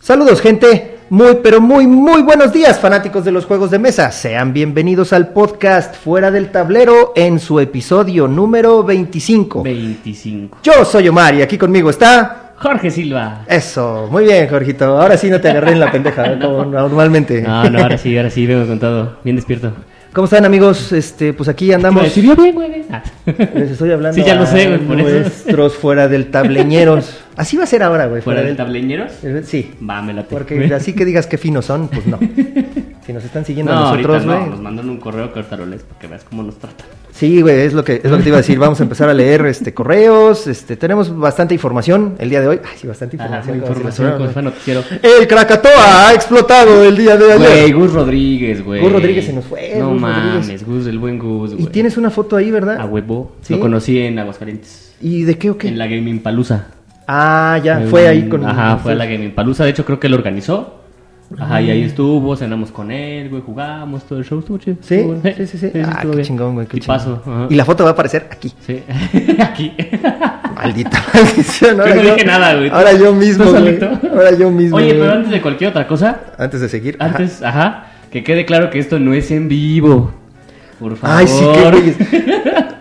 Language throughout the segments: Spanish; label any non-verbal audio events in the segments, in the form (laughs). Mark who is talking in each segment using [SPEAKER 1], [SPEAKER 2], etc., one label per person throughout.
[SPEAKER 1] Saludos gente, muy pero muy muy buenos días fanáticos de los juegos de mesa. Sean bienvenidos al podcast Fuera del Tablero en su episodio número 25.
[SPEAKER 2] 25.
[SPEAKER 1] Yo soy Omar y aquí conmigo está...
[SPEAKER 2] Jorge Silva.
[SPEAKER 1] Eso, muy bien Jorgito, ahora sí no te agarré en la pendeja
[SPEAKER 2] (laughs)
[SPEAKER 1] ¿eh? como normalmente.
[SPEAKER 2] No, no, ahora sí, ahora sí, vengo con todo. Bien despierto.
[SPEAKER 1] ¿Cómo están amigos? Este, pues aquí andamos...
[SPEAKER 2] Si vio bien, güey. Ah.
[SPEAKER 1] Les estoy hablando
[SPEAKER 2] (laughs) Sí, ya lo
[SPEAKER 1] a
[SPEAKER 2] sé, güey, por eso.
[SPEAKER 1] nuestros fuera del tableñeros. Así va a ser ahora, güey.
[SPEAKER 2] (laughs) ¿Fuera del tableñeros?
[SPEAKER 1] tableñero. Sí,
[SPEAKER 2] Va, me late. (laughs)
[SPEAKER 1] porque así que digas qué finos son, pues no. Si nos están siguiendo
[SPEAKER 2] No,
[SPEAKER 1] a nosotros,
[SPEAKER 2] ahorita
[SPEAKER 1] güey,
[SPEAKER 2] no, nos mandan un correo cortaroles porque veas cómo nos tratan.
[SPEAKER 1] Sí, güey, es lo que es lo que te iba a decir. Vamos a empezar a leer este correos, este tenemos bastante información el día de hoy. Ay, sí, bastante
[SPEAKER 2] Ajá,
[SPEAKER 1] información. como
[SPEAKER 2] información,
[SPEAKER 1] si
[SPEAKER 2] como
[SPEAKER 1] fuera-
[SPEAKER 2] si fuera noticiero.
[SPEAKER 1] El Krakatoa ha explotado el día de ayer.
[SPEAKER 2] Güey, Gus Rodríguez, güey.
[SPEAKER 1] Gus Rodríguez se nos fue,
[SPEAKER 2] No
[SPEAKER 1] Gus
[SPEAKER 2] mames,
[SPEAKER 1] Rodríguez.
[SPEAKER 2] Gus, el buen Gus, güey.
[SPEAKER 1] y tienes una foto ahí, ¿verdad?
[SPEAKER 2] A huevo.
[SPEAKER 1] Sí.
[SPEAKER 2] Lo conocí en Aguascalientes.
[SPEAKER 1] ¿Y de qué o qué?
[SPEAKER 2] En la Gaming Palusa.
[SPEAKER 1] Ah, ya, fue ahí con
[SPEAKER 2] Ajá, fue a la Gaming Palusa. De hecho, creo que lo organizó. Ajá,
[SPEAKER 1] Ah.
[SPEAKER 2] y ahí estuvo, cenamos con él, güey, jugamos todo el show, estuvo chido.
[SPEAKER 1] Sí,
[SPEAKER 2] Estuvo bueno.
[SPEAKER 1] sí, sí, sí. Ah,
[SPEAKER 2] estuvo
[SPEAKER 1] qué
[SPEAKER 2] bien.
[SPEAKER 1] chingón, güey, qué
[SPEAKER 2] Y paso.
[SPEAKER 1] chingón. Y la foto va a aparecer
[SPEAKER 2] (laughs)
[SPEAKER 1] aquí.
[SPEAKER 2] Sí, aquí.
[SPEAKER 1] Maldita (laughs) maldición.
[SPEAKER 2] Yo
[SPEAKER 1] ahora
[SPEAKER 2] no dije nada, güey.
[SPEAKER 1] Ahora yo (laughs)
[SPEAKER 2] Tú
[SPEAKER 1] mismo, güey.
[SPEAKER 2] solito.
[SPEAKER 1] Ahora yo mismo.
[SPEAKER 2] Oye,
[SPEAKER 1] güey.
[SPEAKER 2] pero antes de cualquier otra cosa,
[SPEAKER 1] Antes de seguir. ajá.
[SPEAKER 2] antes, ajá, que quede claro que esto no es en vivo. Por favor.
[SPEAKER 1] Ay, sí, qué güeyes.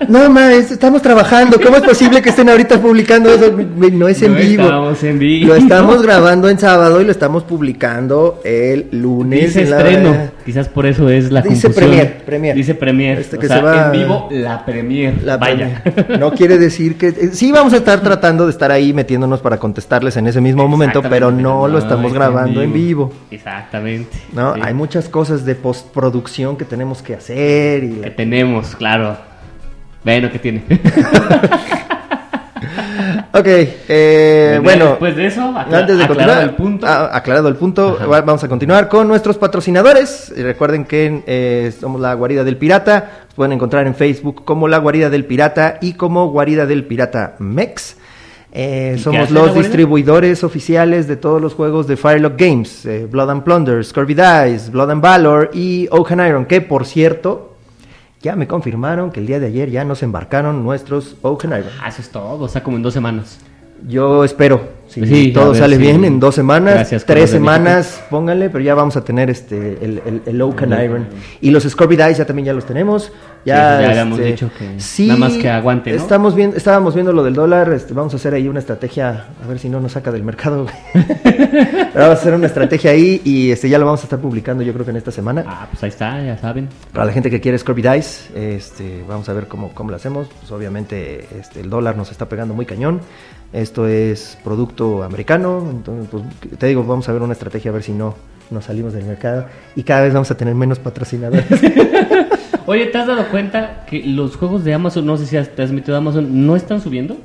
[SPEAKER 1] No, ma, es- estamos trabajando. ¿Cómo es posible que estén ahorita publicando eso? Güey, No es en
[SPEAKER 2] No
[SPEAKER 1] vivo.
[SPEAKER 2] estamos en vivo.
[SPEAKER 1] Lo estamos grabando en sábado y lo estamos publicando el lunes.
[SPEAKER 2] Dice
[SPEAKER 1] en la-
[SPEAKER 2] estreno, quizás por eso es la
[SPEAKER 1] Dice
[SPEAKER 2] confusión.
[SPEAKER 1] premier, premier.
[SPEAKER 2] Dice premier.
[SPEAKER 1] Este
[SPEAKER 2] o
[SPEAKER 1] que
[SPEAKER 2] sea,
[SPEAKER 1] se va-
[SPEAKER 2] en vivo la premier.
[SPEAKER 1] La
[SPEAKER 2] Vaya.
[SPEAKER 1] premia. No quiere decir que. eh, Sí, vamos a estar tratando de estar ahí metiéndonos para contestarles en ese mismo momento,
[SPEAKER 2] Exactamente,
[SPEAKER 1] pero no lo
[SPEAKER 2] es
[SPEAKER 1] estamos grabando en vivo.
[SPEAKER 2] Exactamente.
[SPEAKER 1] ¿no?
[SPEAKER 2] Sí.
[SPEAKER 1] Hay muchas cosas de postproducción que tenemos que hacer. Y la-
[SPEAKER 2] Que tenemos, claro. Bueno, ¿qué tiene?
[SPEAKER 1] Ok,
[SPEAKER 2] (laughs)
[SPEAKER 1] eh, bueno.
[SPEAKER 2] Después de eso, acla-
[SPEAKER 1] Antes de
[SPEAKER 2] aclarado
[SPEAKER 1] continuar,
[SPEAKER 2] el punto.
[SPEAKER 1] ah, aclarado el punto,
[SPEAKER 2] Ajá.
[SPEAKER 1] va- vamos a continuar con nuestros patrocinadores. Eh, Recuerden que eh, somos la Guarida del Pirata. Nos pueden encontrar en Facebook como la Guarida del Pirata y como Guarida del Pirata Mex. Eh,
[SPEAKER 2] ¿Y qué
[SPEAKER 1] somos
[SPEAKER 2] hace la
[SPEAKER 1] los
[SPEAKER 2] Guarida?
[SPEAKER 1] distribuidores oficiales de todos los juegos de Firelock Games, eh, Blood and Plunder, Scurvy Dice, Blood and Valor y Oaken Iron, que por cierto, ya me confirmaron que el día de ayer ya nos embarcaron nuestros Oaken Iron.
[SPEAKER 2] Ah, eso es todo, o sea, como en dos semanas.
[SPEAKER 1] Yo espero. Si
[SPEAKER 2] Sí, a
[SPEAKER 1] todo
[SPEAKER 2] ver
[SPEAKER 1] sale
[SPEAKER 2] si-
[SPEAKER 1] bien en dos semanas,
[SPEAKER 2] Gracias,
[SPEAKER 1] tres
[SPEAKER 2] Carlos de
[SPEAKER 1] semanas, pónganle, pero ya vamos a tener este el, el, el Oaken
[SPEAKER 2] El
[SPEAKER 1] Iron. Y los Scorpio Dice ya también ya los tenemos. Ya,
[SPEAKER 2] Sí, ya habíamos
[SPEAKER 1] este,
[SPEAKER 2] dicho que nada más que aguante, ¿no?
[SPEAKER 1] Estamos viendo, estábamos viendo lo del dólar, este, vamos a hacer ahí una estrategia, a ver si no nos saca del mercado. (laughs) güey. Pero vamos a hacer una estrategia ahí y este ya lo vamos a estar publicando yo creo que en esta semana.
[SPEAKER 2] Ah, pues ahí está, ya saben.
[SPEAKER 1] Para la gente que quiere Scorpio Dice, este, vamos a ver cómo, cómo lo hacemos. Pues obviamente este, el dólar nos está pegando muy cañón. Esto es producto americano. Entonces, pues, te digo, vamos a ver una estrategia a ver si no nos salimos del mercado. Y cada vez vamos a tener menos patrocinadores.
[SPEAKER 2] Oye, ¿te has dado cuenta que los juegos de Amazon, no sé si has- te has metido a Amazon, no están subiendo?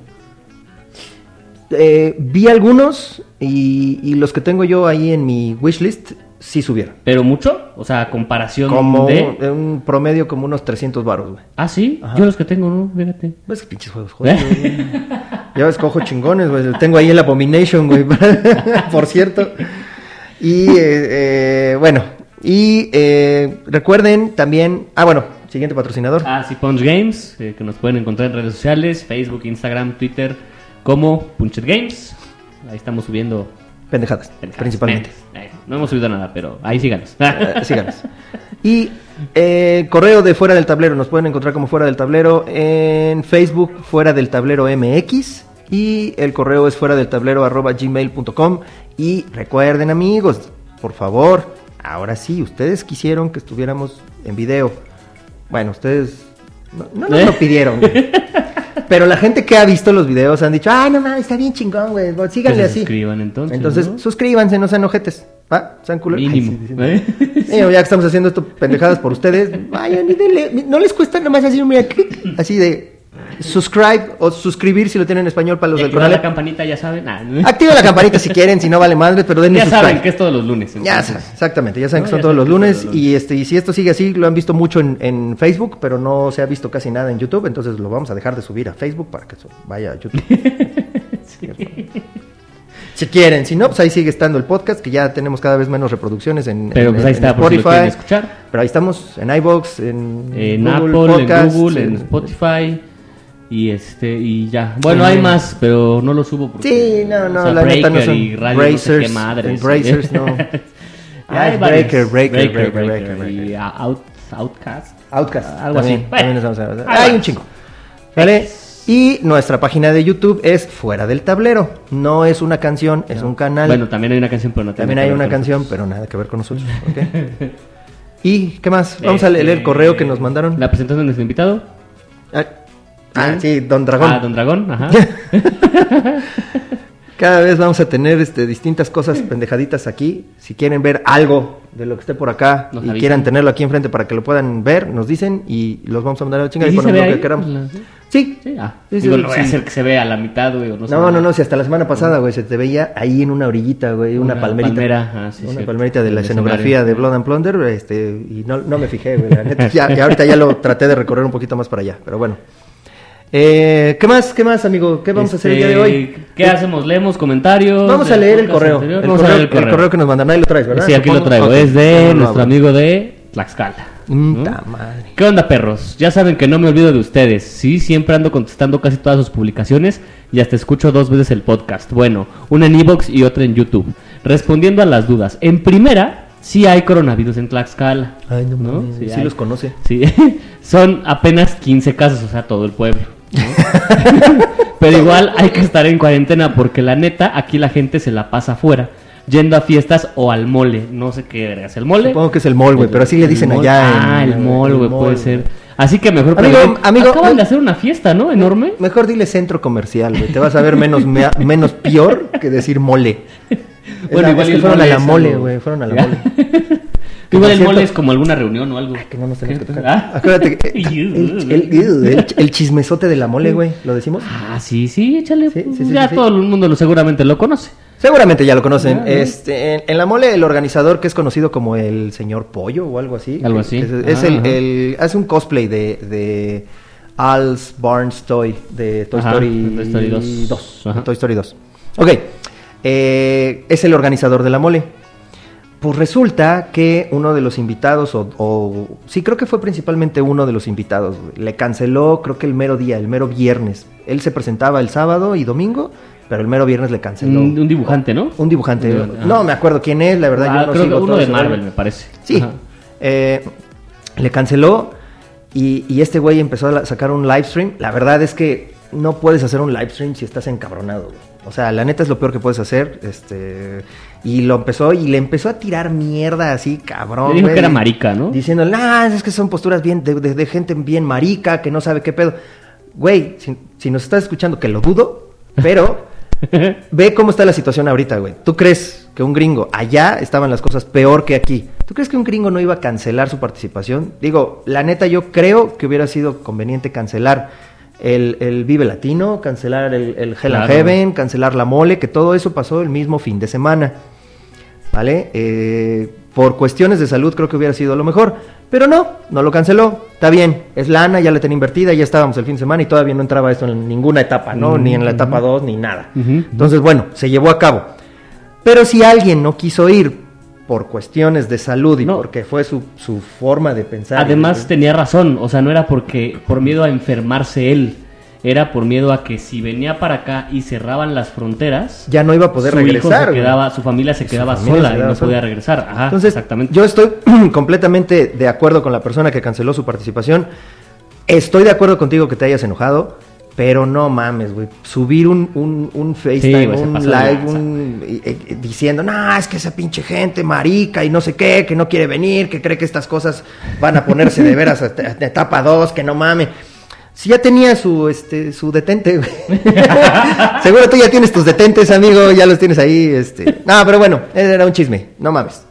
[SPEAKER 1] Eh, vi algunos y, y los que tengo yo ahí en mi wishlist sí subieron.
[SPEAKER 2] ¿Pero mucho? O sea, a comparación
[SPEAKER 1] Como
[SPEAKER 2] de...
[SPEAKER 1] un, un promedio como unos 300 baros, güey.
[SPEAKER 2] Ah, sí,
[SPEAKER 1] Ajá.
[SPEAKER 2] yo los que tengo, ¿no? Fíjate.
[SPEAKER 1] Ves que pinches juegos jodidos, güey.
[SPEAKER 2] (laughs)
[SPEAKER 1] Ya ves, cojo chingones, güey. Tengo ahí el Abomination, güey. (laughs) Por cierto. Y eh, eh, bueno. Y eh, recuerden también. Ah, bueno, siguiente patrocinador.
[SPEAKER 2] Ah, sí, Punch Games, eh, que nos pueden encontrar en redes sociales, Facebook, Instagram, Twitter, como Punchet Games. Ahí estamos subiendo...
[SPEAKER 1] Pendejadas,
[SPEAKER 2] pendejadas,
[SPEAKER 1] principalmente.
[SPEAKER 2] memes. Eh, no hemos subido nada, pero ahí síganos.
[SPEAKER 1] Eh, síganos. Y eh, correo de Fuera del Tablero. Nos pueden encontrar como Fuera del Tablero en Facebook, Fuera del Tablero MX. Y el correo es fuera del tablero arroba gmail.com. Y recuerden, amigos, por favor, ahora sí, ustedes quisieron que estuviéramos en video. Bueno, ustedes no, no nos
[SPEAKER 2] ¿Eh?
[SPEAKER 1] lo pidieron. güey. Pero la gente que ha visto los videos han dicho, ah, no mames, está bien chingón, güey. Síganle
[SPEAKER 2] Que se
[SPEAKER 1] así.
[SPEAKER 2] suscriban, entonces, ¿no?
[SPEAKER 1] suscríbanse, no sean ojetes. ¿Va? Sean culeros.
[SPEAKER 2] Mínimo.
[SPEAKER 1] Ay, sí, sí, sí.
[SPEAKER 2] ¿eh?
[SPEAKER 1] Digo, ya que estamos haciendo esto pendejadas por ustedes, vayan y denle. No les cuesta nomás así, mira, clic, así de subscribe o suscribir si lo tienen en español para los
[SPEAKER 2] (laughs) Y
[SPEAKER 1] del
[SPEAKER 2] activar la
[SPEAKER 1] canal.
[SPEAKER 2] campanita, ya saben. Ah,
[SPEAKER 1] Activa la campanita si quieren, si no vale madre, pero denle
[SPEAKER 2] ya saben
[SPEAKER 1] subscribe.
[SPEAKER 2] que es todos los lunes.
[SPEAKER 1] Ya
[SPEAKER 2] entonces.
[SPEAKER 1] saben, exactamente, ya saben
[SPEAKER 2] No,
[SPEAKER 1] que son
[SPEAKER 2] ya
[SPEAKER 1] todos
[SPEAKER 2] saben
[SPEAKER 1] los
[SPEAKER 2] que es
[SPEAKER 1] lunes,
[SPEAKER 2] todos los
[SPEAKER 1] y este y si esto sigue así, lo han visto mucho en, en Facebook, pero no se ha visto casi nada en YouTube, entonces lo vamos a dejar de subir a Facebook para que eso vaya a
[SPEAKER 2] (laughs)
[SPEAKER 1] YouTube. Si quieren, si no, pues ahí sigue estando el podcast, que ya tenemos cada vez menos reproducciones en,
[SPEAKER 2] Pero
[SPEAKER 1] en-
[SPEAKER 2] pues ahí
[SPEAKER 1] en
[SPEAKER 2] está, por si lo quieren escuchar.
[SPEAKER 1] Pero ahí estamos en iBox, en,
[SPEAKER 2] Eh, En
[SPEAKER 1] Google
[SPEAKER 2] Apple,
[SPEAKER 1] Podcast,
[SPEAKER 2] en Google, en Spotify, Y este, y ya. Bueno, hay más, pero no lo subo porque.
[SPEAKER 1] Eh, Sí, no, no,
[SPEAKER 2] o sea,
[SPEAKER 1] la neta no
[SPEAKER 2] Breaker
[SPEAKER 1] son
[SPEAKER 2] y radio no sé
[SPEAKER 1] Brazers,
[SPEAKER 2] qué madres.
[SPEAKER 1] Brazers, no.
[SPEAKER 2] (laughs)
[SPEAKER 1] Ah, es
[SPEAKER 2] varios.
[SPEAKER 1] Breaker, Breaker, Breaker, Breaker,
[SPEAKER 2] Y ah, Out- Outcast.
[SPEAKER 1] Outcast.
[SPEAKER 2] Ah, algo
[SPEAKER 1] también,
[SPEAKER 2] así.
[SPEAKER 1] también
[SPEAKER 2] Bueno,
[SPEAKER 1] nos vamos a-
[SPEAKER 2] ahí
[SPEAKER 1] Hay un
[SPEAKER 2] vamos.
[SPEAKER 1] chingo. ¿Vale? Y nuestra página de YouTube es Fuera del Tablero. No es una canción, es un canal.
[SPEAKER 2] Bueno, también hay una canción, pero no tiene
[SPEAKER 1] también
[SPEAKER 2] que
[SPEAKER 1] hay
[SPEAKER 2] ver
[SPEAKER 1] una
[SPEAKER 2] con
[SPEAKER 1] canción, pero nada que ver con nosotros.
[SPEAKER 2] (laughs)
[SPEAKER 1] ¿ok? ¿Y qué más? Vamos a leer el
[SPEAKER 2] Este,
[SPEAKER 1] correo que nos mandaron.
[SPEAKER 2] La presentación de nuestro invitado.
[SPEAKER 1] Ah, ah, sí, Don Dragón.
[SPEAKER 2] Ah, Don
[SPEAKER 1] (laughs)
[SPEAKER 2] Dragón, ajá.
[SPEAKER 1] Cada vez vamos a tener este, distintas
[SPEAKER 2] (laughs)
[SPEAKER 1] cosas pendejaditas aquí. Si quieren ver algo de lo que esté por acá
[SPEAKER 2] Nos
[SPEAKER 1] y
[SPEAKER 2] avisan.
[SPEAKER 1] quieran tenerlo aquí enfrente para que lo puedan ver, nos dicen y los vamos a mandar a la chingada
[SPEAKER 2] ¿Y
[SPEAKER 1] y
[SPEAKER 2] sí se
[SPEAKER 1] ponemos
[SPEAKER 2] ve
[SPEAKER 1] lo
[SPEAKER 2] ahí?
[SPEAKER 1] que queramos.
[SPEAKER 2] La-
[SPEAKER 1] Sí.
[SPEAKER 2] Sí, ah.
[SPEAKER 1] Sí, sí,
[SPEAKER 2] Digo, no voy a
[SPEAKER 1] sí.
[SPEAKER 2] hacer que se vea a la mitad, güey. o No, se
[SPEAKER 1] No,
[SPEAKER 2] vea.
[SPEAKER 1] no, no, si hasta la semana pasada, güey, se te veía ahí en una orillita, güey, una,
[SPEAKER 2] Una
[SPEAKER 1] palmerita.
[SPEAKER 2] palmera, ah, sí,
[SPEAKER 1] una
[SPEAKER 2] cierto.
[SPEAKER 1] palmerita de la
[SPEAKER 2] El
[SPEAKER 1] escenografía
[SPEAKER 2] escenario.
[SPEAKER 1] de Blood and Plunder, este, y no, no me fijé, güey,
[SPEAKER 2] (laughs)
[SPEAKER 1] la neta. Ya, ya ahorita ya lo traté de recorrer un poquito más para allá, pero bueno. Eh, ¿Qué más, qué más, amigo? ¿Qué vamos a hacer el día de hoy? Eh,
[SPEAKER 2] Este, ¿Qué hacemos? ¿Leemos comentarios?
[SPEAKER 1] Vamos a
[SPEAKER 2] del
[SPEAKER 1] leer el
[SPEAKER 2] podcast
[SPEAKER 1] correo.
[SPEAKER 2] anterior?
[SPEAKER 1] El
[SPEAKER 2] Vamos a
[SPEAKER 1] correo,
[SPEAKER 2] leer
[SPEAKER 1] el correo que nos mandan. Ahí lo traes, ¿verdad?
[SPEAKER 2] Sí, aquí lo
[SPEAKER 1] Supongo.
[SPEAKER 2] traigo.
[SPEAKER 1] Ok.
[SPEAKER 2] Es de
[SPEAKER 1] Ah,
[SPEAKER 2] nuestro
[SPEAKER 1] bueno.
[SPEAKER 2] amigo de Tlaxcala. ¿no?
[SPEAKER 1] Puta Mm, madre.
[SPEAKER 2] ¿Qué onda, perros? Ya saben que no me olvido de ustedes. Sí, siempre ando contestando casi todas sus publicaciones y hasta escucho dos veces el podcast. Bueno, una en Evox y otra en YouTube. Respondiendo a las dudas. En primera, sí hay coronavirus en Tlaxcala.
[SPEAKER 1] Ay, no, mames,
[SPEAKER 2] Sí,
[SPEAKER 1] sí
[SPEAKER 2] hay.
[SPEAKER 1] los conoce.
[SPEAKER 2] Sí, (laughs) son apenas 15 casos, o sea, todo el pueblo.
[SPEAKER 1] (laughs)
[SPEAKER 2] ¿no? Pero igual hay que estar en cuarentena porque la neta, aquí la gente se la pasa afuera, yendo a fiestas o al mole. No sé qué vergas, el mole.
[SPEAKER 1] Supongo que es el mall, güey, pero así le
[SPEAKER 2] El
[SPEAKER 1] dicen
[SPEAKER 2] mall.
[SPEAKER 1] allá.
[SPEAKER 2] Ah,
[SPEAKER 1] en-
[SPEAKER 2] el mall, güey, puede
[SPEAKER 1] mall,
[SPEAKER 2] ser.
[SPEAKER 1] güey.
[SPEAKER 2] Así que mejor
[SPEAKER 1] Amigo,
[SPEAKER 2] pregunten-
[SPEAKER 1] amigo,
[SPEAKER 2] Acaban
[SPEAKER 1] no-
[SPEAKER 2] de hacer una fiesta, ¿no? Enorme.
[SPEAKER 1] Mejor dile centro comercial, güey. Te vas a ver menos, mea- menos peor que decir mole. Bueno, igual que
[SPEAKER 2] el
[SPEAKER 1] fueron a la
[SPEAKER 2] es
[SPEAKER 1] mole,
[SPEAKER 2] algo-
[SPEAKER 1] güey. Fueron a la
[SPEAKER 2] (laughs) Ya.
[SPEAKER 1] mole. Que por
[SPEAKER 2] Igual el
[SPEAKER 1] cierto-
[SPEAKER 2] mole es como alguna reunión o algo.
[SPEAKER 1] (laughs) Que no nos tenemos que tocar.
[SPEAKER 2] Ah.
[SPEAKER 1] Acuérdate (laughs)
[SPEAKER 2] (laughs)
[SPEAKER 1] que el, el- el- el chismesote de la mole, güey. ¿Lo decimos?
[SPEAKER 2] Ah, sí, sí, échale.
[SPEAKER 1] Sí,
[SPEAKER 2] pues,
[SPEAKER 1] sí, sí,
[SPEAKER 2] ya
[SPEAKER 1] sí, sí.
[SPEAKER 2] todo el mundo lo seguramente lo conoce.
[SPEAKER 1] Seguramente ya lo conocen.
[SPEAKER 2] Ya, ya.
[SPEAKER 1] este, en, en la mole, el organizador que es conocido como el señor Pollo o algo así.
[SPEAKER 2] Algo así.
[SPEAKER 1] Es, es
[SPEAKER 2] Ah,
[SPEAKER 1] el,
[SPEAKER 2] ajá.
[SPEAKER 1] el- hace un cosplay de, de Al's Barnes Toy de Toy
[SPEAKER 2] Ajá,
[SPEAKER 1] Story,
[SPEAKER 2] de Toy Story 2. Ajá.
[SPEAKER 1] de Toy Story 2. Ok. eh, es el organizador de la mole. Pues resulta que uno de los invitados, o, o- sí, creo que fue principalmente uno de los invitados, güey, le canceló, creo que el mero día, el mero viernes. Él se presentaba el sábado y domingo, pero el mero viernes le canceló.
[SPEAKER 2] Un, un dibujante, ¿no?
[SPEAKER 1] Un dibujante.
[SPEAKER 2] Un dibujante,
[SPEAKER 1] No
[SPEAKER 2] ajá.
[SPEAKER 1] me acuerdo quién es, la verdad.
[SPEAKER 2] Ah,
[SPEAKER 1] yo no
[SPEAKER 2] creo
[SPEAKER 1] sigo
[SPEAKER 2] que uno
[SPEAKER 1] todo
[SPEAKER 2] de
[SPEAKER 1] ese
[SPEAKER 2] Marvel,
[SPEAKER 1] rollo.
[SPEAKER 2] me parece.
[SPEAKER 1] Sí. (laughs)
[SPEAKER 2] Ajá.
[SPEAKER 1] Eh, le canceló y, y este güey empezó a la- sacar un live stream. La verdad es que no puedes hacer un live stream si estás encabronado. güey. O sea, la neta es lo peor que puedes hacer. Este y lo empezó y le empezó a tirar mierda así, cabrón.
[SPEAKER 2] Le dijo
[SPEAKER 1] güey.
[SPEAKER 2] que era marica, ¿no?
[SPEAKER 1] Diciendo, nah, es que son posturas bien de, de- de gente bien marica que no sabe qué pedo. Güey, si, si nos estás escuchando, que lo dudo,
[SPEAKER 2] (laughs)
[SPEAKER 1] pero Ve cómo está la situación ahorita, güey. ¿Tú crees que un gringo, allá estaban las cosas peor que aquí? ¿Tú crees que un gringo no iba a cancelar su participación? Digo, la neta yo creo que hubiera sido conveniente cancelar el, el Vive Latino, cancelar el, el Hell and
[SPEAKER 2] Claro.
[SPEAKER 1] Heaven, cancelar la mole, que todo eso pasó el mismo fin de semana. ¿Vale? Eh, por cuestiones de salud creo que hubiera sido lo mejor. Pero no, no lo canceló. Está bien, es lana, ya la tenía invertida, ya estábamos el fin de semana y todavía no entraba esto en ninguna etapa, ¿no? Ni en la etapa 2, ni nada.
[SPEAKER 2] Ujú.
[SPEAKER 1] Entonces, bueno, se llevó a cabo. Pero si alguien no quiso ir por cuestiones de salud y
[SPEAKER 2] No.
[SPEAKER 1] porque fue su, su forma de pensar.
[SPEAKER 2] Además
[SPEAKER 1] y-
[SPEAKER 2] tenía razón, o sea, no era porque por miedo a enfermarse él, era por miedo a que si venía para acá y cerraban las fronteras,
[SPEAKER 1] ya no iba a poder
[SPEAKER 2] su hijo
[SPEAKER 1] regresar.
[SPEAKER 2] se
[SPEAKER 1] güey.
[SPEAKER 2] quedaba, su familia se
[SPEAKER 1] Su
[SPEAKER 2] quedaba
[SPEAKER 1] familia
[SPEAKER 2] sola
[SPEAKER 1] se
[SPEAKER 2] y
[SPEAKER 1] quedaba
[SPEAKER 2] no
[SPEAKER 1] sola.
[SPEAKER 2] podía regresar. Ajá,
[SPEAKER 1] Entonces,
[SPEAKER 2] exactamente.
[SPEAKER 1] yo estoy (clears throat) completamente de acuerdo con la persona que canceló su participación. Estoy de acuerdo contigo que te hayas enojado, pero no mames, güey. Subir un, un, un FaceTime,
[SPEAKER 2] güey, se
[SPEAKER 1] un
[SPEAKER 2] pasó de
[SPEAKER 1] live,
[SPEAKER 2] lanza.
[SPEAKER 1] un- y- y- y diciendo, no, es que esa pinche gente marica y no sé qué, que no quiere venir, que cree que estas cosas van a ponerse de veras a, a- a etapa 2, que no mames. Si ya tenía su este su detente, güey. (laughs) Seguro tú ya tienes tus detentes, amigo, ya los tienes ahí, este. No, pero bueno, era un chisme, no mames.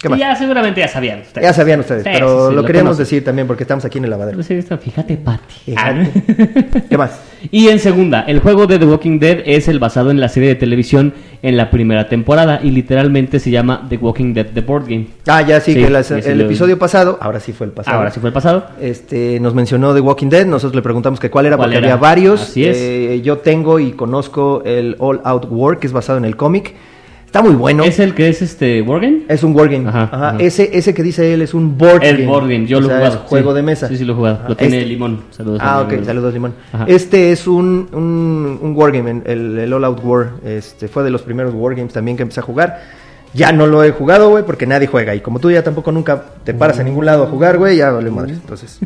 [SPEAKER 1] ¿Qué
[SPEAKER 2] Y
[SPEAKER 1] más?
[SPEAKER 2] ya seguramente ya sabían ustedes.
[SPEAKER 1] Ya sabían ustedes,
[SPEAKER 2] Sí,
[SPEAKER 1] pero
[SPEAKER 2] sí, sí,
[SPEAKER 1] lo, queríamos
[SPEAKER 2] conocen.
[SPEAKER 1] decir también porque estamos aquí en el lavadero.
[SPEAKER 2] Sí, está- Fíjate, Pati. Ah, ¿no? (laughs)
[SPEAKER 1] Exacto. ¿Qué más?
[SPEAKER 2] Y en segunda, el juego de The Walking Dead es el basado en la serie de televisión en la primera temporada y literalmente se llama The Walking Dead The Board Game.
[SPEAKER 1] Ah, ya sí,
[SPEAKER 2] Sí,
[SPEAKER 1] que la-
[SPEAKER 2] sí, sí,
[SPEAKER 1] el
[SPEAKER 2] lo-
[SPEAKER 1] episodio pasado, ahora sí fue el pasado.
[SPEAKER 2] Ahora sí fue el pasado.
[SPEAKER 1] Este, nos mencionó The Walking Dead, nosotros le preguntamos que cuál era
[SPEAKER 2] ¿Cuál
[SPEAKER 1] porque
[SPEAKER 2] era?
[SPEAKER 1] había varios.
[SPEAKER 2] Así es.
[SPEAKER 1] Eh, yo tengo y conozco el All Out War que es basado en el cómic. Está muy bueno.
[SPEAKER 2] ¿Es el que es este Wargame?
[SPEAKER 1] Es un wargame.
[SPEAKER 2] Ajá,
[SPEAKER 1] Ajá,
[SPEAKER 2] ajá.
[SPEAKER 1] Ese, ese que dice él es un board
[SPEAKER 2] El board game, yo
[SPEAKER 1] O
[SPEAKER 2] lo he
[SPEAKER 1] sea,
[SPEAKER 2] jugado.
[SPEAKER 1] Juego
[SPEAKER 2] sí.
[SPEAKER 1] de mesa.
[SPEAKER 2] Sí, sí, lo he jugado.
[SPEAKER 1] Ajá,
[SPEAKER 2] Lo tiene
[SPEAKER 1] este-
[SPEAKER 2] Limón. Saludos. a
[SPEAKER 1] Ah,
[SPEAKER 2] Limón.
[SPEAKER 1] ok, saludos Limón.
[SPEAKER 2] Ajá.
[SPEAKER 1] Este es un, un, un wargame, el, el All Out War. Este fue de los primeros wargames también que empecé a jugar. Ya no lo he jugado, güey, porque nadie juega. Y como tú ya tampoco nunca te paras
[SPEAKER 2] Mm.
[SPEAKER 1] a ningún lado a jugar, güey, ya vale madre. Entonces,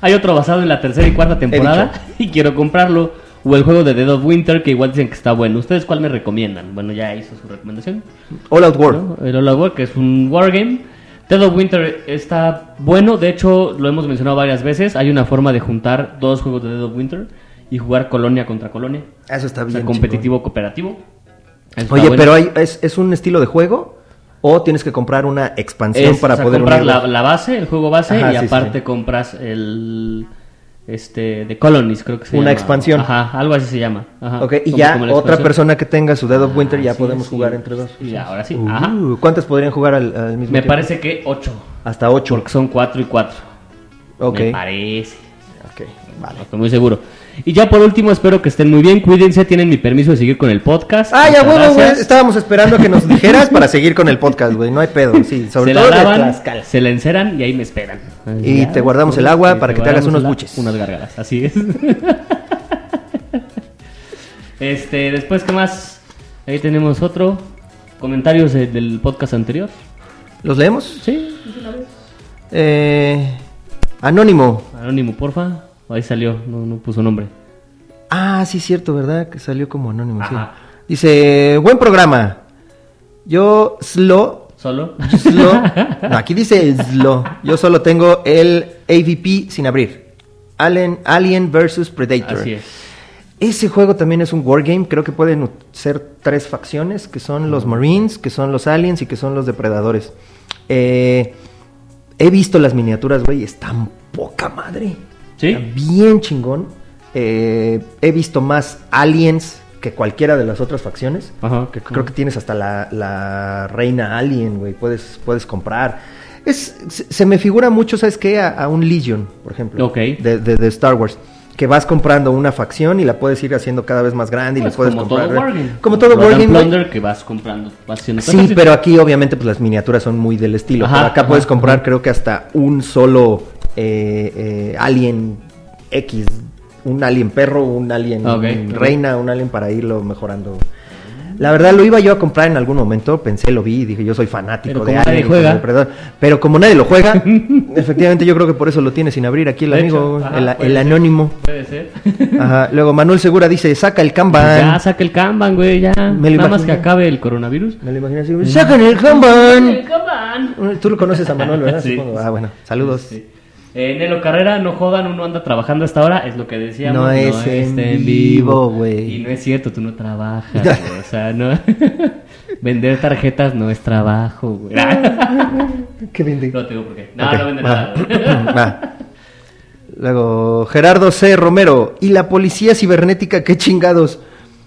[SPEAKER 2] Hay otro basado en la tercera y cuarta temporada (laughs) y quiero comprarlo. O el juego de Dead of Winter, que igual dicen que está bueno. ¿Ustedes cuál me recomiendan? Bueno, ya hizo su recomendación.
[SPEAKER 1] All Out War.
[SPEAKER 2] ¿no? El All Out War, que es un wargame. Dead of Winter está bueno. De hecho, lo hemos mencionado varias veces. Hay una forma de juntar dos juegos de Dead of Winter y jugar colonia contra colonia.
[SPEAKER 1] Eso está
[SPEAKER 2] O
[SPEAKER 1] bien.
[SPEAKER 2] sea,
[SPEAKER 1] chingón.
[SPEAKER 2] competitivo cooperativo. Eso está
[SPEAKER 1] Oye,
[SPEAKER 2] bueno.
[SPEAKER 1] pero hay, es, es un estilo de juego o tienes que comprar una expansión
[SPEAKER 2] Es,
[SPEAKER 1] para
[SPEAKER 2] o sea,
[SPEAKER 1] poder
[SPEAKER 2] compras
[SPEAKER 1] unirlo?
[SPEAKER 2] la, la base, el juego base,
[SPEAKER 1] Ajá,
[SPEAKER 2] y
[SPEAKER 1] sí, sí,
[SPEAKER 2] aparte
[SPEAKER 1] sí.
[SPEAKER 2] compras el. Este, de Colonies, creo que se
[SPEAKER 1] Una
[SPEAKER 2] llama.
[SPEAKER 1] expansión.
[SPEAKER 2] Ajá, algo así se llama. Ajá,
[SPEAKER 1] Ok, y
[SPEAKER 2] como-
[SPEAKER 1] ya
[SPEAKER 2] como la
[SPEAKER 1] otra
[SPEAKER 2] expansión.
[SPEAKER 1] persona que tenga su Dead of Winter ya
[SPEAKER 2] Así
[SPEAKER 1] podemos
[SPEAKER 2] es,
[SPEAKER 1] jugar
[SPEAKER 2] sí.
[SPEAKER 1] entre dos.
[SPEAKER 2] Y ahora sí, ajá.
[SPEAKER 1] Uh, ¿Cuántas podrían jugar al, al mismo
[SPEAKER 2] Me
[SPEAKER 1] tiempo?
[SPEAKER 2] parece que 8.
[SPEAKER 1] Hasta ocho.
[SPEAKER 2] Porque son 4 y 4.
[SPEAKER 1] Ok.
[SPEAKER 2] Me parece.
[SPEAKER 1] Ok, vale.
[SPEAKER 2] Ah, No estoy muy seguro. Y ya por último, espero que estén muy bien. Cuídense, tienen mi permiso de seguir con el podcast.
[SPEAKER 1] Ah, ya
[SPEAKER 2] Muchas
[SPEAKER 1] huevo, güey.
[SPEAKER 2] gracias.
[SPEAKER 1] Estábamos esperando a que nos dijeras para seguir con el podcast, güey. No hay pedo, sí. Sobre
[SPEAKER 2] se
[SPEAKER 1] todo
[SPEAKER 2] la
[SPEAKER 1] de
[SPEAKER 2] lavan,
[SPEAKER 1] Tlaxcala.
[SPEAKER 2] se la enceran y ahí me esperan.
[SPEAKER 1] Y te guardamos el agua para que te hagas unos
[SPEAKER 2] guardamos el a-
[SPEAKER 1] buches.
[SPEAKER 2] Unas gargalas, así es. (laughs) este, después, ¿qué más? Ahí tenemos otro. Comentarios de- del podcast anterior.
[SPEAKER 1] ¿Los leemos?
[SPEAKER 2] Sí,
[SPEAKER 1] Eh, anónimo.
[SPEAKER 2] anónimo, porfa. Ahí salió, no, no puso nombre.
[SPEAKER 1] Ah, sí, cierto, ¿verdad? Que salió como anónimo, sí.
[SPEAKER 2] Ajá.
[SPEAKER 1] Dice, buen programa. Yo, Slo.
[SPEAKER 2] ¿Solo? (laughs)
[SPEAKER 1] Slo. no, aquí dice Slo. Yo solo tengo el AVP sin abrir. Alien, Alien vs Predator.
[SPEAKER 2] así es.
[SPEAKER 1] Ese juego también es un wargame, creo que pueden u- ser tres facciones, que son los Marines, que son los Aliens y que son los Depredadores. Eh, he visto las miniaturas, güey, están poca madre.
[SPEAKER 2] ¿Sí?
[SPEAKER 1] Está bien chingón. Eh, he visto más Aliens que cualquiera de las otras facciones.
[SPEAKER 2] Ajá.
[SPEAKER 1] Que creo que tienes hasta la, la reina alien, güey. Puedes, puedes comprar. Es, se se me figura mucho, ¿sabes qué? A, a un Legion, por ejemplo.
[SPEAKER 2] Ok.
[SPEAKER 1] De, de- de Star Wars. Que vas comprando una facción y la puedes ir haciendo cada vez más grande y
[SPEAKER 2] Pues
[SPEAKER 1] le puedes
[SPEAKER 2] como
[SPEAKER 1] comprar.
[SPEAKER 2] todo Wargame.
[SPEAKER 1] Como todo
[SPEAKER 2] Blood and
[SPEAKER 1] Wargame. güey.
[SPEAKER 2] Plunder que vas comprando. Vas haciendo
[SPEAKER 1] Sí, pero aquí obviamente pues las miniaturas son muy del estilo.
[SPEAKER 2] Ajá,
[SPEAKER 1] Pero acá
[SPEAKER 2] ajá,
[SPEAKER 1] puedes comprar creo que hasta un solo eh, eh, alien X, un alien perro, un alien
[SPEAKER 2] Ok,
[SPEAKER 1] reina, un alien para irlo mejorando. La verdad lo iba yo a comprar en algún momento, pensé, lo vi y dije yo soy fanático
[SPEAKER 2] Pero
[SPEAKER 1] de
[SPEAKER 2] como
[SPEAKER 1] Alien.
[SPEAKER 2] nadie
[SPEAKER 1] y como
[SPEAKER 2] juega.
[SPEAKER 1] de Predator. Pero como nadie lo juega,
[SPEAKER 2] (laughs)
[SPEAKER 1] efectivamente yo creo que por eso lo tiene sin abrir aquí el
[SPEAKER 2] De
[SPEAKER 1] amigo,
[SPEAKER 2] hecho, ajá,
[SPEAKER 1] el,
[SPEAKER 2] puede
[SPEAKER 1] el
[SPEAKER 2] ser. (laughs)
[SPEAKER 1] anónimo. (laughs)
[SPEAKER 2] Puede ser. Pues
[SPEAKER 1] Ajá, Luego Manuel Segura dice, saca el Kanban.
[SPEAKER 2] Ya, saca el Kanban, güey, ya.
[SPEAKER 1] Me lo
[SPEAKER 2] Nada más
[SPEAKER 1] imagino.
[SPEAKER 2] que acabe el coronavirus.
[SPEAKER 1] Me lo imagino así,
[SPEAKER 2] Mm.
[SPEAKER 1] sacan el Kanban.
[SPEAKER 2] Kanban!
[SPEAKER 1] Eh, Tú lo conoces a Manuel, ¿verdad?
[SPEAKER 2] (laughs) Sí.
[SPEAKER 1] Supongo. Ah, bueno, saludos.
[SPEAKER 2] Sí. Eh, Nelo Carrera, no jodan, uno anda trabajando hasta ahora, es lo que decíamos.
[SPEAKER 1] No es en vivo, güey.
[SPEAKER 2] Y no es cierto, tú no trabajas, güey, o sea, no. (laughs) Vender tarjetas no es trabajo, güey.
[SPEAKER 1] Qué bendito.
[SPEAKER 2] (laughs) no te digo por qué. No,
[SPEAKER 1] Ok,
[SPEAKER 2] no vende
[SPEAKER 1] va. (laughs)
[SPEAKER 2] nada. güey.
[SPEAKER 1] Va. Luego, Gerardo C. Romero. ¿Y la policía cibernética qué chingados?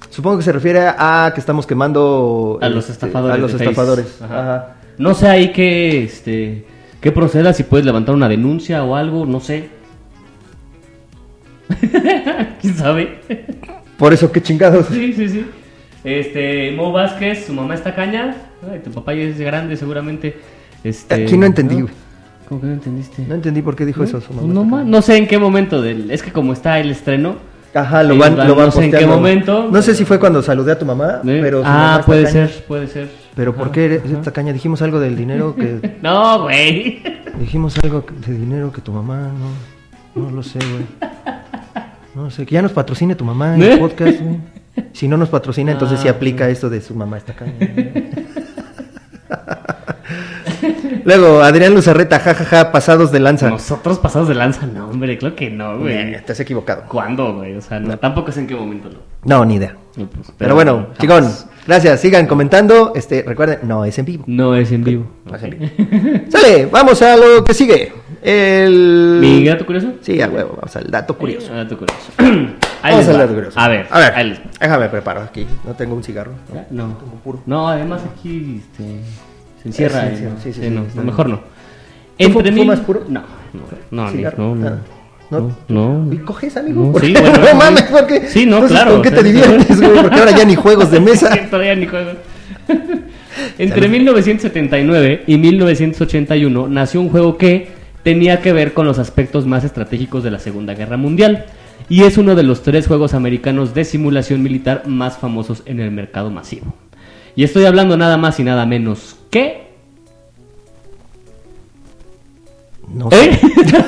[SPEAKER 1] Supongo que se refiere a que estamos quemando...
[SPEAKER 2] A los
[SPEAKER 1] este,
[SPEAKER 2] estafadores.
[SPEAKER 1] A los
[SPEAKER 2] de Face.
[SPEAKER 1] estafadores.
[SPEAKER 2] Ajá.
[SPEAKER 1] Ajá.
[SPEAKER 2] No sé ahí qué, este, qué proceda, si puedes levantar una denuncia o algo, no sé. (laughs) ¿Quién sabe?
[SPEAKER 1] Por eso, qué chingados.
[SPEAKER 2] sí, sí, sí. Este, Mo Vázquez, su mamá está caña. Ay, tu papá ya es grande seguramente. Este,
[SPEAKER 1] Aquí no entendí, güey.
[SPEAKER 2] ¿Cómo que no entendiste?
[SPEAKER 1] No entendí por qué dijo eso. su mamá.
[SPEAKER 2] No, ma- no sé en qué momento del... Es que como está el estreno...
[SPEAKER 1] Ajá, lo
[SPEAKER 2] ellos
[SPEAKER 1] van, lo van
[SPEAKER 2] No sé en qué
[SPEAKER 1] posteando.
[SPEAKER 2] momento.
[SPEAKER 1] No sé si fue cuando saludé a tu mamá,
[SPEAKER 2] Eh,
[SPEAKER 1] pero... su mamá
[SPEAKER 2] ah,
[SPEAKER 1] está
[SPEAKER 2] puede
[SPEAKER 1] tacaña.
[SPEAKER 2] ser, puede ser.
[SPEAKER 1] Pero ¿por
[SPEAKER 2] Ajá,
[SPEAKER 1] qué
[SPEAKER 2] ajá.
[SPEAKER 1] esta caña? Dijimos algo del dinero
[SPEAKER 2] (laughs)
[SPEAKER 1] que...
[SPEAKER 2] No, güey. (laughs)
[SPEAKER 1] Dijimos algo que- de dinero que tu mamá no. No lo sé, güey. No lo sé. Que ya nos patrocine tu mamá en
[SPEAKER 2] ¿Eh?
[SPEAKER 1] el podcast, güey. Si no nos patrocina, entonces sí
[SPEAKER 2] Ah,
[SPEAKER 1] aplica esto de su mamá está acá. (laughs) Luego, Adrián Luzarreta, jajaja, pasados de lanza.
[SPEAKER 2] Nosotros pasados de lanza, no, hombre, creo que no,
[SPEAKER 1] Eh,
[SPEAKER 2] güey.
[SPEAKER 1] Estás equivocado.
[SPEAKER 2] ¿Cuándo, güey? O sea, no, tampoco sé en qué momento lo.
[SPEAKER 1] No, ni idea.
[SPEAKER 2] lo puse,
[SPEAKER 1] Pero, bueno, chicón, gracias. Sigan comentando. Este, recuerden, no es en vivo.
[SPEAKER 2] No es en vivo.
[SPEAKER 1] No es en vivo. Sale, vamos a lo que sigue. El.
[SPEAKER 2] (laughs) ¿Mi gato curioso?
[SPEAKER 1] Sí, a huevo, vamos al dato curioso.
[SPEAKER 2] Eh, dato curioso. (clears throat) Ahí
[SPEAKER 1] Vamos
[SPEAKER 2] les
[SPEAKER 1] al
[SPEAKER 2] va.
[SPEAKER 1] dato curioso.
[SPEAKER 2] A ver,
[SPEAKER 1] a ver,
[SPEAKER 2] ahí les va. Mm.
[SPEAKER 1] déjame preparar aquí. No tengo un cigarro.
[SPEAKER 2] Ya, No,
[SPEAKER 1] Como puro.
[SPEAKER 2] no, además aquí este, se encierra.
[SPEAKER 1] Eh,
[SPEAKER 2] eh,
[SPEAKER 1] sí,
[SPEAKER 2] ¿no?
[SPEAKER 1] sí, sí,
[SPEAKER 2] Sí,
[SPEAKER 1] sí,
[SPEAKER 2] no,
[SPEAKER 1] está
[SPEAKER 2] no,
[SPEAKER 1] bien.
[SPEAKER 2] mejor no.
[SPEAKER 1] fu-
[SPEAKER 2] Entre mí-
[SPEAKER 1] fumas puro?
[SPEAKER 2] No, no, no,
[SPEAKER 1] ¿Cigarro?
[SPEAKER 2] no, no,
[SPEAKER 1] Nada. ¿No?
[SPEAKER 2] no, no.
[SPEAKER 1] ¿Y coges, amigo?
[SPEAKER 2] No,
[SPEAKER 1] ¿Por
[SPEAKER 2] sí,
[SPEAKER 1] qué?
[SPEAKER 2] bueno,
[SPEAKER 1] (laughs) no
[SPEAKER 2] sí.
[SPEAKER 1] mames, porque.
[SPEAKER 2] Sí, no,
[SPEAKER 1] entonces,
[SPEAKER 2] claro,
[SPEAKER 1] ¿Con qué
[SPEAKER 2] o
[SPEAKER 1] te
[SPEAKER 2] sea, (laughs)
[SPEAKER 1] diviertes, güey? Porque ahora ya ni juegos de mesa. (laughs)
[SPEAKER 2] Todavía ni juego. Entre 1979 y 1981 nació un juego que tenía que ver con los aspectos más estratégicos de la Segunda Guerra Mundial y es uno de los tres juegos americanos de simulación militar más famosos en el mercado masivo. Y estoy hablando nada más y nada menos que...
[SPEAKER 1] No sé.
[SPEAKER 2] ¿Eh?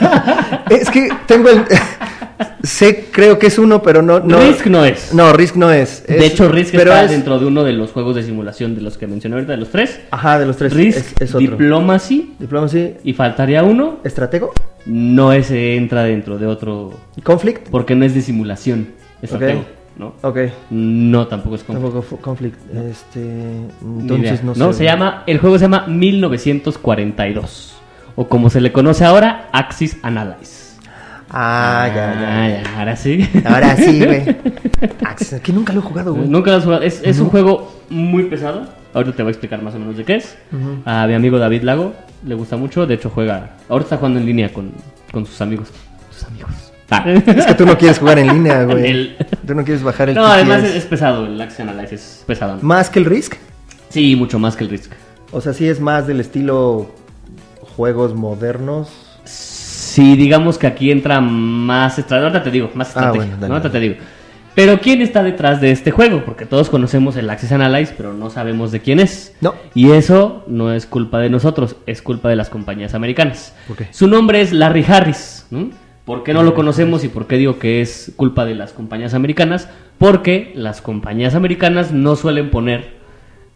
[SPEAKER 1] (laughs) Es que tengo el. (laughs) sé, creo que es uno, pero no. no
[SPEAKER 2] Risk no es.
[SPEAKER 1] No, Risk no es.
[SPEAKER 2] de
[SPEAKER 1] Es-
[SPEAKER 2] hecho, Risk
[SPEAKER 1] pero
[SPEAKER 2] está
[SPEAKER 1] es-
[SPEAKER 2] dentro de uno de los juegos de simulación de los que mencioné ahorita, de los tres.
[SPEAKER 1] Ajá, de los tres.
[SPEAKER 2] Risk,
[SPEAKER 1] es, es otro.
[SPEAKER 2] Diplomacy
[SPEAKER 1] Diplomacy.
[SPEAKER 2] y faltaría uno.
[SPEAKER 1] ¿Estratego?
[SPEAKER 2] No ese entra dentro de otro
[SPEAKER 1] ¿Conflict?
[SPEAKER 2] porque no es de simulación, es
[SPEAKER 1] Ok.
[SPEAKER 2] estratego, ¿no?
[SPEAKER 1] Ok.
[SPEAKER 2] No, tampoco es como
[SPEAKER 1] Tampoco fu- conflict. Este.
[SPEAKER 2] ni
[SPEAKER 1] Entonces
[SPEAKER 2] idea,
[SPEAKER 1] no sé.
[SPEAKER 2] se llama el juego se llama 1942 o como se le conoce ahora Axis Analyze.
[SPEAKER 1] Ah, ya, ya.
[SPEAKER 2] ya, ahora sí.
[SPEAKER 1] Ahora
[SPEAKER 2] (laughs)
[SPEAKER 1] sí, güey. Ax- que nunca lo he jugado, güey.
[SPEAKER 2] Nunca lo has jugado. Es, es un juego muy pesado. Ahorita te voy a explicar más o menos de qué es.
[SPEAKER 1] Ujú.
[SPEAKER 2] A mi amigo David Lago le gusta mucho. De hecho, juega. Ahora está jugando en línea con, con sus amigos. Sus amigos. Ah.
[SPEAKER 1] Es que tú no quieres jugar en línea, güey.
[SPEAKER 2] El-
[SPEAKER 1] Tú no quieres bajar el.
[SPEAKER 2] no, además es,
[SPEAKER 1] TTS.
[SPEAKER 2] es pesado. El Action Analyze es pesado.
[SPEAKER 1] ¿Más que el Risk?
[SPEAKER 2] Sí, mucho más que el Risk.
[SPEAKER 1] O sea, sí es más del estilo. Juegos modernos.
[SPEAKER 2] Sí, digamos que aquí entra más estrategia. Ahorita te digo,
[SPEAKER 1] Ah,
[SPEAKER 2] más estrategia.
[SPEAKER 1] bueno, dale,
[SPEAKER 2] ¿no? Ahorita
[SPEAKER 1] dale.
[SPEAKER 2] te digo. Pero ¿quién está detrás de este juego? Porque todos conocemos el Axis Analyze, pero no sabemos de quién es.
[SPEAKER 1] No.
[SPEAKER 2] Y eso no es culpa de nosotros, es culpa de las compañías americanas.
[SPEAKER 1] ¿Por qué?
[SPEAKER 2] Su nombre es Larry Harris. ¿no? ¿Por qué no lo conocemos y por qué digo que es culpa de las compañías americanas? Porque las compañías americanas no suelen poner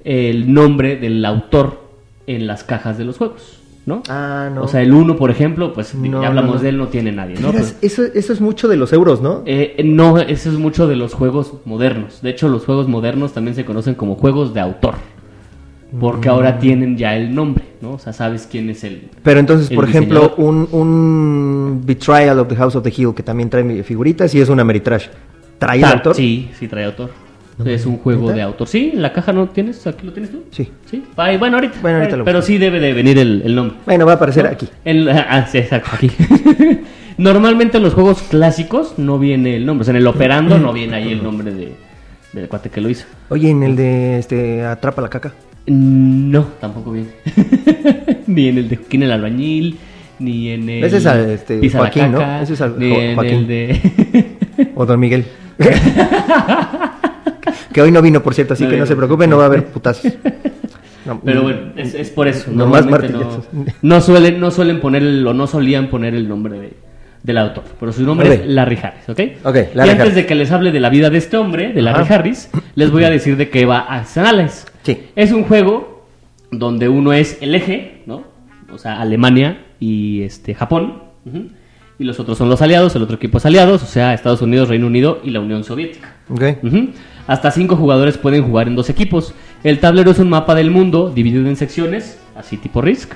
[SPEAKER 2] el nombre del autor en las cajas de los juegos, ¿no?
[SPEAKER 1] Ah, no.
[SPEAKER 2] O sea, el 1, por ejemplo, pues ya
[SPEAKER 1] No,
[SPEAKER 2] hablamos
[SPEAKER 1] no, no.
[SPEAKER 2] de él, no tiene nadie, ¿no? pues-
[SPEAKER 1] Miras, eso, eso es mucho de los euros, ¿no?
[SPEAKER 2] Pero, eh, no, eso es mucho de los juegos modernos. De hecho, los juegos modernos también se conocen como juegos de autor. Porque
[SPEAKER 1] Mm.
[SPEAKER 2] ahora tienen ya el nombre, ¿no? O sea, sabes quién es el...
[SPEAKER 1] Pero entonces,
[SPEAKER 2] el
[SPEAKER 1] por ejemplo,
[SPEAKER 2] diseñador.
[SPEAKER 1] un, un Betrayal of the House of the Hill, que también trae mi- figuritas y es un Ameritrash. ¿Trae el
[SPEAKER 2] Ta-
[SPEAKER 1] autor?
[SPEAKER 2] Sí, sí trae autor.
[SPEAKER 1] No
[SPEAKER 2] es un
[SPEAKER 1] mames,
[SPEAKER 2] juego
[SPEAKER 1] ¿neta?
[SPEAKER 2] de autor. Sí, en la caja no tienes, aquí lo tienes tú.
[SPEAKER 1] Sí.
[SPEAKER 2] Sí. Ay, bueno, ahorita.
[SPEAKER 1] Bueno, ahorita lo
[SPEAKER 2] pero sí debe de venir el, el nombre.
[SPEAKER 1] Bueno, va a aparecer
[SPEAKER 2] ¿no?
[SPEAKER 1] aquí.
[SPEAKER 2] El- (laughs) ah, sí, exacto, aquí. (laughs) Normalmente en los juegos clásicos no viene el nombre. O sea,
[SPEAKER 1] (clears throat)
[SPEAKER 2] en el operando no viene ahí el nombre de, del cuate que lo hizo.
[SPEAKER 1] Oye, en el de este Atrapa la caca.
[SPEAKER 2] No, tampoco viene. (laughs) ni en el de Joaquín el Albañil, ni en el.
[SPEAKER 1] Ese es al, este,
[SPEAKER 2] Pisa la
[SPEAKER 1] Joaquín, ¿no?
[SPEAKER 2] Caca,
[SPEAKER 1] Ese es al
[SPEAKER 2] ni
[SPEAKER 1] Jo-
[SPEAKER 2] en
[SPEAKER 1] Joaquín. (laughs)
[SPEAKER 2] el de.
[SPEAKER 1] O Don Miguel.
[SPEAKER 2] (laughs)
[SPEAKER 1] que hoy no vino, por cierto, así
[SPEAKER 2] No
[SPEAKER 1] que no
[SPEAKER 2] vino.
[SPEAKER 1] se preocupen, no va a haber putazos. No,
[SPEAKER 2] (laughs)
[SPEAKER 1] mm,
[SPEAKER 2] Pero bueno, es, es por eso.
[SPEAKER 1] Nomás
[SPEAKER 2] Normalmente
[SPEAKER 1] martillazos.
[SPEAKER 2] No, (laughs) no suelen, no suelen poner el- o no solían poner el nombre de- del autor. Pero su nombre
[SPEAKER 1] Ok.
[SPEAKER 2] es Larry Harris, ¿ok?
[SPEAKER 1] Ok,
[SPEAKER 2] y
[SPEAKER 1] Larry
[SPEAKER 2] antes
[SPEAKER 1] Harris.
[SPEAKER 2] de que les hable de la vida de este hombre, de Larry
[SPEAKER 1] Ajá.
[SPEAKER 2] Harris, les voy a decir de qué va Axis Analyze.
[SPEAKER 1] Sí.
[SPEAKER 2] Es un juego donde uno es el eje, ¿no? O sea, Alemania y este Japón. Ujú. Y los otros son los aliados, el otro equipo es aliados, o sea, Estados Unidos, Reino Unido y la Unión Soviética.
[SPEAKER 1] Ok.
[SPEAKER 2] Ujú. Hasta cinco jugadores pueden jugar en dos equipos. El tablero es un mapa del mundo dividido en secciones, así tipo Risk.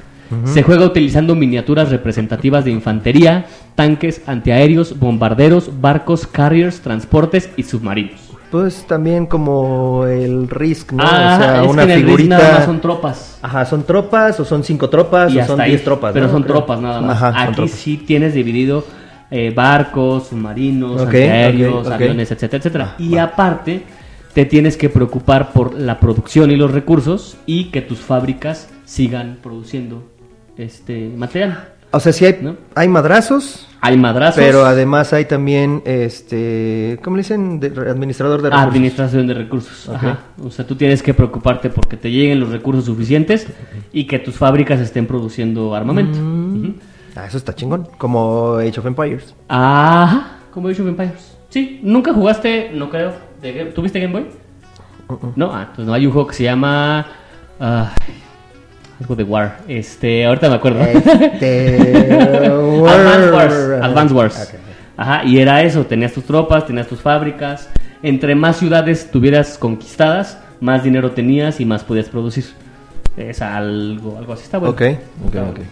[SPEAKER 2] Se juega utilizando miniaturas representativas de infantería, tanques, antiaéreos, bombarderos, barcos, carriers, transportes y submarinos.
[SPEAKER 1] Pues también como el Risk, ¿no?
[SPEAKER 2] Ah,
[SPEAKER 1] o sea,
[SPEAKER 2] es
[SPEAKER 1] una
[SPEAKER 2] que en el Risk
[SPEAKER 1] figurita.
[SPEAKER 2] nada más son tropas.
[SPEAKER 1] Ajá, son tropas, o son cinco tropas,
[SPEAKER 2] y
[SPEAKER 1] o
[SPEAKER 2] hasta
[SPEAKER 1] Ah, son
[SPEAKER 2] ahí,
[SPEAKER 1] diez tropas.
[SPEAKER 2] Pero
[SPEAKER 1] ¿no?
[SPEAKER 2] son
[SPEAKER 1] Creo.
[SPEAKER 2] tropas nada más.
[SPEAKER 1] Ajá, son
[SPEAKER 2] Aquí
[SPEAKER 1] tropas.
[SPEAKER 2] sí tienes dividido eh, barcos, submarinos,
[SPEAKER 1] Ok,
[SPEAKER 2] antiaéreos,
[SPEAKER 1] ok, Ah, ok.
[SPEAKER 2] aviones, etcétera, etcétera. y aparte, te tienes que preocupar por la producción y los recursos y que tus fábricas sigan produciendo este material.
[SPEAKER 1] O sea, sí hay,
[SPEAKER 2] ¿No?
[SPEAKER 1] hay madrazos,
[SPEAKER 2] Hay madrazos.
[SPEAKER 1] pero además hay también, este, ¿cómo le dicen? De- re- administrador de recursos.
[SPEAKER 2] Administración de recursos.
[SPEAKER 1] Ok.
[SPEAKER 2] Ajá. O sea, tú tienes que preocuparte porque te lleguen los recursos suficientes y que tus fábricas estén produciendo armamento. Ujú.
[SPEAKER 1] Ah, eso está chingón, como Age of Empires.
[SPEAKER 2] Ah, como Age of Empires. Sí, nunca jugaste, no creo. de Game- ¿Tuviste Game Boy? No, ah, entonces no hay un juego que se llama. ah, algo de War. Este, ahorita me acuerdo.
[SPEAKER 1] Este,
[SPEAKER 2] (laughs) Advance Wars.
[SPEAKER 1] War-
[SPEAKER 2] Advance Wars.
[SPEAKER 1] Ok.
[SPEAKER 2] Ajá, y era eso: tenías tus tropas, tenías tus fábricas. Entre más ciudades tuvieras conquistadas, más dinero tenías y más podías producir. Es algo, algo así. Está bueno.
[SPEAKER 1] Ok, ok,
[SPEAKER 2] Está
[SPEAKER 1] ok.
[SPEAKER 2] bueno.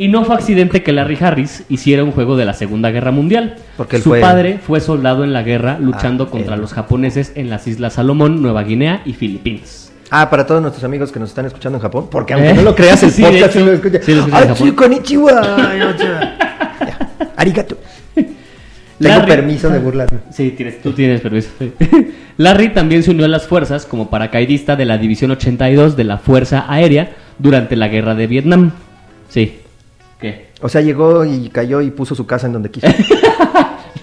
[SPEAKER 2] Y no fue accidente que Larry Harris hiciera un juego de la Segunda Guerra Mundial.
[SPEAKER 1] Porque él
[SPEAKER 2] Su
[SPEAKER 1] fue-
[SPEAKER 2] padre fue soldado en la guerra luchando
[SPEAKER 1] Ah,
[SPEAKER 2] contra
[SPEAKER 1] él.
[SPEAKER 2] los japoneses en las Islas Salomón, Nueva Guinea y Filipinas.
[SPEAKER 1] Ah, para todos nuestros amigos que nos están escuchando en Japón, porque aunque
[SPEAKER 2] Eh.
[SPEAKER 1] no lo creas, el
[SPEAKER 2] (laughs) Sí, de
[SPEAKER 1] podcast
[SPEAKER 2] hecho,
[SPEAKER 1] sí lo escucha.
[SPEAKER 2] sí lo escuchan en
[SPEAKER 1] ¡Ay,
[SPEAKER 2] Japón. (laughs)
[SPEAKER 1] sí, konnichiwa! Ay, oye. Ya, Arigato. Tengo
[SPEAKER 2] Larry-
[SPEAKER 1] permiso de burlarme.
[SPEAKER 2] Sí, tienes, tú tienes permiso. sí. (laughs) Larry también se unió a las fuerzas como paracaidista de la División 82 de la Fuerza Aérea durante la Guerra de Vietnam. Sí. ¿Qué? (laughs)
[SPEAKER 1] O sea, llegó y cayó y puso su casa en donde quiso.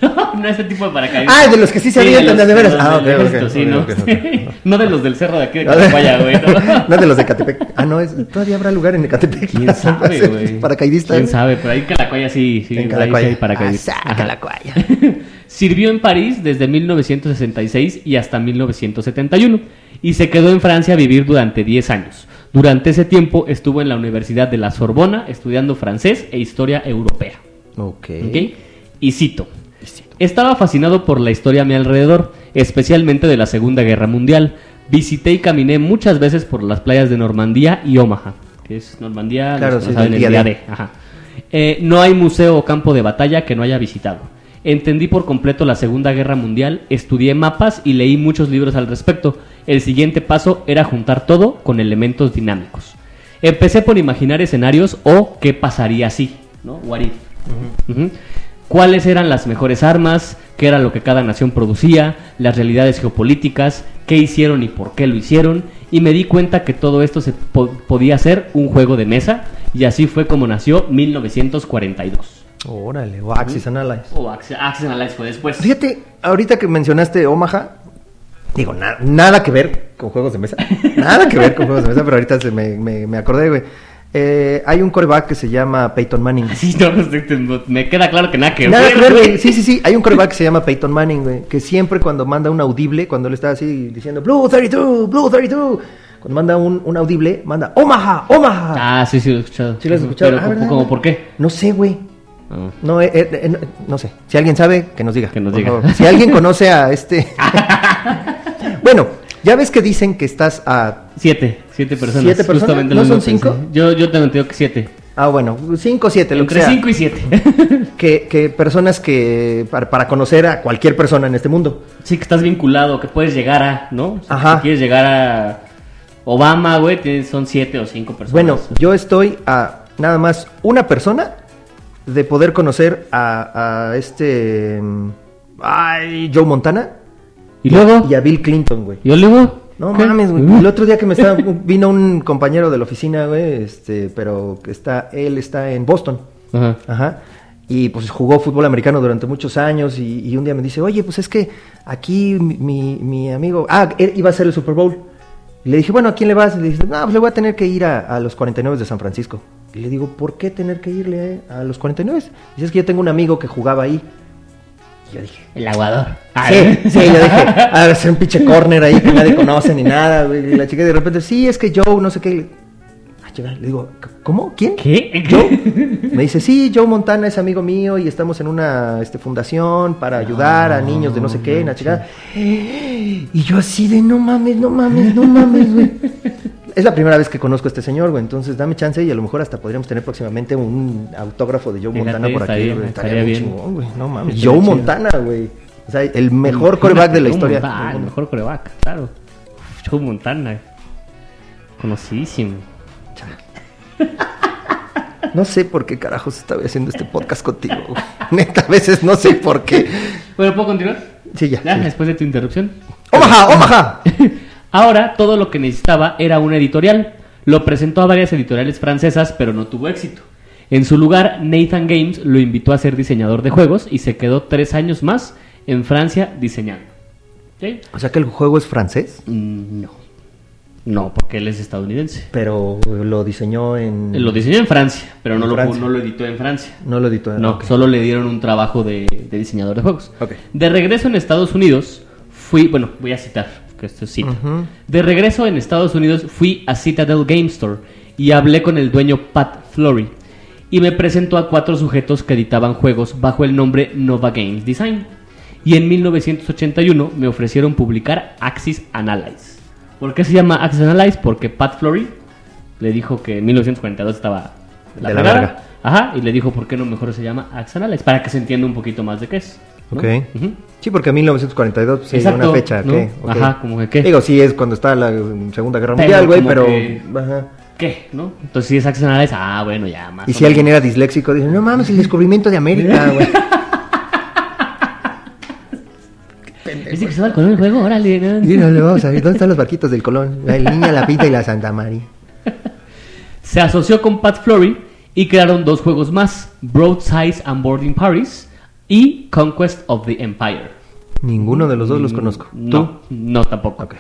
[SPEAKER 2] No, no ese tipo de paracaidistas.
[SPEAKER 1] Ah, de los que sí se avientan,
[SPEAKER 2] los-
[SPEAKER 1] de veras.
[SPEAKER 2] los
[SPEAKER 1] Ah,
[SPEAKER 2] del
[SPEAKER 1] ok, ok,
[SPEAKER 2] ejército, sí,
[SPEAKER 1] ok,
[SPEAKER 2] ¿no?
[SPEAKER 1] ok, ok.
[SPEAKER 2] Sí. (laughs) No de los del cerro de
[SPEAKER 1] (laughs)
[SPEAKER 2] aquí de Catapaya, güey. ¿no?
[SPEAKER 1] No de los de Catepec. Ah, no, es, todavía habrá lugar en Ecatepec. (laughs)
[SPEAKER 2] ¿Quién
[SPEAKER 1] para-
[SPEAKER 2] sabe,
[SPEAKER 1] para-
[SPEAKER 2] güey?
[SPEAKER 1] Paracaidista.
[SPEAKER 2] ¿Quién
[SPEAKER 1] güey.
[SPEAKER 2] sabe? Pero ahí en Calacoya sí, sí,
[SPEAKER 1] En
[SPEAKER 2] ahí
[SPEAKER 1] Calacuaya.
[SPEAKER 2] sí hay paracaidistas.
[SPEAKER 1] Ah,
[SPEAKER 2] Ajá. (laughs)
[SPEAKER 1] Calacuaya.
[SPEAKER 2] Sirvió en París desde 1966 y hasta 1971 y se quedó en Francia a vivir durante 10 años. Durante ese tiempo estuvo en la Universidad de la Sorbona estudiando francés e historia europea.
[SPEAKER 1] Ok.
[SPEAKER 2] ¿ok? Y cito. Estaba fascinado por la historia a mi alrededor, especialmente de la Segunda Guerra Mundial. Visité y caminé muchas veces por las playas de Normandía y Omaha, que es Normandía,
[SPEAKER 1] Claro,
[SPEAKER 2] los que
[SPEAKER 1] sí,
[SPEAKER 2] no saben,
[SPEAKER 1] del
[SPEAKER 2] el
[SPEAKER 1] día
[SPEAKER 2] día
[SPEAKER 1] D.
[SPEAKER 2] D, ajá. Eh, no hay museo o campo de batalla que no haya visitado. Entendí por completo la Segunda Guerra Mundial, estudié mapas y leí muchos libros al respecto. El siguiente paso era juntar todo con elementos dinámicos. Empecé por imaginar escenarios o qué pasaría si, ¿no? What if. Ujú. ¿Cuáles eran las mejores armas? ¿Qué era lo que cada nación producía? ¿Las realidades geopolíticas? ¿Qué hicieron y por qué lo hicieron? Y me di cuenta que todo esto se po- podía ser un juego de mesa y así fue como nació 1942.
[SPEAKER 1] Órale, o Axis Analyze.
[SPEAKER 2] O Oh, Axe- Axis Analyze fue después.
[SPEAKER 1] Fíjate, ahorita que mencionaste Omaha, digo, na- nada que ver con juegos de
[SPEAKER 2] (laughs)
[SPEAKER 1] mesa. Nada que ver con juegos de mesa, pero ahorita se me, me- me acordé, güey. Eh, hay un coreback que se llama Peyton Manning.
[SPEAKER 2] Sí, no, (laughs) este, este, no, me queda claro que nada que
[SPEAKER 1] Nada
[SPEAKER 2] ver,
[SPEAKER 1] que ver,
[SPEAKER 2] güey.
[SPEAKER 1] güey. Sí, sí, sí. Hay un coreback que se llama Peyton Manning, güey. Que siempre cuando manda un audible, cuando le está así diciendo Blue 32, Blue 32, cuando manda un, un audible, manda Omaha, Omaha.
[SPEAKER 2] Ah, sí, sí, lo he escuchado.
[SPEAKER 1] ¿Sí lo has escuchado?
[SPEAKER 2] Pero,
[SPEAKER 1] Ah,
[SPEAKER 2] ¿cómo-
[SPEAKER 1] ¿verdad?
[SPEAKER 2] cómo por qué?
[SPEAKER 1] No sé, güey.
[SPEAKER 2] Ah.
[SPEAKER 1] No, eh, eh, eh, no, no sé. Si alguien sabe, que nos diga.
[SPEAKER 2] Que nos
[SPEAKER 1] por
[SPEAKER 2] diga.
[SPEAKER 1] favor. Si alguien conoce a este.
[SPEAKER 2] (laughs)
[SPEAKER 1] bueno, ya ves que dicen que estás a.
[SPEAKER 2] Siete, siete personas.
[SPEAKER 1] ¿Siete personas?
[SPEAKER 2] justamente
[SPEAKER 1] ¿No
[SPEAKER 2] lo
[SPEAKER 1] son
[SPEAKER 2] mismo pensé.
[SPEAKER 1] cinco?
[SPEAKER 2] Yo, yo te entiendo que siete.
[SPEAKER 1] Ah, bueno, 5 o 7, lo que
[SPEAKER 2] Entre
[SPEAKER 1] sea.
[SPEAKER 2] cinco y siete. (laughs)
[SPEAKER 1] Que, que personas que. Para, para conocer a cualquier persona en este mundo.
[SPEAKER 2] Sí, que estás vinculado, que puedes llegar a, ¿no? O sea,
[SPEAKER 1] Ajá.
[SPEAKER 2] Si quieres llegar a Obama, güey, tienes- son siete o cinco personas.
[SPEAKER 1] Bueno, yo estoy a nada más una persona de poder conocer a, a este. mm, Ay, Joe Montana
[SPEAKER 2] ¿Y luego?
[SPEAKER 1] y a Bill Clinton, güey.
[SPEAKER 2] ¿Y luego?
[SPEAKER 1] No
[SPEAKER 2] ¿Qué? ¿Mm?
[SPEAKER 1] mames, güey. El otro día que me estaba. Vino un compañero de la oficina, güey. Este, pero que está. Él está en Boston.
[SPEAKER 2] Ajá.
[SPEAKER 1] Ajá. Y pues jugó fútbol americano durante muchos años. Y, y un día me dice, oye, pues es que aquí mi- mi, mi amigo. Ah, él iba a hacer el Super Bowl. Y le dije, bueno, ¿a quién le vas? Y le dije, no, pues le voy a tener que ir a, a los 49 de San Francisco. Y le digo, ¿por qué tener que irle eh, a, a los 49? Dice, es que yo tengo un amigo que jugaba ahí. Y yo dije,
[SPEAKER 2] El aguador. Ah, ¿eh?
[SPEAKER 1] Sí, sí, yo dije,
[SPEAKER 2] (laughs)
[SPEAKER 1] "Ah, a ver, ser un pinche corner ahí que nadie conoce ni nada, güey. Y la chica de repente, sí, es que Joe, no sé qué. Y le- Ah, chica, le digo, ¿cómo? ¿Quién?
[SPEAKER 2] ¿Qué? (laughs)
[SPEAKER 1] ¿Joe? Me dice, sí, Joe Montana es amigo mío y estamos en una este, fundación para ayudar
[SPEAKER 2] Ah,
[SPEAKER 1] a niños de no sé qué, en la chica. Y yo así de, no mames, no mames, no mames, güey. Es la primera vez que conozco a este señor, güey. Entonces dame chance y a lo mejor hasta podríamos tener próximamente un autógrafo de Joe
[SPEAKER 2] Fíjate,
[SPEAKER 1] Montana por aquí.
[SPEAKER 2] estaría-
[SPEAKER 1] güey.
[SPEAKER 2] estaría
[SPEAKER 1] muy
[SPEAKER 2] bien.
[SPEAKER 1] chingón, güey. No mames.
[SPEAKER 2] Estaría
[SPEAKER 1] Joe
[SPEAKER 2] chido.
[SPEAKER 1] Montana, güey. O sea, el mejor coreback de la
[SPEAKER 2] Joe
[SPEAKER 1] historia.
[SPEAKER 2] Montana, el mejor coreback, claro. Joe Montana. Conocidísimo.
[SPEAKER 1] No sé por qué carajos estaba haciendo este podcast contigo, güey. Neta, a veces no sé por qué.
[SPEAKER 2] Bueno, ¿puedo continuar?
[SPEAKER 1] Sí, ya.
[SPEAKER 2] Ya,
[SPEAKER 1] sí.
[SPEAKER 2] después de tu interrupción.
[SPEAKER 1] ¡Omaha! ¡Omaha!
[SPEAKER 2] (laughs) Ahora todo lo que necesitaba era una editorial. Lo presentó a varias editoriales francesas, pero no tuvo éxito. En su lugar, Nathan Games lo invitó a ser diseñador de juegos y se quedó tres años más en Francia diseñando. ¿Sí?
[SPEAKER 1] O sea que el juego es francés,
[SPEAKER 2] Mm, No. No, porque él es estadounidense.
[SPEAKER 1] pero lo diseñó en.
[SPEAKER 2] Él Lo diseñó en Francia, pero no,
[SPEAKER 1] En
[SPEAKER 2] lo,
[SPEAKER 1] Francia.
[SPEAKER 2] no lo editó en Francia.
[SPEAKER 1] No lo editó.
[SPEAKER 2] No, pues,
[SPEAKER 1] ok.
[SPEAKER 2] solo le dieron un trabajo de, de diseñador de juegos.
[SPEAKER 1] Ok.
[SPEAKER 2] De regreso en Estados Unidos, fui, bueno, voy a citar, que esto es cita.
[SPEAKER 1] Ujú.
[SPEAKER 2] De regreso en Estados Unidos, fui a Citadel Game Store y hablé con el dueño Pat Flory. Y me presentó a cuatro sujetos que editaban juegos bajo el nombre Nova Games Design. Y en 1981 me ofrecieron publicar Axis Analyze. ¿Por qué se llama Axis Analyze? Porque Pat Flory le dijo que en 1942 estaba
[SPEAKER 1] De la
[SPEAKER 2] fregada.
[SPEAKER 1] verga.
[SPEAKER 2] Ajá, y le dijo por qué no mejor se llama Axis Analyze, para que se entienda un poquito más de qué es. ¿no?
[SPEAKER 1] Ok.
[SPEAKER 2] Ujú.
[SPEAKER 1] Sí, porque 1942 pues, sí,
[SPEAKER 2] Exacto,
[SPEAKER 1] una fecha.
[SPEAKER 2] ¿no?
[SPEAKER 1] ¿qué? Ok.
[SPEAKER 2] Ajá, como que, ¿qué?
[SPEAKER 1] Digo, sí, es cuando está la mm, Segunda Guerra
[SPEAKER 2] Pero
[SPEAKER 1] Mundial, güey,
[SPEAKER 2] como
[SPEAKER 1] pero.
[SPEAKER 2] que-
[SPEAKER 1] ajá.
[SPEAKER 2] ¿Qué? ¿No? Entonces si es Axis Analyze, ah, bueno, ya más.
[SPEAKER 1] Y
[SPEAKER 2] o
[SPEAKER 1] si alguien
[SPEAKER 2] menos. (laughs)
[SPEAKER 1] era disléxico, dice, no mames, el descubrimiento de América, güey.
[SPEAKER 2] ¿Es de Cristóbal Colón el juego? Órale. no.
[SPEAKER 1] Y no le vamos a ver, ¿dónde están los barquitos del Colón? La Niña, la Pinta y la Santa María.
[SPEAKER 2] Se asoció con Pat Flory y crearon dos juegos más, Broadsides and Boarding Paris y Conquest of the Empire.
[SPEAKER 1] Ninguno de los dos los conozco.
[SPEAKER 2] No, no tampoco.
[SPEAKER 1] Ok.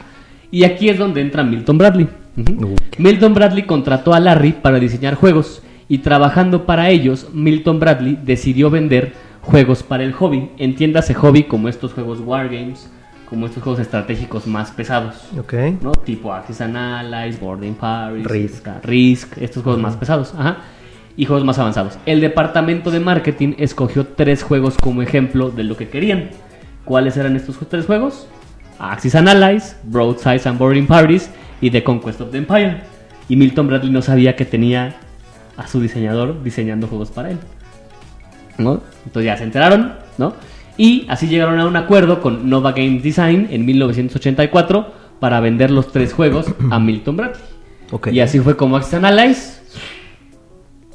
[SPEAKER 2] Y aquí es donde entra Milton Bradley. Ujú.
[SPEAKER 1] Ok.
[SPEAKER 2] Milton Bradley contrató a Larry para diseñar juegos y trabajando para ellos, Milton Bradley decidió vender juegos para el hobby. Entiéndase hobby como estos juegos wargames, como estos juegos estratégicos más pesados.
[SPEAKER 1] ¿Tú? Ok.
[SPEAKER 2] ¿no? Tipo Artisan Allies, Boarding Paris,
[SPEAKER 1] Risk.
[SPEAKER 2] está, Risk, estos juegos más pesados, ajá, y juegos más avanzados. El departamento de marketing escogió tres juegos como ejemplo de lo que querían. ¿Cuáles eran estos tres juegos? Axis and Allies, Broadsides and Boarding Parties y The Conquest of the Empire. Y Milton Bradley no sabía que tenía a su diseñador diseñando juegos para él. ¿no? Entonces ya se enteraron, ¿no? Y así llegaron a un acuerdo con Nova Game Design en 1984 para vender los tres juegos a Milton Bradley.
[SPEAKER 1] Ok.
[SPEAKER 2] Y así fue como Axis Allies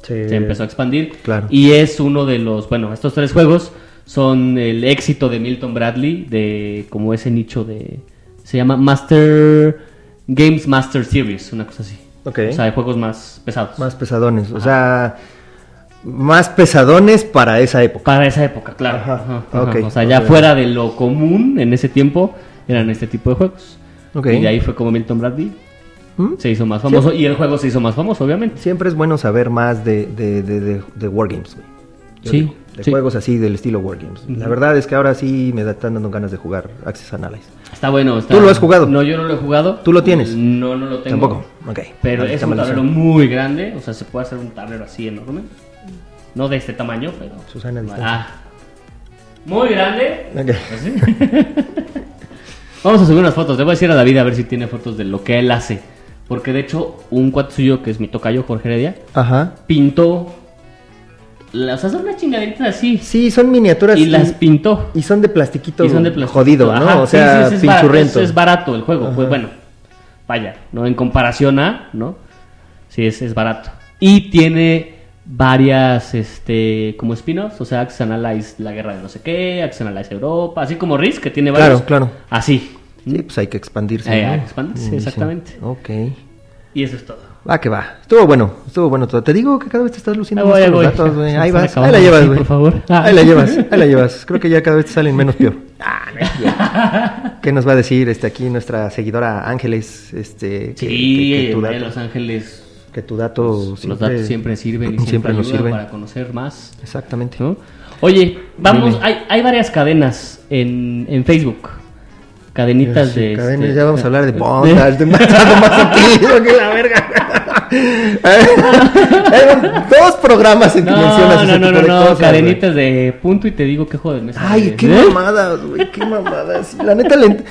[SPEAKER 2] se empezó a expandir.
[SPEAKER 1] claro.
[SPEAKER 2] Y es uno de los, bueno, estos tres juegos son el éxito de Milton Bradley, de como ese nicho de... Se llama Master Games Master Series, una cosa así.
[SPEAKER 1] Ok.
[SPEAKER 2] O sea, de juegos más pesados.
[SPEAKER 1] Más pesadones. O sea, más pesadones para esa época.
[SPEAKER 2] Para esa época, claro.
[SPEAKER 1] Ajá,
[SPEAKER 2] Ajá, ajá.
[SPEAKER 1] ok,
[SPEAKER 2] o sea, ya
[SPEAKER 1] ok.
[SPEAKER 2] fuera de lo común en ese tiempo, eran este tipo de juegos.
[SPEAKER 1] Ok.
[SPEAKER 2] Y de ahí fue como Milton Bradley
[SPEAKER 1] ¿Mm?
[SPEAKER 2] se hizo más famoso y el juego se hizo más famoso, obviamente.
[SPEAKER 1] Siempre es bueno saber más de, de, de, de, de Wargames, güey. Yo
[SPEAKER 2] Sí,
[SPEAKER 1] digo, De
[SPEAKER 2] sí.
[SPEAKER 1] juegos así del estilo Wargames. La verdad es que ahora sí me da- están dando ganas de jugar Access Analyze.
[SPEAKER 2] Está bueno. Está...
[SPEAKER 1] ¿Tú lo has jugado?
[SPEAKER 2] No, yo no lo he jugado.
[SPEAKER 1] ¿Tú lo tienes?
[SPEAKER 2] No, no lo tengo.
[SPEAKER 1] Tampoco. Ok.
[SPEAKER 2] Pero
[SPEAKER 1] Maldita
[SPEAKER 2] es un
[SPEAKER 1] maldición.
[SPEAKER 2] tablero muy grande, o sea, se puede hacer un tablero así enorme. No de este tamaño, pero.
[SPEAKER 1] Susana, a distancia.
[SPEAKER 2] Ah. Muy grande.
[SPEAKER 1] Ok.
[SPEAKER 2] Así. Vamos a subir unas fotos. Le voy a decir a David a ver si tiene fotos de lo que él hace. Porque de hecho, un cuate suyo que es mi tocayo, Jorge Heredia,
[SPEAKER 1] Ajá.
[SPEAKER 2] pintó. la- o sea, son unas chingaditas así.
[SPEAKER 1] Sí, son miniaturas.
[SPEAKER 2] Y las pintó.
[SPEAKER 1] y son de plastiquito
[SPEAKER 2] Y son de plástico.
[SPEAKER 1] jodido,
[SPEAKER 2] Ajá,
[SPEAKER 1] ¿no? O
[SPEAKER 2] sí,
[SPEAKER 1] sea,
[SPEAKER 2] sí, sí, es barato,
[SPEAKER 1] pinchurrento.
[SPEAKER 2] es- es barato el juego, pues
[SPEAKER 1] Ajá.
[SPEAKER 2] bueno. Vaya, ¿no? En comparación a, ¿no? Sí, es, es barato. Y tiene varias, este, como spin-offs, o sea, Action Allies La Guerra de no sé qué, Action Allies Europa, así como Risk, que tiene varios.
[SPEAKER 1] Claro, claro.
[SPEAKER 2] Así.
[SPEAKER 1] Sí, pues hay que expandirse.
[SPEAKER 2] Eh,
[SPEAKER 1] ¿no?
[SPEAKER 2] hay que expandirse,
[SPEAKER 1] Dicen.
[SPEAKER 2] exactamente.
[SPEAKER 1] Ok.
[SPEAKER 2] Y eso es todo.
[SPEAKER 1] Va que va. Estuvo bueno, estuvo bueno todo. Te digo que cada vez te estás luciendo
[SPEAKER 2] Ahí voy,
[SPEAKER 1] más
[SPEAKER 2] ahí
[SPEAKER 1] con los
[SPEAKER 2] voy.
[SPEAKER 1] datos, güey.
[SPEAKER 2] Se me
[SPEAKER 1] Ahí
[SPEAKER 2] están
[SPEAKER 1] vas, ahí
[SPEAKER 2] acabando
[SPEAKER 1] la llevas,
[SPEAKER 2] aquí,
[SPEAKER 1] güey.
[SPEAKER 2] por favor. Ah.
[SPEAKER 1] Ahí la llevas, ahí la llevas. Creo que ya cada vez te salen menos
[SPEAKER 2] (laughs)
[SPEAKER 1] peor.
[SPEAKER 2] Ah,
[SPEAKER 1] (laughs) ¿Qué nos va a decir este aquí nuestra seguidora Ángeles? Este, que-
[SPEAKER 2] Sí,
[SPEAKER 1] que, que tu
[SPEAKER 2] María de
[SPEAKER 1] dato,
[SPEAKER 2] Los Ángeles,
[SPEAKER 1] que tu dato
[SPEAKER 2] los datos
[SPEAKER 1] (laughs)
[SPEAKER 2] siempre sirven y siempre,
[SPEAKER 1] Pues nos
[SPEAKER 2] ayudan
[SPEAKER 1] sirven.
[SPEAKER 2] para conocer más.
[SPEAKER 1] Exactamente.
[SPEAKER 2] ¿no? Oye, vamos,
[SPEAKER 1] Dime.
[SPEAKER 2] hay, hay varias cadenas en, en Facebook. Cadenitas
[SPEAKER 1] Sí,
[SPEAKER 2] de.
[SPEAKER 1] cadenas,
[SPEAKER 2] este-
[SPEAKER 1] ya vamos a hablar de bondage,
[SPEAKER 2] (laughs)
[SPEAKER 1] de matado más sentido que la verga. Eran dos programas en que
[SPEAKER 2] No,
[SPEAKER 1] mencionas ese
[SPEAKER 2] no, no,
[SPEAKER 1] tipo
[SPEAKER 2] no,
[SPEAKER 1] de
[SPEAKER 2] no,
[SPEAKER 1] cosas, güey.
[SPEAKER 2] cadenitas de punto y te digo que juego de mesa.
[SPEAKER 1] Ay,
[SPEAKER 2] de-
[SPEAKER 1] qué
[SPEAKER 2] ¿Eh?
[SPEAKER 1] mamadas, güey, qué mamadas. La neta, le ent-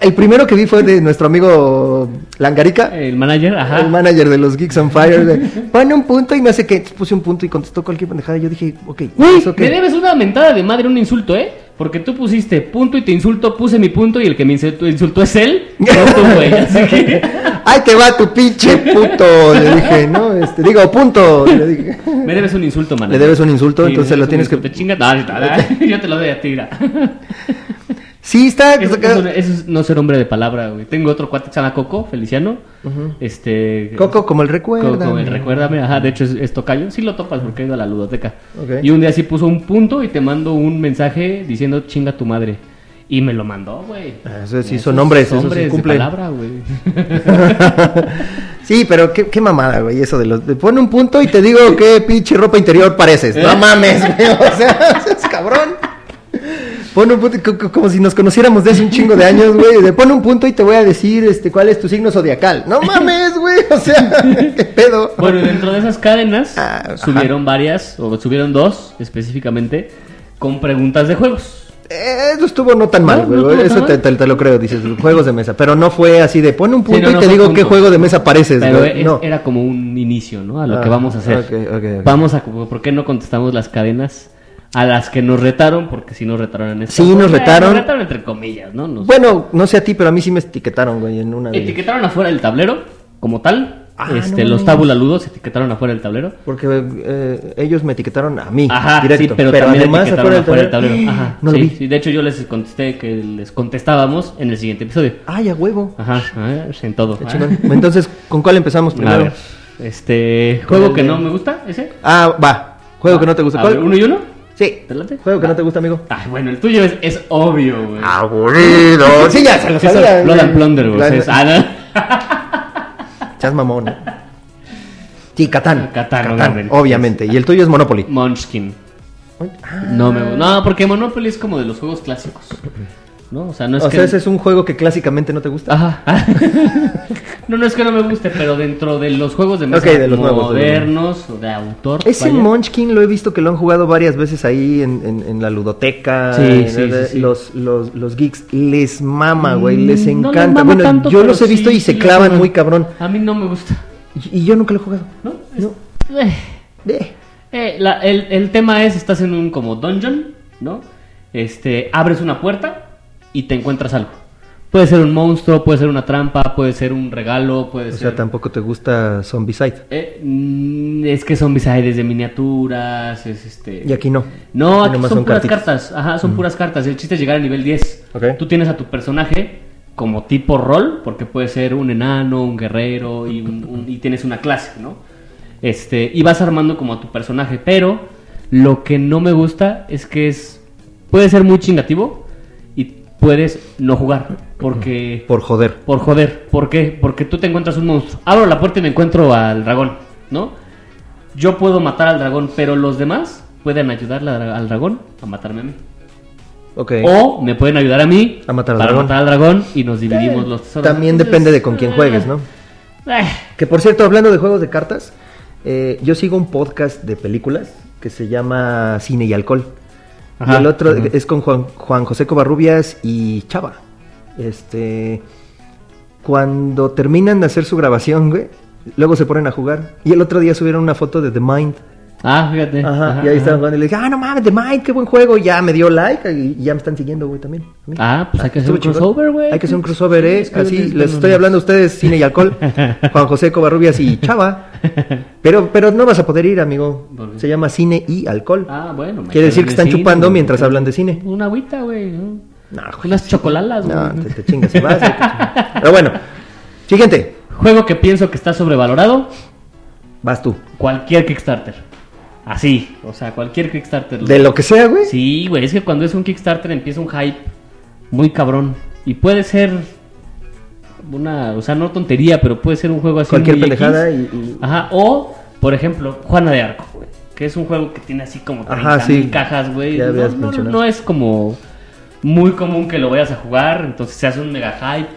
[SPEAKER 1] el primero que vi fue de nuestro amigo Langarica.
[SPEAKER 2] El manager, ajá.
[SPEAKER 1] El manager de los Geeks on Fire. de, Pone un punto y me hace que puse un punto y contestó cualquier pendejada. Yo dije, ok,
[SPEAKER 2] Güey,
[SPEAKER 1] ¿eso qué?
[SPEAKER 2] me debes una mentada de madre, un insulto, ¿eh? Porque tú pusiste punto y te insulto, puse mi punto y el que me insultó, insultó
[SPEAKER 1] (laughs)
[SPEAKER 2] es él. No tú, güey. Así que.
[SPEAKER 1] Ahí te va tu pinche puto. Le dije, no, este, digo, punto. Le dije.
[SPEAKER 2] Me debes un insulto, manager.
[SPEAKER 1] Le debes un insulto,
[SPEAKER 2] Sí,
[SPEAKER 1] entonces
[SPEAKER 2] me
[SPEAKER 1] lo tienes
[SPEAKER 2] debes un
[SPEAKER 1] que-
[SPEAKER 2] insulto, chinga- No, no, no, (laughs) yo te lo doy a ti, mira.
[SPEAKER 1] Sí, está. (laughs)
[SPEAKER 2] Eso,
[SPEAKER 1] está-
[SPEAKER 2] eso- eso es no ser hombre de palabra, güey. Tengo otro cuate que se llama Coco, Feliciano. Este.
[SPEAKER 1] Coco, como el
[SPEAKER 2] Coco,
[SPEAKER 1] recuerda.
[SPEAKER 2] el recuérdame. Ajá, de hecho es, es tocayo. Sí lo topas porque ha ido a la ludoteca.
[SPEAKER 1] Ok.
[SPEAKER 2] Y un día sí puso un punto y te mando un mensaje diciendo chinga tu madre. Y me lo mandó, güey.
[SPEAKER 1] Ah, eso sí
[SPEAKER 2] Esos
[SPEAKER 1] son hombres, esos sí
[SPEAKER 2] hombres de
[SPEAKER 1] cumplen. (laughs)
[SPEAKER 2] palabra, güey.
[SPEAKER 1] Sí, pero qué, qué mamada, güey, eso de los... de pon un punto y te digo qué pinche ropa interior pareces.
[SPEAKER 2] ¿Eh?
[SPEAKER 1] No mames, güey, o sea, (laughs) es cabrón. Pon un punto, y co- co- como si nos conociéramos desde hace un chingo de años, güey. De pon un punto y te voy a decir este cuál es tu signo zodiacal. No mames, güey, o sea, (laughs) qué pedo.
[SPEAKER 2] bueno, y dentro de esas cadenas
[SPEAKER 1] Ah, ajá.
[SPEAKER 2] subieron varias, o subieron dos específicamente, con preguntas de juegos.
[SPEAKER 1] Eh, Eso estuvo no tan mal,
[SPEAKER 2] No,
[SPEAKER 1] güey.
[SPEAKER 2] no estuvo
[SPEAKER 1] eso
[SPEAKER 2] tan
[SPEAKER 1] te,
[SPEAKER 2] mal.
[SPEAKER 1] te- te lo creo, dices, juegos de mesa. Pero no fue así de pon un punto
[SPEAKER 2] Sí, no,
[SPEAKER 1] y
[SPEAKER 2] no
[SPEAKER 1] te
[SPEAKER 2] fue
[SPEAKER 1] digo
[SPEAKER 2] punto.
[SPEAKER 1] qué juego de mesa pareces,
[SPEAKER 2] Pero
[SPEAKER 1] güey.
[SPEAKER 2] es-
[SPEAKER 1] No.
[SPEAKER 2] era como un inicio, ¿no? A lo
[SPEAKER 1] Ah,
[SPEAKER 2] que vamos a hacer.
[SPEAKER 1] ok, ok, ok.
[SPEAKER 2] Vamos a, ¿por qué no contestamos las cadenas a las que nos retaron? Porque sí nos retaron en esta.
[SPEAKER 1] Sí, nos
[SPEAKER 2] Eh,
[SPEAKER 1] retaron.
[SPEAKER 2] Nos retaron entre comillas, ¿no? Nos
[SPEAKER 1] Bueno, no sé a ti, pero a mí sí me etiquetaron, güey, en una de...
[SPEAKER 2] etiquetaron afuera del tablero, como tal.
[SPEAKER 1] Ah,
[SPEAKER 2] este,
[SPEAKER 1] no
[SPEAKER 2] los
[SPEAKER 1] mames.
[SPEAKER 2] tabulaludos se etiquetaron afuera del tablero.
[SPEAKER 1] Porque eh, ellos me etiquetaron a mí.
[SPEAKER 2] Ajá,
[SPEAKER 1] directo.
[SPEAKER 2] sí, pero, también
[SPEAKER 1] además
[SPEAKER 2] etiquetaron
[SPEAKER 1] afuera del
[SPEAKER 2] afuera del
[SPEAKER 1] tablero. Ah,
[SPEAKER 2] tablero. Ajá,
[SPEAKER 1] no
[SPEAKER 2] sí,
[SPEAKER 1] lo vi.
[SPEAKER 2] sí, de hecho yo les contesté que les contestábamos en el siguiente episodio.
[SPEAKER 1] Ay, a huevo.
[SPEAKER 2] Ajá, ah, en todo.
[SPEAKER 1] Qué
[SPEAKER 2] Ah.
[SPEAKER 1] chingón. Entonces, ¿con cuál empezamos
[SPEAKER 2] A
[SPEAKER 1] primero?
[SPEAKER 2] ver, este,
[SPEAKER 1] Con el
[SPEAKER 2] juego que
[SPEAKER 1] de-
[SPEAKER 2] no me gusta, ese.
[SPEAKER 1] Ah, va. Juego que no te gusta.
[SPEAKER 2] A
[SPEAKER 1] ¿Cuál?
[SPEAKER 2] ver, ¿Uno y uno?
[SPEAKER 1] Sí.
[SPEAKER 2] ¿Te late?
[SPEAKER 1] Juego que no te gusta, amigo.
[SPEAKER 2] Ay, bueno, el tuyo es, es obvio, güey.
[SPEAKER 1] Aburrido. Sí, ya Ah, se lo
[SPEAKER 2] Es
[SPEAKER 1] sabía.
[SPEAKER 2] el Blood and Plunder, güey.
[SPEAKER 1] La-
[SPEAKER 2] Es- ah, no.
[SPEAKER 1] Chas mamón. Sí, Catán.
[SPEAKER 2] Catán, obviamente.
[SPEAKER 1] obviamente. Y el tuyo es Monopoly.
[SPEAKER 2] Munchkin.
[SPEAKER 1] Ah,
[SPEAKER 2] No, me, no, porque Monopoly es como de los juegos clásicos. ¿No? O sea, no es
[SPEAKER 1] o
[SPEAKER 2] que.
[SPEAKER 1] sea, ese es un juego que clásicamente no te gusta.
[SPEAKER 2] Ajá. (laughs) no, no es que no me guste, pero dentro de los juegos de mesa
[SPEAKER 1] Ok, de los nuevos,
[SPEAKER 2] modernos, o de autor.
[SPEAKER 1] Ese
[SPEAKER 2] Ah, vaya.
[SPEAKER 1] Munchkin lo he visto que lo han jugado varias veces ahí en, en- en la ludoteca.
[SPEAKER 2] Sí,
[SPEAKER 1] en-
[SPEAKER 2] sí, sí, sí.
[SPEAKER 1] Los, los, los geeks les mama, güey, les
[SPEAKER 2] Mm, no le
[SPEAKER 1] encanta.
[SPEAKER 2] mamo
[SPEAKER 1] bueno,
[SPEAKER 2] tanto,
[SPEAKER 1] yo
[SPEAKER 2] pero
[SPEAKER 1] los he
[SPEAKER 2] sí,
[SPEAKER 1] visto y
[SPEAKER 2] sí
[SPEAKER 1] se
[SPEAKER 2] le
[SPEAKER 1] clavan
[SPEAKER 2] mamo.
[SPEAKER 1] muy cabrón.
[SPEAKER 2] A mí no me gusta.
[SPEAKER 1] Y, y yo nunca lo he jugado.
[SPEAKER 2] ¿No?
[SPEAKER 1] No.
[SPEAKER 2] Eh,
[SPEAKER 1] Eh.
[SPEAKER 2] eh, la- el, el tema es: estás en un como dungeon, ¿no? Este, abres una puerta y te encuentras algo. Puede ser un monstruo, puede ser una trampa, puede ser un regalo, puede
[SPEAKER 1] O
[SPEAKER 2] ser.
[SPEAKER 1] sea, tampoco te gusta Zombicide.
[SPEAKER 2] Eh, mm, es que son bisajes de miniaturas, es este...
[SPEAKER 1] Y aquí no.
[SPEAKER 2] No,
[SPEAKER 1] Aquí
[SPEAKER 2] aquí
[SPEAKER 1] nomás
[SPEAKER 2] son, puras
[SPEAKER 1] cartitas. Mm.
[SPEAKER 2] cartas. Ajá, son puras cartas. El chiste es llegar al nivel 10.
[SPEAKER 1] Ok.
[SPEAKER 2] Tú tienes a tu personaje como tipo rol, porque puede ser un enano, un guerrero y, un- un- y tienes una clase, ¿no? Este, y vas armando como a tu personaje, pero lo que no me gusta es que es puede ser muy chingativo y puedes no jugar, porque
[SPEAKER 1] Por joder.
[SPEAKER 2] por joder, ¿por qué? Porque tú te encuentras un monstruo. Abro la puerta y me encuentro al dragón, ¿no? Yo puedo matar al dragón, pero los demás pueden ayudar la- al dragón a matarme a mí.
[SPEAKER 1] Ok.
[SPEAKER 2] O me pueden ayudar a mí
[SPEAKER 1] A matar al
[SPEAKER 2] para
[SPEAKER 1] dragón.
[SPEAKER 2] matar al dragón y nos dividimos los tesoros.
[SPEAKER 1] También
[SPEAKER 2] Entonces,
[SPEAKER 1] depende de con quién juegues, ¿no?
[SPEAKER 2] eh,
[SPEAKER 1] Que por cierto, hablando de juegos de cartas, eh, yo sigo un podcast de películas que se llama Cine y Alcohol.
[SPEAKER 2] Ajá,
[SPEAKER 1] y el otro
[SPEAKER 2] ajá.
[SPEAKER 1] es con Juan, Juan José Covarrubias y Chava. Este. Cuando terminan de hacer su grabación, güey, luego se ponen a jugar. Y el otro día subieron una foto de The Mind.
[SPEAKER 2] Ah, fíjate.
[SPEAKER 1] Ajá,
[SPEAKER 2] Ajá,
[SPEAKER 1] y ahí
[SPEAKER 2] ajá.
[SPEAKER 1] estaban jugando. Y le dije, ah, no mames, The Mind, qué buen juego. Y ya me dio like y y ya me están siguiendo, güey, también. a mí.
[SPEAKER 2] Ah, pues hay que
[SPEAKER 1] Estuvo
[SPEAKER 2] hacer un
[SPEAKER 1] chingón.
[SPEAKER 2] crossover, güey.
[SPEAKER 1] Hay que hacer un crossover,
[SPEAKER 2] Sí,
[SPEAKER 1] ¿eh?
[SPEAKER 2] es que
[SPEAKER 1] Así
[SPEAKER 2] no es-
[SPEAKER 1] les
[SPEAKER 2] no,
[SPEAKER 1] estoy
[SPEAKER 2] no.
[SPEAKER 1] hablando a ustedes, cine y
[SPEAKER 2] (laughs)
[SPEAKER 1] alcohol. Juan José Covarrubias y Chava. Pero, pero no vas a poder ir, amigo.
[SPEAKER 2] ¿Por qué?
[SPEAKER 1] Se llama cine y alcohol.
[SPEAKER 2] Ah, bueno. me
[SPEAKER 1] Quiere decir que
[SPEAKER 2] quedo en el
[SPEAKER 1] están
[SPEAKER 2] cine,
[SPEAKER 1] chupando
[SPEAKER 2] güey.
[SPEAKER 1] mientras hablan de cine.
[SPEAKER 2] Una agüita, güey. ¿no?
[SPEAKER 1] No, güey.
[SPEAKER 2] Unas chocolalas, güey.
[SPEAKER 1] No, te, te chingas, se
[SPEAKER 2] (laughs)
[SPEAKER 1] vas, te chingas. Pero bueno, siguiente.
[SPEAKER 2] Juego que pienso que está sobrevalorado.
[SPEAKER 1] Vas tú.
[SPEAKER 2] Cualquier Kickstarter. Así, o sea, cualquier Kickstarter.
[SPEAKER 1] De lo que sea, güey.
[SPEAKER 2] Sí, güey, es que cuando es un Kickstarter empieza un hype muy cabrón. Y puede ser una, o sea, no tontería, pero puede ser un juego así.
[SPEAKER 1] Cualquier
[SPEAKER 2] muy X.
[SPEAKER 1] pendejada y- y-
[SPEAKER 2] Ajá, o, por ejemplo, Juana de Arco, güey, que es un juego que tiene así como 30
[SPEAKER 1] Ajá, sí.
[SPEAKER 2] cajas, güey.
[SPEAKER 1] Ya
[SPEAKER 2] No,
[SPEAKER 1] habías
[SPEAKER 2] no,
[SPEAKER 1] mencionado.
[SPEAKER 2] no es como muy común que lo vayas a jugar, entonces se hace un mega hype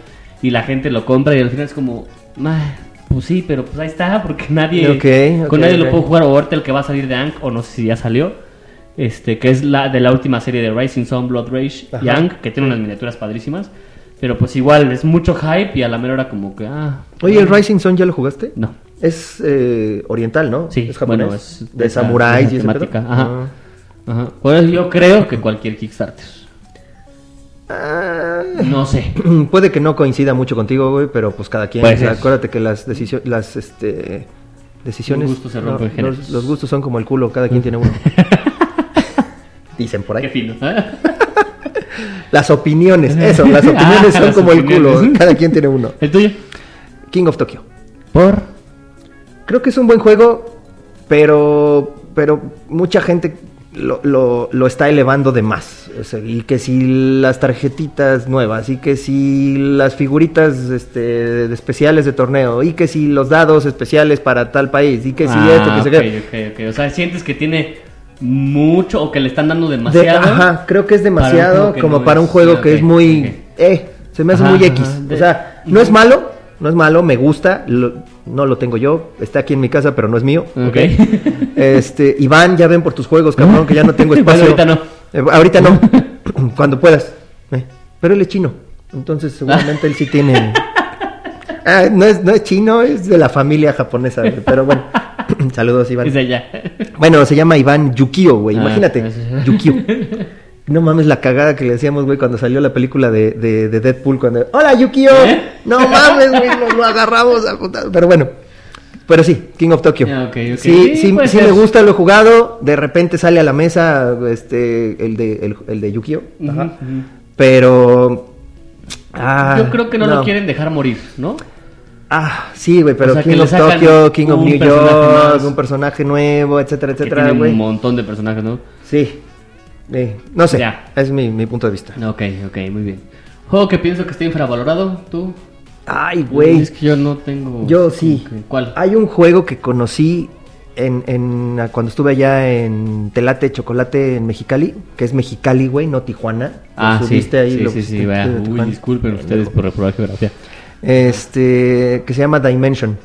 [SPEAKER 2] y la gente lo compra y al final es como, "Ah, pues sí, pero pues ahí está, porque nadie,
[SPEAKER 1] Ok, ok,
[SPEAKER 2] con nadie
[SPEAKER 1] ok.
[SPEAKER 2] lo puedo jugar, o ahorita el que va a salir de Ankh, o no sé si ya salió, este, que es la de la última serie de Rising Sun, Blood Rage y
[SPEAKER 1] Ajá.
[SPEAKER 2] Ankh, que tiene unas miniaturas padrísimas, pero pues igual es mucho hype y a la mera hora como que, ah,
[SPEAKER 1] Oye, ¿el
[SPEAKER 2] bueno,
[SPEAKER 1] Rising Sun ya lo jugaste?
[SPEAKER 2] No.
[SPEAKER 1] Es eh, oriental, ¿no?
[SPEAKER 2] Sí,
[SPEAKER 1] es japonés.
[SPEAKER 2] bueno, es
[SPEAKER 1] de
[SPEAKER 2] esa-
[SPEAKER 1] samuráis
[SPEAKER 2] esa
[SPEAKER 1] y ese pedo.
[SPEAKER 2] temática, ajá.
[SPEAKER 1] Ah. (clears throat)
[SPEAKER 2] Ajá. Por eso yo creo que cualquier Kickstarter.
[SPEAKER 1] Ah,
[SPEAKER 2] No sé.
[SPEAKER 1] Puede que no coincida mucho contigo, güey, pero pues cada quien.
[SPEAKER 2] Puede
[SPEAKER 1] O sea,
[SPEAKER 2] ser.
[SPEAKER 1] acuérdate que las decisiones, las este decisiones.
[SPEAKER 2] Los gustos se rompen géneros.
[SPEAKER 1] los, los gustos son como el culo, cada quien tiene
[SPEAKER 2] (laughs)
[SPEAKER 1] uno. Dicen por
[SPEAKER 2] Qué
[SPEAKER 1] ahí.
[SPEAKER 2] fino. ¿eh?
[SPEAKER 1] Las opiniones, eso, las opiniones
[SPEAKER 2] (laughs) Ah,
[SPEAKER 1] son
[SPEAKER 2] las
[SPEAKER 1] como el culo,
[SPEAKER 2] opiniones.
[SPEAKER 1] cada quien tiene uno.
[SPEAKER 2] ¿El tuyo?
[SPEAKER 1] King of Tokyo.
[SPEAKER 2] Por.
[SPEAKER 1] Creo que es un buen juego, pero, pero mucha gente lo, lo- lo está elevando de más. O sea, y que si las tarjetitas nuevas, y que si las figuritas este, de especiales de torneo, y que si los dados especiales para tal país, y que si esto, que se queda.
[SPEAKER 2] Ah, ok, ok, ok. O sea, sientes que tiene mucho o que le están dando
[SPEAKER 1] De-
[SPEAKER 2] demasiado.
[SPEAKER 1] ajá, creo que es
[SPEAKER 2] para un juego
[SPEAKER 1] demasiado
[SPEAKER 2] que
[SPEAKER 1] como
[SPEAKER 2] no
[SPEAKER 1] para un
[SPEAKER 2] es-
[SPEAKER 1] juego
[SPEAKER 2] ok,
[SPEAKER 1] que es muy...
[SPEAKER 2] ok.
[SPEAKER 1] Eh, se me hace
[SPEAKER 2] Ajá,
[SPEAKER 1] muy
[SPEAKER 2] ajá,
[SPEAKER 1] X.
[SPEAKER 2] de-
[SPEAKER 1] o sea, no es malo, no es malo, me gusta, lo- no lo tengo yo, está aquí en mi casa, pero no es mío. (laughs)
[SPEAKER 2] Ok.
[SPEAKER 1] Este, Iván, ya ven por tus juegos, cabrón, que ya no tengo espacio.
[SPEAKER 2] (laughs) Bueno, ahorita
[SPEAKER 1] Eh, ahorita no. (clears throat) Cuando puedas. Eh, Pero él es chino. Entonces, seguramente él sí
[SPEAKER 2] (laughs)
[SPEAKER 1] tiene. Ah, no, es, no es chino, es de la familia japonesa. güey, Pero bueno, (clears throat) saludos, Iván.
[SPEAKER 2] Es de allá.
[SPEAKER 1] Bueno, se llama Iván Yukio, güey.
[SPEAKER 2] Ah,
[SPEAKER 1] Imagínate,
[SPEAKER 2] sí.
[SPEAKER 1] Yukio.
[SPEAKER 2] (laughs)
[SPEAKER 1] No mames la cagada que le hacíamos, güey, cuando salió la película de, de- de Deadpool. Cuando, ¡Hola, Yukio!
[SPEAKER 2] ¿Eh?
[SPEAKER 1] No mames, güey, lo, lo agarramos a puta- Pero bueno, Pero sí, King of Tokyo.
[SPEAKER 2] Ah, ok,
[SPEAKER 1] Sí,
[SPEAKER 2] ok. Sí,
[SPEAKER 1] sí,
[SPEAKER 2] puede
[SPEAKER 1] sí
[SPEAKER 2] ser.
[SPEAKER 1] me gusta, lo he jugado. De repente sale a la mesa este, el, de, el, el de Yukio.
[SPEAKER 2] Ujú, ujú.
[SPEAKER 1] Pero. ah,
[SPEAKER 2] Yo creo que no, lo quieren dejar morir, ¿no?
[SPEAKER 1] Ah, sí, güey, pero
[SPEAKER 2] O sea, que
[SPEAKER 1] King
[SPEAKER 2] le
[SPEAKER 1] of
[SPEAKER 2] sacan
[SPEAKER 1] Tokyo, King of
[SPEAKER 2] un
[SPEAKER 1] New
[SPEAKER 2] personaje más.
[SPEAKER 1] York, un personaje nuevo, etcétera,
[SPEAKER 2] Que
[SPEAKER 1] etcétera,
[SPEAKER 2] tiene un
[SPEAKER 1] güey.
[SPEAKER 2] montón de personajes, ¿no?
[SPEAKER 1] Sí. Sí, No sé,
[SPEAKER 2] Ya.
[SPEAKER 1] es mi, mi punto de vista.
[SPEAKER 2] Ok, ok, muy bien. Juego que pienso que está infravalorado, ¿tú?
[SPEAKER 1] Ay, güey.
[SPEAKER 2] Es que yo no tengo...
[SPEAKER 1] Yo sí.
[SPEAKER 2] Ok, ¿Cuál?
[SPEAKER 1] Hay un juego que conocí en, en- cuando estuve allá en Telate Chocolate en Mexicali, que es Mexicali, güey, no Tijuana. Lo
[SPEAKER 2] Ah, sí,
[SPEAKER 1] subiste ahí,
[SPEAKER 2] sí,
[SPEAKER 1] lo
[SPEAKER 2] sí, sí,
[SPEAKER 1] pusiste
[SPEAKER 2] vaya.
[SPEAKER 1] de
[SPEAKER 2] Uy,
[SPEAKER 1] Tijuana.
[SPEAKER 2] disculpen ustedes por reprobar geografía.
[SPEAKER 1] Este, que se llama Dimension.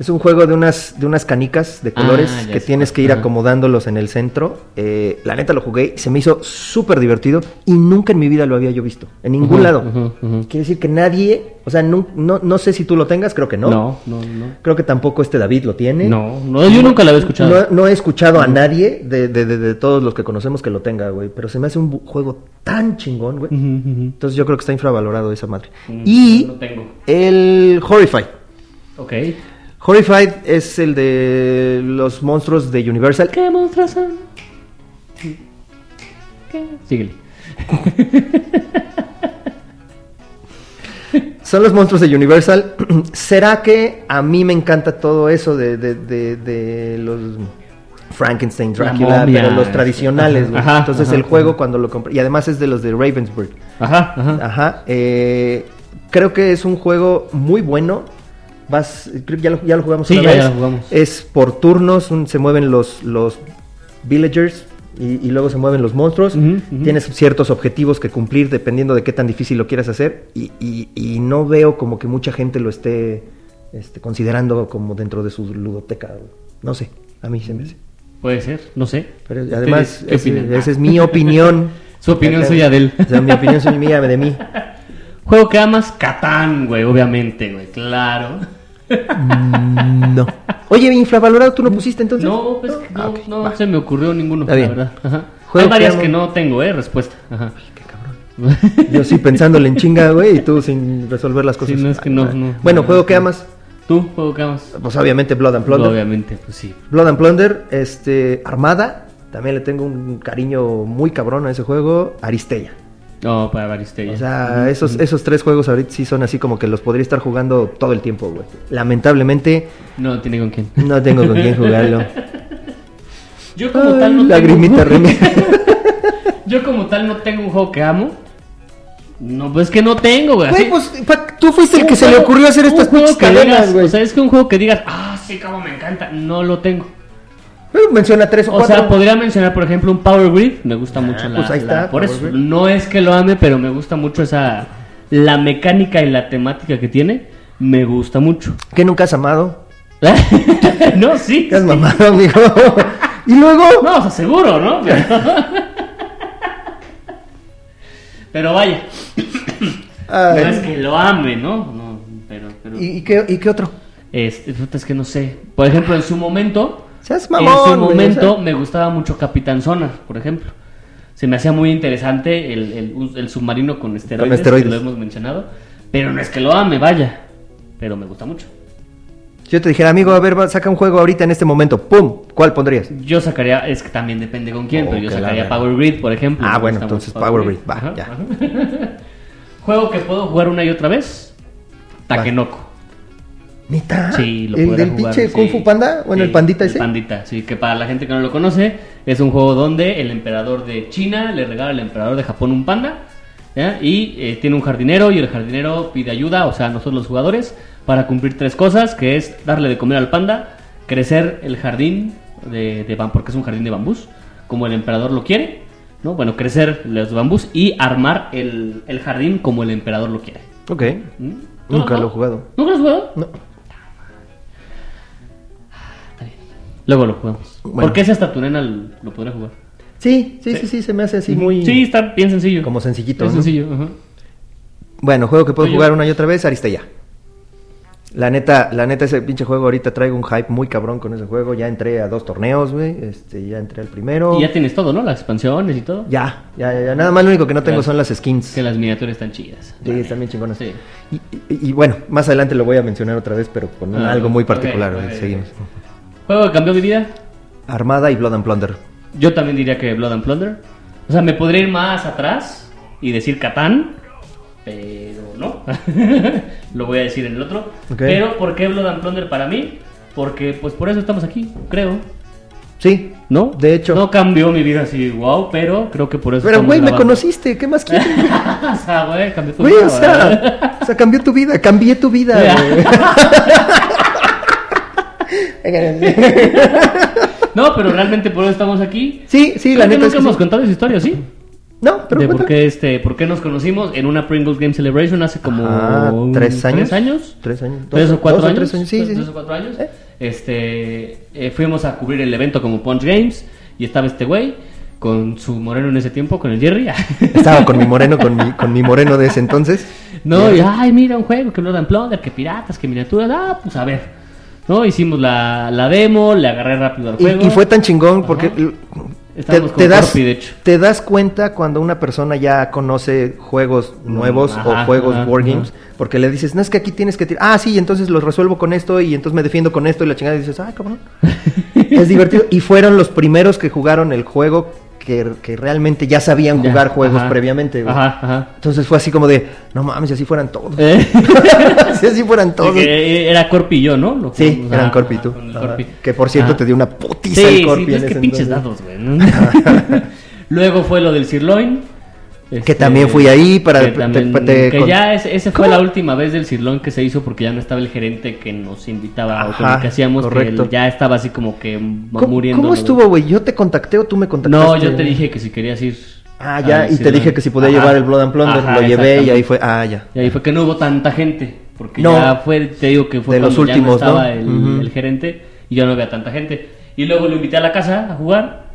[SPEAKER 1] Es un juego de unas, de unas canicas de
[SPEAKER 2] Ah,
[SPEAKER 1] colores
[SPEAKER 2] ya
[SPEAKER 1] que
[SPEAKER 2] sé
[SPEAKER 1] tienes
[SPEAKER 2] cuál.
[SPEAKER 1] que ir
[SPEAKER 2] Ajá.
[SPEAKER 1] acomodándolos en el centro. Eh, la neta lo jugué y se me hizo súper divertido y nunca en mi vida lo había yo visto. En ningún
[SPEAKER 2] Ujú,
[SPEAKER 1] lado.
[SPEAKER 2] ujú, ujú.
[SPEAKER 1] Quiere decir que nadie, o sea, nun- no, no sé si tú lo tengas, creo que no.
[SPEAKER 2] No, no, no.
[SPEAKER 1] Creo que tampoco este David lo tiene.
[SPEAKER 2] No, no, yo nunca lo había escuchado.
[SPEAKER 1] No, no he escuchado a nadie de, de- de- de todos los que conocemos que lo tenga, güey. Pero se me hace un bu- juego tan chingón, güey.
[SPEAKER 2] Ujú, ujú.
[SPEAKER 1] Entonces yo creo que está infravalorado esa madre.
[SPEAKER 2] Mm,
[SPEAKER 1] y
[SPEAKER 2] no tengo.
[SPEAKER 1] el Horrified.
[SPEAKER 2] Ok.
[SPEAKER 1] Horrified es el de los monstruos de Universal.
[SPEAKER 2] ¿Qué monstruos son? ¿Qué? Síguele.
[SPEAKER 1] Son los monstruos de Universal. (clears throat) ¿Será que a mí me encanta todo eso de, de- de- de los Frankenstein,
[SPEAKER 2] La
[SPEAKER 1] Drácula,
[SPEAKER 2] momia,
[SPEAKER 1] pero los
[SPEAKER 2] este.
[SPEAKER 1] tradicionales? güey?
[SPEAKER 2] Ajá,
[SPEAKER 1] Entonces
[SPEAKER 2] ajá,
[SPEAKER 1] el
[SPEAKER 2] ajá.
[SPEAKER 1] juego cuando lo compré... Y además es de los de Ravensburg.
[SPEAKER 2] Ajá, ajá.
[SPEAKER 1] Ajá. eh, creo que es un juego muy bueno. Vas, creo que ya lo, ya lo jugamos
[SPEAKER 2] Sí,
[SPEAKER 1] una
[SPEAKER 2] ya-
[SPEAKER 1] vez.
[SPEAKER 2] ya lo jugamos.
[SPEAKER 1] Es por turnos, un- se mueven los, los villagers y, y luego se mueven los monstruos.
[SPEAKER 2] Ujú, ujú.
[SPEAKER 1] Tienes ciertos objetivos que cumplir dependiendo de qué tan difícil lo quieras hacer. Y, y- y no veo como que mucha gente lo esté este, considerando como dentro de su ludoteca. No sé, a mí se me hace.
[SPEAKER 2] Puede ser, no sé.
[SPEAKER 1] Pero
[SPEAKER 2] ¿Ustedes
[SPEAKER 1] además,
[SPEAKER 2] qué
[SPEAKER 1] ese-
[SPEAKER 2] opinan?
[SPEAKER 1] esa es mi opinión.
[SPEAKER 2] (laughs) Su opinión suya de él.
[SPEAKER 1] O sea, mi opinión soy mía, de mí.
[SPEAKER 2] Juego que amas, Catán, güey, obviamente,
[SPEAKER 1] (laughs)
[SPEAKER 2] güey, claro.
[SPEAKER 1] No. Oye, infravalorado, ¿tú no pusiste entonces?
[SPEAKER 2] No, pues que no,
[SPEAKER 1] Ah, ok,
[SPEAKER 2] no
[SPEAKER 1] va.
[SPEAKER 2] se me ocurrió ninguno,
[SPEAKER 1] Está
[SPEAKER 2] la
[SPEAKER 1] bien.
[SPEAKER 2] verdad. Ajá. Hay
[SPEAKER 1] Juego que
[SPEAKER 2] varias
[SPEAKER 1] amo.
[SPEAKER 2] que no tengo, eh, respuesta. Ajá.
[SPEAKER 1] Qué cabrón. (laughs) Yo sí pensándole en chinga, güey, y tú sin resolver las cosas.
[SPEAKER 2] (laughs) Sí, no, es que no,
[SPEAKER 1] Ah,
[SPEAKER 2] no.
[SPEAKER 1] Bueno,
[SPEAKER 2] No,
[SPEAKER 1] juego
[SPEAKER 2] no.
[SPEAKER 1] que amas.
[SPEAKER 2] ¿Tú, juego que amas?
[SPEAKER 1] Pues obviamente Blood and Plunder.
[SPEAKER 2] Obviamente, pues sí.
[SPEAKER 1] Blood and Plunder, este, Armada. También le tengo un cariño muy cabrón a ese juego. Aristella.
[SPEAKER 2] No, para Baristella.
[SPEAKER 1] O sea, esos, esos tres juegos ahorita sí son así como que los podría estar jugando todo el tiempo, güey. Lamentablemente,
[SPEAKER 2] No, tiene con quién.
[SPEAKER 1] no tengo con quién jugarlo.
[SPEAKER 2] Yo como tal no
[SPEAKER 1] Ay,
[SPEAKER 2] (laughs)
[SPEAKER 1] lagrimita,
[SPEAKER 2] tengo...
[SPEAKER 1] Remy.
[SPEAKER 2] Yo como tal no tengo un juego que amo. No, pues que no tengo, güey. así-
[SPEAKER 1] Güey, pues pa- tú fuiste el
[SPEAKER 2] Un
[SPEAKER 1] que se le
[SPEAKER 2] juego-
[SPEAKER 1] ocurrió hacer
[SPEAKER 2] un
[SPEAKER 1] estas
[SPEAKER 2] juego
[SPEAKER 1] pinches
[SPEAKER 2] que
[SPEAKER 1] cadenas,
[SPEAKER 2] digas,
[SPEAKER 1] güey.
[SPEAKER 2] O sea, es que un juego que digas, ah, sí, como me encanta, no lo tengo.
[SPEAKER 1] Pero menciona tres o
[SPEAKER 2] O
[SPEAKER 1] cuatro.
[SPEAKER 2] sea, pues, podría mencionar, por ejemplo, un Power Grid. Me gusta mucho la,
[SPEAKER 1] pues ahí está,
[SPEAKER 2] la- Por
[SPEAKER 1] Power
[SPEAKER 2] eso,
[SPEAKER 1] Grid.
[SPEAKER 2] no es que lo ame, pero me gusta mucho esa... La mecánica y la temática que tiene, me gusta mucho. (laughs)
[SPEAKER 1] ¿Qué nunca has amado?
[SPEAKER 2] no, sí.
[SPEAKER 1] ¿Qué has
[SPEAKER 2] sí.
[SPEAKER 1] mamado,
[SPEAKER 2] (laughs)
[SPEAKER 1] amigo? y luego.
[SPEAKER 2] No, o sea, seguro,
[SPEAKER 1] (laughs)
[SPEAKER 2] ¿no? Pero, Pero vaya, no
[SPEAKER 1] Ay,
[SPEAKER 2] es que lo ame, ¿no? No, pero... pero...
[SPEAKER 1] ah, ¿y, y qué, y qué otro?
[SPEAKER 2] Este, puta, es que no sé. Por ejemplo, en su momento...
[SPEAKER 1] Seas mamón.
[SPEAKER 2] en su
[SPEAKER 1] güey,
[SPEAKER 2] momento
[SPEAKER 1] o sea,
[SPEAKER 2] me gustaba mucho Capitán Sonar, por ejemplo. Se me hacía muy interesante el, el- el submarino con esteroides, que
[SPEAKER 1] esteroides.
[SPEAKER 2] lo hemos mencionado. Pero no es que lo ame, vaya. Pero me gusta mucho.
[SPEAKER 1] Yo te dijera, amigo, a ver, va, saca un juego ahorita en este momento. ¡Pum! ¿Cuál pondrías?
[SPEAKER 2] Yo sacaría, es que también depende con quién,
[SPEAKER 1] Oh,
[SPEAKER 2] pero yo
[SPEAKER 1] que la
[SPEAKER 2] sacaría
[SPEAKER 1] verga.
[SPEAKER 2] Power Grid, por ejemplo.
[SPEAKER 1] Ah,
[SPEAKER 2] Me
[SPEAKER 1] bueno,
[SPEAKER 2] gusta
[SPEAKER 1] entonces
[SPEAKER 2] mucho
[SPEAKER 1] Power Grid, va, ya.
[SPEAKER 2] (laughs) Juego que puedo jugar una y otra vez. Takenoko.
[SPEAKER 1] ¿Neta?
[SPEAKER 2] Sí, lo
[SPEAKER 1] Ah, ¿El
[SPEAKER 2] podrá
[SPEAKER 1] del
[SPEAKER 2] jugar,
[SPEAKER 1] pinche
[SPEAKER 2] sí.
[SPEAKER 1] Kung Fu Panda? Bueno,
[SPEAKER 2] Sí,
[SPEAKER 1] el pandita
[SPEAKER 2] el
[SPEAKER 1] ese.
[SPEAKER 2] pandita, sí, que para la gente que no lo conoce, es un juego donde el emperador de China le regala al emperador de Japón un panda. ¿ya? Y eh, tiene un jardinero y el jardinero pide ayuda, o sea, nosotros los jugadores, para cumplir tres cosas, que es darle de comer al panda, crecer el jardín de, de bam- porque es un jardín de bambús, como el emperador lo quiere, ¿no? Bueno, crecer los bambús y armar el, el jardín como el emperador lo quiere.
[SPEAKER 1] Ok.
[SPEAKER 2] ¿Mm? ¿Tú
[SPEAKER 1] Nunca
[SPEAKER 2] no?
[SPEAKER 1] lo he jugado.
[SPEAKER 2] ¿Nunca lo has jugado?
[SPEAKER 1] No.
[SPEAKER 2] Luego lo jugamos.
[SPEAKER 1] Bueno.
[SPEAKER 2] Porque ese hasta tu nena l- lo podrá jugar.
[SPEAKER 1] Sí, sí, sí, sí, se me hace así muy.
[SPEAKER 2] Sí, está bien sencillo.
[SPEAKER 1] Como sencillito,
[SPEAKER 2] Es
[SPEAKER 1] ¿no?
[SPEAKER 2] sencillo, ajá.
[SPEAKER 1] Bueno, juego que puedo
[SPEAKER 2] Oye.
[SPEAKER 1] jugar una y otra vez, Aristella. La neta, la neta, ese pinche juego ahorita traigo un hype muy cabrón con ese juego. Ya entré a dos torneos, güey. Este, ya entré al primero.
[SPEAKER 2] Y ya tienes todo, ¿no? Las expansiones y todo.
[SPEAKER 1] Ya, ya, ya, ya. Nada más lo único que no tengo
[SPEAKER 2] Claro.
[SPEAKER 1] son las skins.
[SPEAKER 2] Que las miniaturas están chidas.
[SPEAKER 1] Sí, están bien chingonas.
[SPEAKER 2] Sí.
[SPEAKER 1] Y, y- y bueno, más adelante lo voy a mencionar otra vez, pero con un-
[SPEAKER 2] Ah,
[SPEAKER 1] algo muy
[SPEAKER 2] ok,
[SPEAKER 1] particular.
[SPEAKER 2] ok,
[SPEAKER 1] güey.
[SPEAKER 2] ok.
[SPEAKER 1] Seguimos.
[SPEAKER 2] ¿Juego que cambió mi vida?
[SPEAKER 1] Armada y Blood and Plunder.
[SPEAKER 2] Yo también diría que Blood and Plunder. O sea, me podría ir más atrás y decir Catán, pero no. (laughs) Lo voy a decir en el otro.
[SPEAKER 1] Ok.
[SPEAKER 2] Pero, ¿por qué Blood and Plunder para mí? Porque, pues, por eso estamos aquí, creo.
[SPEAKER 1] Sí.
[SPEAKER 2] ¿No?
[SPEAKER 1] De hecho.
[SPEAKER 2] No cambió mi vida así, wow, pero creo que por eso
[SPEAKER 1] pero,
[SPEAKER 2] Pues estamos
[SPEAKER 1] güey, me
[SPEAKER 2] grabando. Pues
[SPEAKER 1] conociste. ¿Qué más
[SPEAKER 2] (laughs)
[SPEAKER 1] quieres?
[SPEAKER 2] o sea, güey, cambió tu
[SPEAKER 1] Güey,
[SPEAKER 2] vida,
[SPEAKER 1] o sea, o sea, cambió tu vida. Cambié tu vida,
[SPEAKER 2] Ya.
[SPEAKER 1] güey.
[SPEAKER 2] (laughs) ¿verdad? No, pero realmente por eso estamos aquí.
[SPEAKER 1] Sí, sí, la
[SPEAKER 2] Creo que
[SPEAKER 1] neta
[SPEAKER 2] nunca
[SPEAKER 1] es que
[SPEAKER 2] hemos
[SPEAKER 1] sí.
[SPEAKER 2] contado esa historia, ¿sí?
[SPEAKER 1] No, pero
[SPEAKER 2] de por
[SPEAKER 1] cuéntala.
[SPEAKER 2] qué, este, por qué nos conocimos en una Pringles Game Celebration hace como
[SPEAKER 1] Ah, tres años.
[SPEAKER 2] tres años,
[SPEAKER 1] Tres años.
[SPEAKER 2] tres
[SPEAKER 1] Dos-
[SPEAKER 2] o cuatro
[SPEAKER 1] dos o
[SPEAKER 2] años,
[SPEAKER 1] tres años, sí,
[SPEAKER 2] Tres-
[SPEAKER 1] sí,
[SPEAKER 2] tres
[SPEAKER 1] sí.
[SPEAKER 2] o cuatro años.
[SPEAKER 1] Eh.
[SPEAKER 2] Este, eh, fuimos a cubrir el evento como Punch Games y estaba este güey con su moreno en ese tiempo, con el Jerry.
[SPEAKER 1] Estaba con mi moreno, con mi, con mi moreno de ese entonces. Eh,
[SPEAKER 2] No, y ay, mira un juego que Blood and Plunder, que piratas, que miniaturas, ah, pues a ver. No, hicimos la, la demo, le agarré rápido al
[SPEAKER 1] Y,
[SPEAKER 2] juego.
[SPEAKER 1] y fue tan chingón porque
[SPEAKER 2] Ajá.
[SPEAKER 1] l- te,
[SPEAKER 2] Estábamos
[SPEAKER 1] te
[SPEAKER 2] con
[SPEAKER 1] das,
[SPEAKER 2] Corpi, de hecho.
[SPEAKER 1] te das cuenta cuando una persona ya conoce juegos nuevos
[SPEAKER 2] Mm, ajá,
[SPEAKER 1] o juegos
[SPEAKER 2] ajá,
[SPEAKER 1] war
[SPEAKER 2] ajá.
[SPEAKER 1] games, porque le dices, no es que aquí tienes que tirar, ah, sí, entonces los resuelvo con esto y entonces me defiendo con esto y la chingada y dices, ah, cabrón. es divertido. Y fueron los primeros que jugaron el juego que, que realmente ya sabían
[SPEAKER 2] (laughs) Ya,
[SPEAKER 1] jugar juegos
[SPEAKER 2] ajá.
[SPEAKER 1] previamente. güey.
[SPEAKER 2] Ajá,
[SPEAKER 1] (laughs)
[SPEAKER 2] ajá.
[SPEAKER 1] Entonces fue así como de, no mames, si así fueran todos.
[SPEAKER 2] Eh.
[SPEAKER 1] (laughs) si así fueran todos.
[SPEAKER 2] (laughs) Porque era Corpi y yo, ¿no? Lo
[SPEAKER 1] Sí,
[SPEAKER 2] jugamos,
[SPEAKER 1] eran
[SPEAKER 2] ajá,
[SPEAKER 1] Corpi y
[SPEAKER 2] ajá,
[SPEAKER 1] tú.
[SPEAKER 2] Ah, con el
[SPEAKER 1] Ajá.
[SPEAKER 2] Corpi.
[SPEAKER 1] Que por cierto
[SPEAKER 2] Ajá.
[SPEAKER 1] te dio una
[SPEAKER 2] Sí,
[SPEAKER 1] putiza el
[SPEAKER 2] sí,
[SPEAKER 1] Corpi.
[SPEAKER 2] no,
[SPEAKER 1] en
[SPEAKER 2] es que
[SPEAKER 1] ese
[SPEAKER 2] pinches
[SPEAKER 1] entonces.
[SPEAKER 2] dados, güey. ¿no? (laughs) Luego fue lo del Sirloin.
[SPEAKER 1] Que también fui ahí para-
[SPEAKER 2] Que,
[SPEAKER 1] te-
[SPEAKER 2] también-
[SPEAKER 1] te-
[SPEAKER 2] que
[SPEAKER 1] con-
[SPEAKER 2] ya ese, ese fue
[SPEAKER 1] ¿Cómo?
[SPEAKER 2] la última vez del Sirloin que se hizo porque ya no estaba el gerente que nos invitaba o con
[SPEAKER 1] Ajá,
[SPEAKER 2] el que hacíamos. que
[SPEAKER 1] correcto.
[SPEAKER 2] él ya estaba así como que va
[SPEAKER 1] ¿Cómo,
[SPEAKER 2] muriendo.
[SPEAKER 1] cómo
[SPEAKER 2] ¿no?
[SPEAKER 1] estuvo, güey? ¿Yo te contacté o tú me contactaste?
[SPEAKER 2] No, yo te dije que si querías ir.
[SPEAKER 1] Ah, ya,
[SPEAKER 2] al
[SPEAKER 1] y te
[SPEAKER 2] Sirloin.
[SPEAKER 1] dije que si podía
[SPEAKER 2] Ajá.
[SPEAKER 1] llevar el Blood and Plunder,
[SPEAKER 2] Ajá,
[SPEAKER 1] lo llevé y
[SPEAKER 2] exactamente.
[SPEAKER 1] ahí fue. Ah, ya.
[SPEAKER 2] Y ahí fue que no hubo tanta gente. Porque
[SPEAKER 1] No.
[SPEAKER 2] ya fue, te digo que fue
[SPEAKER 1] De los
[SPEAKER 2] cuando ya no
[SPEAKER 1] últimos,
[SPEAKER 2] estaba
[SPEAKER 1] ¿no?
[SPEAKER 2] el,
[SPEAKER 1] Ujú.
[SPEAKER 2] el gerente y ya no había tanta gente. Y luego lo invité a la casa a jugar.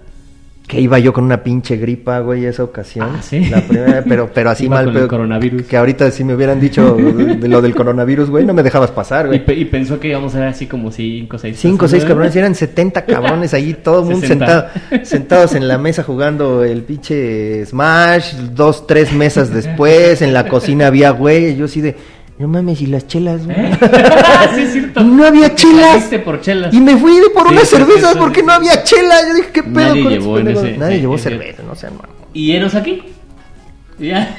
[SPEAKER 1] Que iba yo con una pinche gripa, güey, esa ocasión.
[SPEAKER 2] Ah, sí.
[SPEAKER 1] La primera, pero, pero así
[SPEAKER 2] Iba
[SPEAKER 1] mal.
[SPEAKER 2] con el
[SPEAKER 1] pero,
[SPEAKER 2] coronavirus.
[SPEAKER 1] Que ahorita si me hubieran dicho de lo del coronavirus, güey, no me dejabas pasar,
[SPEAKER 2] Y,
[SPEAKER 1] güey.
[SPEAKER 2] pe- y pensó que íbamos a ser así como cinco, seis.
[SPEAKER 1] Cinco o seis
[SPEAKER 2] personas.
[SPEAKER 1] cabrones, y eran 70 cabrones ahí, todo el mundo
[SPEAKER 2] 60.
[SPEAKER 1] sentado, sentados en la mesa jugando el pinche Smash, dos, tres mesas después, en la cocina había güey, yo así de, no mames, y las chelas, güey.
[SPEAKER 2] ¿Eh? (laughs) sí, es cierto.
[SPEAKER 1] (laughs) No había
[SPEAKER 2] Te
[SPEAKER 1] chelas.
[SPEAKER 2] saliste por chelas.
[SPEAKER 1] Y me fui de por
[SPEAKER 2] Sí,
[SPEAKER 1] unas
[SPEAKER 2] sí, sí,
[SPEAKER 1] cervezas
[SPEAKER 2] sí.
[SPEAKER 1] porque no había chela. Yo dije, ¿qué pedo
[SPEAKER 2] Nadie
[SPEAKER 1] con
[SPEAKER 2] llevó
[SPEAKER 1] estos
[SPEAKER 2] en
[SPEAKER 1] pendejos?
[SPEAKER 2] ese-
[SPEAKER 1] Nadie
[SPEAKER 2] en-
[SPEAKER 1] llevó
[SPEAKER 2] en-
[SPEAKER 1] cerveza, no sean mamón.
[SPEAKER 2] Y eros aquí. Y ya.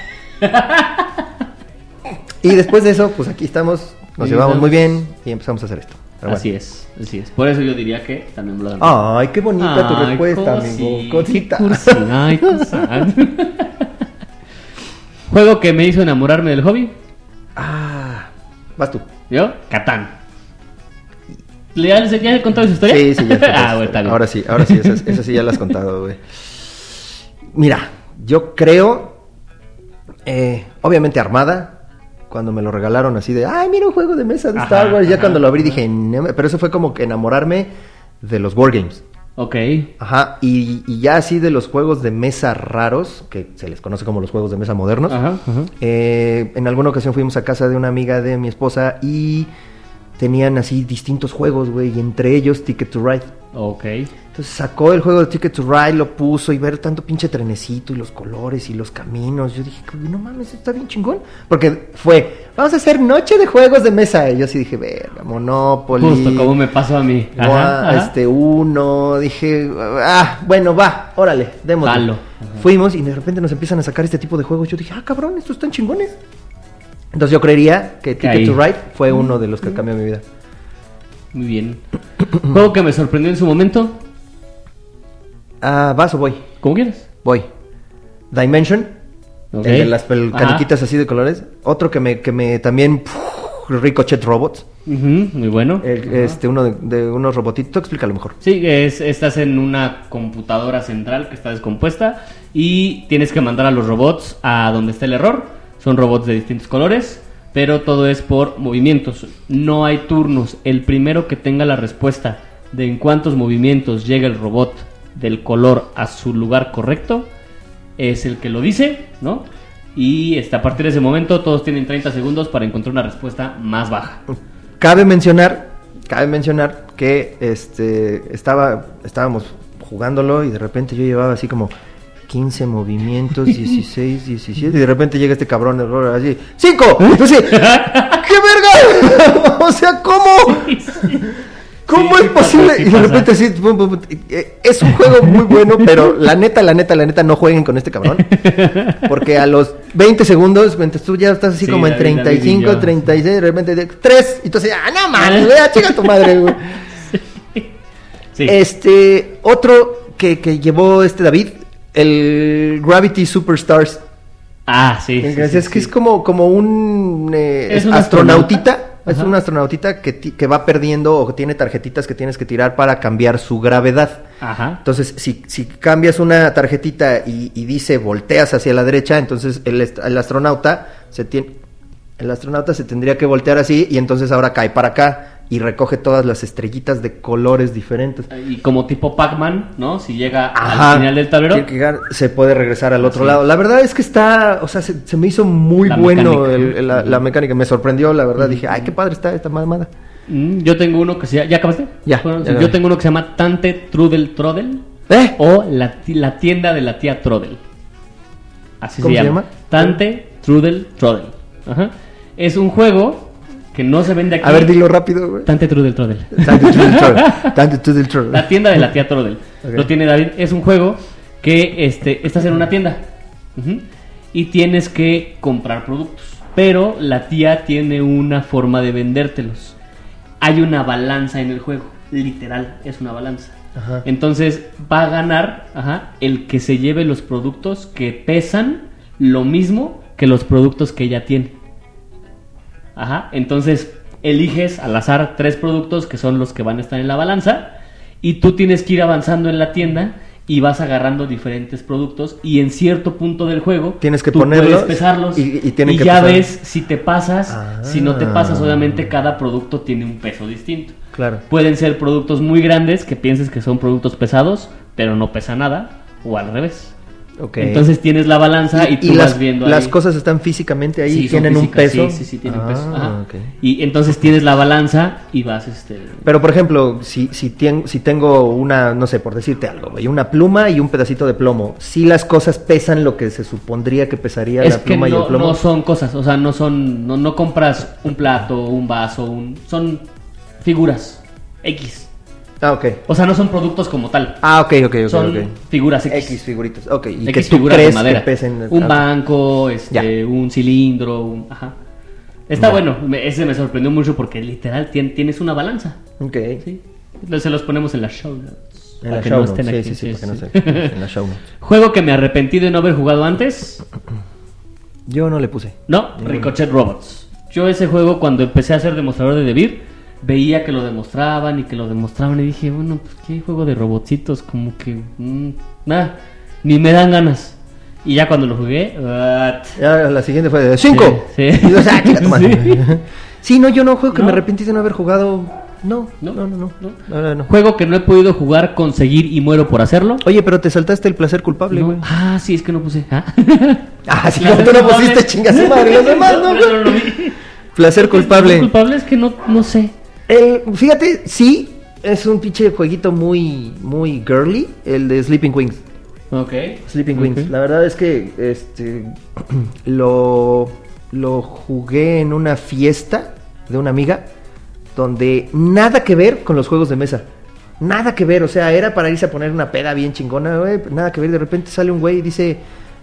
[SPEAKER 1] Y después de eso, pues aquí estamos, nos
[SPEAKER 2] Sí,
[SPEAKER 1] llevamos
[SPEAKER 2] ¿no?
[SPEAKER 1] muy bien y empezamos a hacer esto. Pero
[SPEAKER 2] Así
[SPEAKER 1] bueno.
[SPEAKER 2] es, así es. Por eso yo diría que también lo dan.
[SPEAKER 1] Ay, qué bonita tu
[SPEAKER 2] Ay,
[SPEAKER 1] respuesta,
[SPEAKER 2] cosi,
[SPEAKER 1] amigo.
[SPEAKER 2] qué
[SPEAKER 1] Cosita.
[SPEAKER 2] cursi,
[SPEAKER 1] (laughs)
[SPEAKER 2] ay, cosa. Juego que me hizo enamorarme del hobby.
[SPEAKER 1] Ah, vas tú.
[SPEAKER 2] ¿Yo? Catán. ¿Le- ¿Ya les ya he contado esa historia?
[SPEAKER 1] Sí, sí,
[SPEAKER 2] (laughs)
[SPEAKER 1] ya.
[SPEAKER 2] ah, bueno, está bien.
[SPEAKER 1] Ahora sí, ahora sí, esas, esas sí ya las has contado, güey. Mira, yo creo, eh, obviamente Armada, cuando me lo regalaron así de, ay, mira un juego de mesa de
[SPEAKER 2] Ajá,
[SPEAKER 1] Star Wars, ya
[SPEAKER 2] ajá,
[SPEAKER 1] cuando lo abrí
[SPEAKER 2] ajá.
[SPEAKER 1] dije, "No me-". pero eso fue como que enamorarme de los wargames.
[SPEAKER 2] (laughs) Ok.
[SPEAKER 1] Ajá, y, y ya así de los juegos de mesa raros, que se les conoce como los juegos de mesa modernos.
[SPEAKER 2] Ajá, ajá.
[SPEAKER 1] Eh, en alguna ocasión fuimos a casa de una amiga de mi esposa y tenían así distintos juegos, güey, y entre ellos Ticket to Ride.
[SPEAKER 2] Ok.
[SPEAKER 1] Entonces sacó el juego de Ticket to Ride, lo puso y ver tanto pinche trenecito y los colores y los caminos. Yo dije, "Güey, no mames, esto está bien chingón. Porque fue, vamos a hacer noche de juegos de mesa. Y yo sí dije, verga, Monopoly.
[SPEAKER 2] Justo como me pasó a mí. Ajá,
[SPEAKER 1] Gua-
[SPEAKER 2] ajá.
[SPEAKER 1] este uno, dije, ah, bueno, va, órale, démosle.
[SPEAKER 2] Palo.
[SPEAKER 1] Fuimos y de repente nos empiezan a sacar este tipo de juegos. Yo dije, ah, cabrón, estos están chingones. Entonces yo creería que Ticket
[SPEAKER 2] ahí.
[SPEAKER 1] to Ride fue uno de los que cambió mi vida.
[SPEAKER 2] Muy bien. Juego que me sorprendió en su momento.
[SPEAKER 1] Ah, vas o voy,
[SPEAKER 2] Como quieras.
[SPEAKER 1] voy. Dimension,
[SPEAKER 2] Ok.
[SPEAKER 1] el de las pel-
[SPEAKER 2] Ajá.
[SPEAKER 1] caniquitas así de colores. Otro que me, que me también, Ricochet Robots.
[SPEAKER 2] Ujú, muy bueno.
[SPEAKER 1] El- este, uno de, de unos robotitos, Tú explícalo mejor.
[SPEAKER 2] Sí, es, estás en una computadora central que está descompuesta y tienes que mandar a los robots a donde está el error. Son robots de distintos colores, pero todo es por movimientos. No hay turnos. El primero que tenga la respuesta de en cuántos movimientos llega el robot del color a su lugar correcto es el que lo dice, ¿no? Y este, a partir de ese momento todos tienen 30 segundos para encontrar una respuesta más baja.
[SPEAKER 1] Cabe mencionar, cabe mencionar que este estaba estábamos jugándolo y de repente yo llevaba así como 15 movimientos, 16, 17 y de repente llega este cabrón así, ¡cinco! Entonces, ¡qué verga! (laughs) o sea, ¿cómo? ¿Cómo
[SPEAKER 2] Sí,
[SPEAKER 1] es
[SPEAKER 2] sí pasa,
[SPEAKER 1] posible?
[SPEAKER 2] sí
[SPEAKER 1] y de
[SPEAKER 2] pasa.
[SPEAKER 1] repente sí, pum, pum, pum, eh, es un juego muy bueno, pero la neta, la neta, la neta, no jueguen con este cabrón. Porque a los 20 segundos, mientras tú ya estás así
[SPEAKER 2] Sí,
[SPEAKER 1] como en
[SPEAKER 2] David, David
[SPEAKER 1] 35,
[SPEAKER 2] y yo.
[SPEAKER 1] 36, de repente 3, y tú así, ah, no mames, vea, chica tu madre, güey.
[SPEAKER 2] (laughs) Sí.
[SPEAKER 1] Este, otro que, que llevó este David, el Gravity Superstars.
[SPEAKER 2] Ah, sí. sí,
[SPEAKER 1] Eh, Gracias, es
[SPEAKER 2] sí,
[SPEAKER 1] que
[SPEAKER 2] sí.
[SPEAKER 1] es como, como un, eh,
[SPEAKER 2] Es un
[SPEAKER 1] astronautita.
[SPEAKER 2] astronauta.
[SPEAKER 1] Es
[SPEAKER 2] Ajá.
[SPEAKER 1] un astronautita que, ti- que va perdiendo o que tiene tarjetitas que tienes que tirar para cambiar su gravedad.
[SPEAKER 2] Ajá.
[SPEAKER 1] Entonces, si, si cambias una tarjetita y, y dice volteas hacia la derecha, entonces el, est- el astronauta se tiene. El astronauta se tendría que voltear así y entonces ahora cae para acá y recoge todas las estrellitas de colores diferentes.
[SPEAKER 2] Y como tipo Pac-Man, ¿no? Si llega
[SPEAKER 1] Ajá.
[SPEAKER 2] al final del tablero.
[SPEAKER 1] Tiene que llegar, se puede regresar al otro
[SPEAKER 2] Sí.
[SPEAKER 1] lado. La verdad es que está, o sea, se, se me hizo muy
[SPEAKER 2] La
[SPEAKER 1] bueno
[SPEAKER 2] mecánica.
[SPEAKER 1] el- el- la, la mecánica. Me sorprendió, la verdad.
[SPEAKER 2] Ujú.
[SPEAKER 1] Dije, ay, qué padre está esta mamada.
[SPEAKER 2] Mm, Yo tengo uno que se llama... ¿Ya acabaste?
[SPEAKER 1] Ya,
[SPEAKER 2] Bueno,
[SPEAKER 1] ya
[SPEAKER 2] yo
[SPEAKER 1] acabé.
[SPEAKER 2] tengo uno que se llama Tante Trudel Trodel
[SPEAKER 1] ¿Eh?
[SPEAKER 2] o la, ti- la tienda de la tía Trodel. Así
[SPEAKER 1] ¿Cómo
[SPEAKER 2] se,
[SPEAKER 1] se
[SPEAKER 2] llama.
[SPEAKER 1] llama?
[SPEAKER 2] Tante Trudel Trodel. Ajá. Es un juego que no se vende aquí.
[SPEAKER 1] A ver, dilo rápido, güey.
[SPEAKER 2] Tante Trudel Trodel.
[SPEAKER 1] Tanto tú del troll, tanto tú del troll.
[SPEAKER 2] (laughs) La tienda de la tía Trodel.
[SPEAKER 1] Ok.
[SPEAKER 2] Lo tiene David. Es un juego que este, estás en una tienda. Ujú. Y tienes que comprar productos. Pero la tía tiene una forma de vendértelos. Hay una balanza en el juego. Literal, es una balanza.
[SPEAKER 1] Ajá.
[SPEAKER 2] Entonces va a ganar ajá, el que se lleve los productos que pesan lo mismo que los productos que ella tiene. Ajá, entonces eliges al azar tres productos que son los que van a estar en la balanza y tú tienes que ir avanzando en la tienda y vas agarrando diferentes productos y en cierto punto del juego
[SPEAKER 1] Tienes que
[SPEAKER 2] tú
[SPEAKER 1] ponerlos
[SPEAKER 2] puedes pesarlos
[SPEAKER 1] y- y tienen que
[SPEAKER 2] ya
[SPEAKER 1] pesar.
[SPEAKER 2] ves si te pasas,
[SPEAKER 1] Ah.
[SPEAKER 2] si no te pasas, obviamente cada producto tiene un peso distinto.
[SPEAKER 1] Claro.
[SPEAKER 2] Pueden ser productos muy grandes que pienses que son productos pesados, pero no pesa nada, o al revés.
[SPEAKER 1] Ok.
[SPEAKER 2] Entonces tienes la balanza y, tú vas
[SPEAKER 1] las,
[SPEAKER 2] viendo
[SPEAKER 1] las
[SPEAKER 2] ahí.
[SPEAKER 1] cosas están físicamente ahí,
[SPEAKER 2] Sí, son
[SPEAKER 1] tienen un
[SPEAKER 2] físicas,
[SPEAKER 1] peso.
[SPEAKER 2] Sí, sí, sí, tienen
[SPEAKER 1] Ah,
[SPEAKER 2] peso. Ajá.
[SPEAKER 1] ok.
[SPEAKER 2] Y entonces tienes la balanza y vas este
[SPEAKER 1] Pero por ejemplo, si, si, tien- si tengo una, no sé, por decirte algo, güey, una pluma y un pedacito de plomo, si las cosas pesan lo que se supondría que pesaría
[SPEAKER 2] es
[SPEAKER 1] la
[SPEAKER 2] que
[SPEAKER 1] pluma y el
[SPEAKER 2] no,
[SPEAKER 1] plomo.
[SPEAKER 2] no son cosas, o sea, no son no, no compras un plato, un vaso, un son figuras X.
[SPEAKER 1] Ah, ok.
[SPEAKER 2] O sea, no son productos como tal.
[SPEAKER 1] Ah, ok, ok, ok.
[SPEAKER 2] son
[SPEAKER 1] ok.
[SPEAKER 2] figuras X.
[SPEAKER 1] X figuritas. Ok, y
[SPEAKER 2] X
[SPEAKER 1] que tú
[SPEAKER 2] figuras de
[SPEAKER 1] crees
[SPEAKER 2] madera.
[SPEAKER 1] que pesen.
[SPEAKER 2] Un
[SPEAKER 1] ah,
[SPEAKER 2] banco, este, un cilindro, un- ajá. Está bueno, me- ese me sorprendió mucho porque literal tien- tienes una balanza.
[SPEAKER 1] Ok.
[SPEAKER 2] ¿sí? Entonces, Se los ponemos en las show notes.
[SPEAKER 1] En
[SPEAKER 2] para
[SPEAKER 1] la
[SPEAKER 2] que
[SPEAKER 1] show
[SPEAKER 2] no
[SPEAKER 1] notes.
[SPEAKER 2] estén
[SPEAKER 1] Sí, sí,
[SPEAKER 2] aquí,
[SPEAKER 1] sí,
[SPEAKER 2] sí,
[SPEAKER 1] para que no
[SPEAKER 2] sí.
[SPEAKER 1] se- (laughs) En la show notes.
[SPEAKER 2] Juego que me arrepentí de no haber jugado antes.
[SPEAKER 1] Yo no le puse.
[SPEAKER 2] No, Ricochet Robots. Yo ese juego cuando empecé a ser demostrador de DeVir, veía que lo demostraban y que lo demostraban y dije, bueno, pues qué juego de robotcitos, como que mm, nada, ni me dan ganas. Y ya cuando lo jugué, ah, t-
[SPEAKER 1] Ya, la siguiente fue de 5.
[SPEAKER 2] Sí,
[SPEAKER 1] Sí,
[SPEAKER 2] sí.
[SPEAKER 1] sí. sí.
[SPEAKER 2] Sí.
[SPEAKER 1] no, yo no juego que
[SPEAKER 2] No.
[SPEAKER 1] me arrepentí de no haber jugado. No,
[SPEAKER 2] No.
[SPEAKER 1] no, no, no.
[SPEAKER 2] No.
[SPEAKER 1] La verdad, no.
[SPEAKER 2] juego que no he podido jugar, conseguir y muero por hacerlo.
[SPEAKER 1] Oye, pero te saltaste el placer culpable,
[SPEAKER 2] No.
[SPEAKER 1] güey.
[SPEAKER 2] Ah, sí, es que no puse.
[SPEAKER 1] (laughs)
[SPEAKER 2] Ah.
[SPEAKER 1] Ah, sí, como tú no pusiste chingas su madre, los demás, ¿no?
[SPEAKER 2] (laughs) No, no, no, no.
[SPEAKER 1] Placer
[SPEAKER 2] El
[SPEAKER 1] culpable.
[SPEAKER 2] culpable es que no, no sé.
[SPEAKER 1] El, fíjate, sí, es un pinche jueguito muy, muy girly, el de Sleeping Wings.
[SPEAKER 2] Ok.
[SPEAKER 1] Sleeping Wings.
[SPEAKER 2] (laughs) Ok.
[SPEAKER 1] La verdad es que este (clears throat) lo, lo jugué en una fiesta de una amiga donde nada que ver con los juegos de mesa. Nada que ver, o sea, era para irse a poner una peda bien chingona, güey, nada que ver. De repente sale un güey y dice,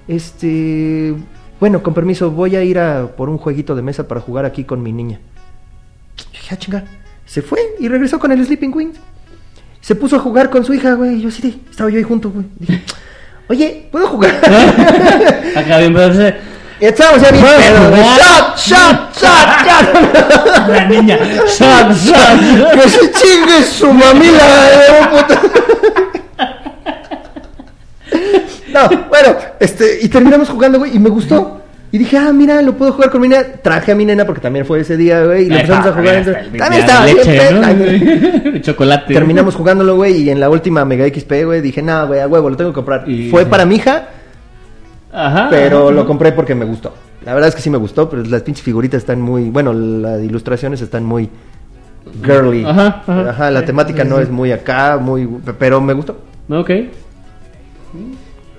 [SPEAKER 1] este, bueno, con permiso, voy a ir a por un jueguito de mesa para jugar aquí con mi niña. Yo dije, ah, chinga. Se fue y regresó con el Sleeping Wings. Se puso a jugar con su hija, güey. Y yo sí, de- estaba yo ahí junto, güey. Dije, oye, ¿puedo jugar?
[SPEAKER 2] (laughs) Acá bien, pero ese-
[SPEAKER 1] Y estábamos ya bien
[SPEAKER 2] ¿Puedo
[SPEAKER 1] pedos, güey.
[SPEAKER 2] jugar?
[SPEAKER 1] ¡Shot, pues, shot, shot, shot!
[SPEAKER 2] (laughs) La niña. Shot, shot.
[SPEAKER 1] ¡Que se chingue su mamila! eh, puta! (laughs) No, bueno, este, y terminamos jugando, güey, y me gustó. Y dije, ah, mira, lo puedo jugar con mi nena. Traje a mi nena porque también fue ese día, güey, y lo
[SPEAKER 2] Ahí
[SPEAKER 1] empezamos a
[SPEAKER 2] está,
[SPEAKER 1] jugar.
[SPEAKER 2] ahí está,
[SPEAKER 1] entre-
[SPEAKER 2] el
[SPEAKER 1] También
[SPEAKER 2] de
[SPEAKER 1] estaba bien
[SPEAKER 2] leche,
[SPEAKER 1] pedo.
[SPEAKER 2] (laughs) ¿no? De chocolate.
[SPEAKER 1] Terminamos jugándolo, güey, y en la última Mega XP, güey, dije, no, güey, a huevo, lo tengo que comprar.
[SPEAKER 2] Y- Ah,
[SPEAKER 1] Fue para mi hija,
[SPEAKER 2] Ajá.
[SPEAKER 1] pero lo compré porque me gustó. La verdad es que sí me gustó, pero las pinches figuritas están muy. Bueno, las ilustraciones están muy girly.
[SPEAKER 2] Ajá, ajá.
[SPEAKER 1] la temática no es muy acá, muy pero me gustó.
[SPEAKER 2] Ok.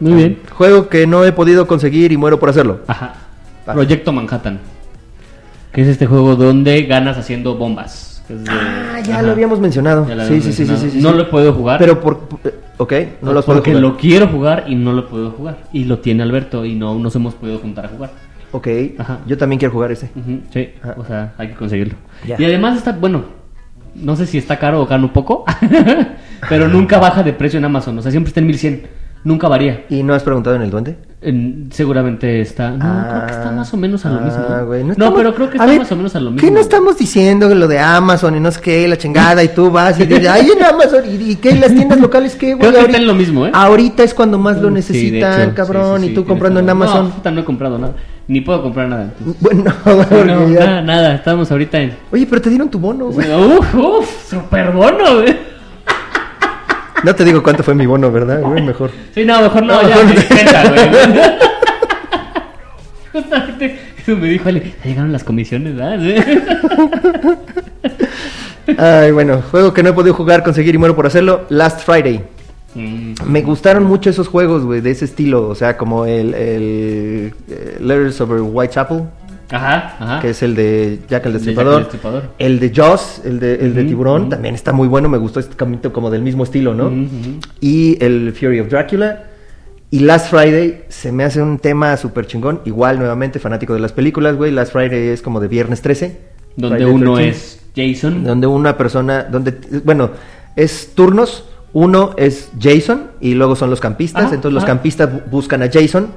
[SPEAKER 2] Muy bien.
[SPEAKER 1] Juego que no he podido conseguir y muero por hacerlo.
[SPEAKER 2] Ajá.
[SPEAKER 1] Va.
[SPEAKER 2] Proyecto Manhattan. Que es este juego donde ganas haciendo bombas. que es de-
[SPEAKER 1] Ah, ya
[SPEAKER 2] Ajá.
[SPEAKER 1] lo habíamos mencionado.
[SPEAKER 2] Ya lo
[SPEAKER 1] sí,
[SPEAKER 2] habíamos
[SPEAKER 1] sí, sí, sí,
[SPEAKER 2] mencionado.
[SPEAKER 1] sí, sí,
[SPEAKER 2] No
[SPEAKER 1] sí.
[SPEAKER 2] lo he podido jugar.
[SPEAKER 1] Pero por eh, ok, no lo has podido
[SPEAKER 2] porque
[SPEAKER 1] jugar.
[SPEAKER 2] lo quiero jugar y no lo puedo jugar. Y lo tiene Alberto y no nos hemos podido juntar a jugar.
[SPEAKER 1] Ok,
[SPEAKER 2] Ajá.
[SPEAKER 1] yo también quiero jugar ese.
[SPEAKER 2] Ujú, Sí,
[SPEAKER 1] Ajá.
[SPEAKER 2] o sea, hay que conseguirlo.
[SPEAKER 1] Ya.
[SPEAKER 2] Y además está, bueno, no sé si está caro o
[SPEAKER 1] (laughs)
[SPEAKER 2] gano poco, pero nunca baja de precio en Amazon. O sea, siempre está en 1100. Nunca varía.
[SPEAKER 1] ¿Y no has preguntado en el duende?
[SPEAKER 2] En- seguramente está. No, creo que está más o menos a lo
[SPEAKER 1] Ah,
[SPEAKER 2] mismo. ¿no?
[SPEAKER 1] güey,
[SPEAKER 2] no,
[SPEAKER 1] estamos-
[SPEAKER 2] pero creo que
[SPEAKER 1] a
[SPEAKER 2] está
[SPEAKER 1] ver,
[SPEAKER 2] más o menos a lo mismo.
[SPEAKER 1] ¿Qué no estamos diciendo lo de Amazon y no sé qué, la chingada, y tú vas y dices, ay, en Amazon, ¿y, y qué? ¿Las tiendas locales qué, güey?
[SPEAKER 2] Creo que
[SPEAKER 1] Ahorita-
[SPEAKER 2] está en lo mismo, ¿eh?
[SPEAKER 1] Ahorita es cuando más lo
[SPEAKER 2] Sí, de
[SPEAKER 1] necesitan,
[SPEAKER 2] hecho,
[SPEAKER 1] cabrón,
[SPEAKER 2] sí, sí,
[SPEAKER 1] y
[SPEAKER 2] sí,
[SPEAKER 1] tú
[SPEAKER 2] tienes
[SPEAKER 1] comprando en
[SPEAKER 2] razón.
[SPEAKER 1] Amazon.
[SPEAKER 2] No, puta, no he comprado nada. Ni puedo comprar nada. entonces.
[SPEAKER 1] (laughs)
[SPEAKER 2] (laughs)
[SPEAKER 1] Bueno, porque
[SPEAKER 2] No,
[SPEAKER 1] ya-
[SPEAKER 2] nada, nada. Estamos ahorita en.
[SPEAKER 1] Oye, pero te dieron tu bono,
[SPEAKER 2] (laughs)
[SPEAKER 1] güey.
[SPEAKER 2] Uf, uf, super bono, güey.
[SPEAKER 1] No te digo cuánto fue mi bono, ¿verdad? Güey, mejor.
[SPEAKER 2] Sí, no, mejor no,
[SPEAKER 1] No,
[SPEAKER 2] ya
[SPEAKER 1] mejor
[SPEAKER 2] me
[SPEAKER 1] no. (laughs)
[SPEAKER 2] dispensa, güey. Justamente eso me dijo, Ale, ya llegaron las comisiones, ¿verdad?
[SPEAKER 1] (laughs) Ay, bueno, juego que no he podido jugar, conseguir y muero por hacerlo, Last Friday.
[SPEAKER 2] Mm,
[SPEAKER 1] Me gustaron mucho esos juegos, güey, de ese estilo, o sea, como el, el, eh, Letters over Whitechapel,
[SPEAKER 2] Ajá, ajá.
[SPEAKER 1] que es el de Jack el
[SPEAKER 2] Ah. De Jack el
[SPEAKER 1] Destripador.
[SPEAKER 2] Destripador.
[SPEAKER 1] El de Jaws, el de, el de
[SPEAKER 2] Ujú,
[SPEAKER 1] Tiburón,
[SPEAKER 2] ujú.
[SPEAKER 1] también está muy bueno, me gustó este camino como del mismo estilo, ¿no?
[SPEAKER 2] Ujú, ujú.
[SPEAKER 1] Y el Fury of Drácula. Y Last Friday se me hace un tema súper chingón. Igual, nuevamente, fanático de las películas, güey. Last Friday es como de viernes 13.
[SPEAKER 2] Donde
[SPEAKER 1] Friday
[SPEAKER 2] uno
[SPEAKER 1] 13,
[SPEAKER 2] es Jason.
[SPEAKER 1] Donde una persona, donde, bueno, es turnos. Uno es Jason y luego son los campistas.
[SPEAKER 2] Ajá,
[SPEAKER 1] Entonces los
[SPEAKER 2] ajá.
[SPEAKER 1] campistas bu- buscan a Jason.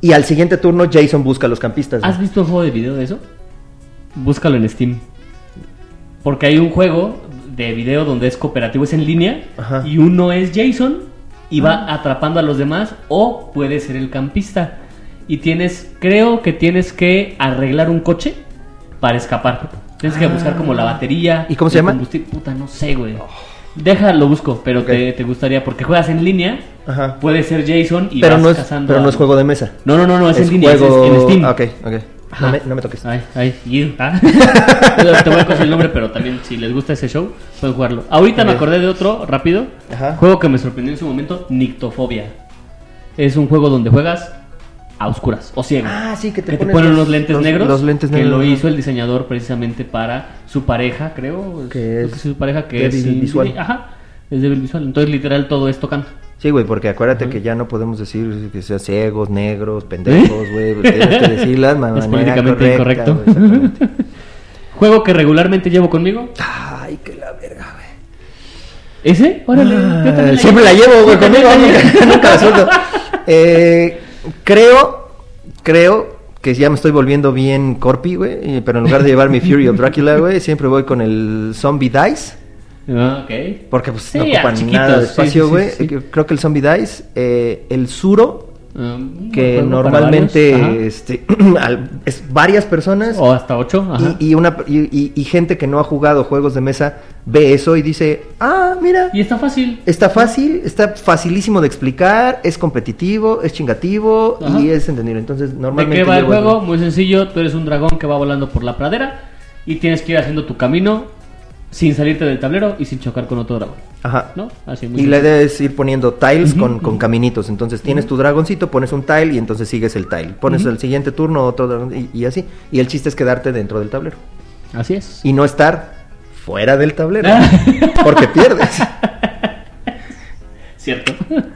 [SPEAKER 1] Y al siguiente turno Jason busca a los campistas. güey.
[SPEAKER 2] ¿Has visto un juego de video de eso? Búscalo en Steam. Porque hay un juego de video donde es cooperativo, es en línea,
[SPEAKER 1] Ajá.
[SPEAKER 2] y uno es Jason y va atrapando a los demás, o puede ser el campista. Y tienes, creo que tienes que arreglar un coche para escapar. Tienes que buscar como la batería.
[SPEAKER 1] Ah. ¿Y cómo se
[SPEAKER 2] el
[SPEAKER 1] llama? Oh.
[SPEAKER 2] combustible. Puta, no sé, güey. Déjalo, busco, pero
[SPEAKER 1] Ok.
[SPEAKER 2] te, te gustaría, porque juegas en línea,
[SPEAKER 1] Ajá.
[SPEAKER 2] puede ser Jason y
[SPEAKER 1] Pero
[SPEAKER 2] vas
[SPEAKER 1] no, es,
[SPEAKER 2] cazando
[SPEAKER 1] pero
[SPEAKER 2] a-
[SPEAKER 1] no es juego de mesa.
[SPEAKER 2] No, no, no, no, es, en línea, es-
[SPEAKER 1] juego...
[SPEAKER 2] es en Steam.
[SPEAKER 1] Ah, Ok, ok. No
[SPEAKER 2] Ajá.
[SPEAKER 1] me, no me toques.
[SPEAKER 2] Ay, ay, you, ah. (laughs) Te voy a coger el nombre, pero también si les gusta ese show, pueden jugarlo. Ahorita me
[SPEAKER 1] Ok.
[SPEAKER 2] acordé de otro, rápido.
[SPEAKER 1] Ajá.
[SPEAKER 2] Juego que me sorprendió en su momento, Nictofobia. Es un juego donde juegas a oscuras o ciego.
[SPEAKER 1] Ah, sí, que te
[SPEAKER 2] que te
[SPEAKER 1] pones
[SPEAKER 2] ponen
[SPEAKER 1] los-
[SPEAKER 2] unos lentes
[SPEAKER 1] los-
[SPEAKER 2] negros.
[SPEAKER 1] los lentes
[SPEAKER 2] Que
[SPEAKER 1] negros,
[SPEAKER 2] lo
[SPEAKER 1] ajá.
[SPEAKER 2] hizo el diseñador precisamente para su pareja, creo.
[SPEAKER 1] Que
[SPEAKER 2] creo
[SPEAKER 1] es
[SPEAKER 2] sí, su pareja que
[SPEAKER 1] débil
[SPEAKER 2] es
[SPEAKER 1] visual.
[SPEAKER 2] Ajá, es débil visual. Entonces, literal, todo es tocando.
[SPEAKER 1] Sí, güey, porque acuérdate que ya no podemos decir que sean ciegos, negros, pendejos,
[SPEAKER 2] (laughs)
[SPEAKER 1] güey. Tienes que decir las maneras
[SPEAKER 2] ¿Eh? Es políticamente
[SPEAKER 1] correcta,
[SPEAKER 2] incorrecto.
[SPEAKER 1] güey, exactamente.
[SPEAKER 2] (laughs) Juego que regularmente llevo conmigo.
[SPEAKER 1] Ay, que la verga, güey.
[SPEAKER 2] ¿Ese? Órale. yo
[SPEAKER 1] Ah,
[SPEAKER 2] también
[SPEAKER 1] siempre la llevo, güey,
[SPEAKER 2] Yo también
[SPEAKER 1] conmigo.
[SPEAKER 2] la llevo.
[SPEAKER 1] Nunca, (laughs) nunca la suelto. Eh, creo, creo que ya me estoy volviendo bien corpi, güey. eh, Pero en lugar de llevar mi Fury of Drácula, güey, siempre voy con el Zombie Dice.
[SPEAKER 2] Ah, ok.
[SPEAKER 1] Porque pues
[SPEAKER 2] Sí,
[SPEAKER 1] no ocupan
[SPEAKER 2] ah, chiquitos,
[SPEAKER 1] nada de
[SPEAKER 2] sí,
[SPEAKER 1] espacio,
[SPEAKER 2] sí,
[SPEAKER 1] güey.
[SPEAKER 2] sí, sí.
[SPEAKER 1] Eh, Creo que el Zombie Dice, eh, el Suro,
[SPEAKER 2] Um,
[SPEAKER 1] que
[SPEAKER 2] juego para varios,
[SPEAKER 1] normalmente
[SPEAKER 2] ajá.
[SPEAKER 1] este, (clears throat) al- es varias personas
[SPEAKER 2] O hasta ocho. Ajá.
[SPEAKER 1] y, y una, y, y- y gente que no ha jugado juegos de mesa ve eso y dice, ah, mira,
[SPEAKER 2] Y está fácil.
[SPEAKER 1] está fácil, está facilísimo de explicar, es competitivo, es chingativo
[SPEAKER 2] Ajá.
[SPEAKER 1] y es entendible. Entonces,
[SPEAKER 2] ¿De
[SPEAKER 1] normalmente...
[SPEAKER 2] qué va el
[SPEAKER 1] llevo eso.
[SPEAKER 2] juego? Muy sencillo. Tú eres un dragón que va volando por la pradera y tienes que ir haciendo tu camino sin salirte del tablero y sin chocar con otro dragón.
[SPEAKER 1] Ajá.
[SPEAKER 2] ¿No? Así muy
[SPEAKER 1] Y le
[SPEAKER 2] sencillo.
[SPEAKER 1] debes ir poniendo tiles con, con caminitos. Entonces tienes tu dragoncito, pones un tile y entonces sigues el tile. Pones el siguiente turno otro dragón y, y así. Y el chiste es quedarte dentro del tablero.
[SPEAKER 2] Así es.
[SPEAKER 1] Y no estar fuera del
[SPEAKER 2] (laughs)
[SPEAKER 1] tablero.
[SPEAKER 2] Ah.
[SPEAKER 1] porque pierdes. (laughs)
[SPEAKER 2] Cierto. (laughs)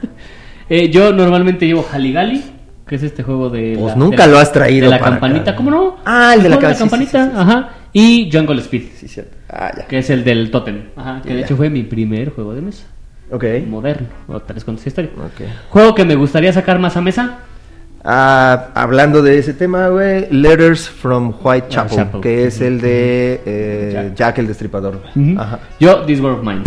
[SPEAKER 2] Eh, yo normalmente llevo Haligali, que es este juego de.
[SPEAKER 1] Pues
[SPEAKER 2] la-
[SPEAKER 1] nunca
[SPEAKER 2] de la-
[SPEAKER 1] lo has traído
[SPEAKER 2] De la
[SPEAKER 1] para
[SPEAKER 2] campanita,
[SPEAKER 1] acá.
[SPEAKER 2] ¿cómo no?
[SPEAKER 1] Ah, el de la
[SPEAKER 2] juego
[SPEAKER 1] ca- sí, sí,
[SPEAKER 2] campanita.
[SPEAKER 1] sí, sí, sí.
[SPEAKER 2] Ajá. Y Jungle Speed,
[SPEAKER 1] Sí, cierto. Ah, ya.
[SPEAKER 2] que es el del Totem. Ajá, que de
[SPEAKER 1] Ya.
[SPEAKER 2] hecho fue mi primer juego de mesa.
[SPEAKER 1] Ok.
[SPEAKER 2] Moderno. O tal vez con esa historia.
[SPEAKER 1] Ok.
[SPEAKER 2] Juego que me gustaría sacar más a mesa.
[SPEAKER 1] Ah, hablando de ese tema, güey, Letters from Whitechapel,
[SPEAKER 2] Ah, Chapel.
[SPEAKER 1] que es el de eh,
[SPEAKER 2] Jack.
[SPEAKER 1] Jack el Destripador. güey.
[SPEAKER 2] Ujú.
[SPEAKER 1] Ajá.
[SPEAKER 2] Yo, This World of Mine.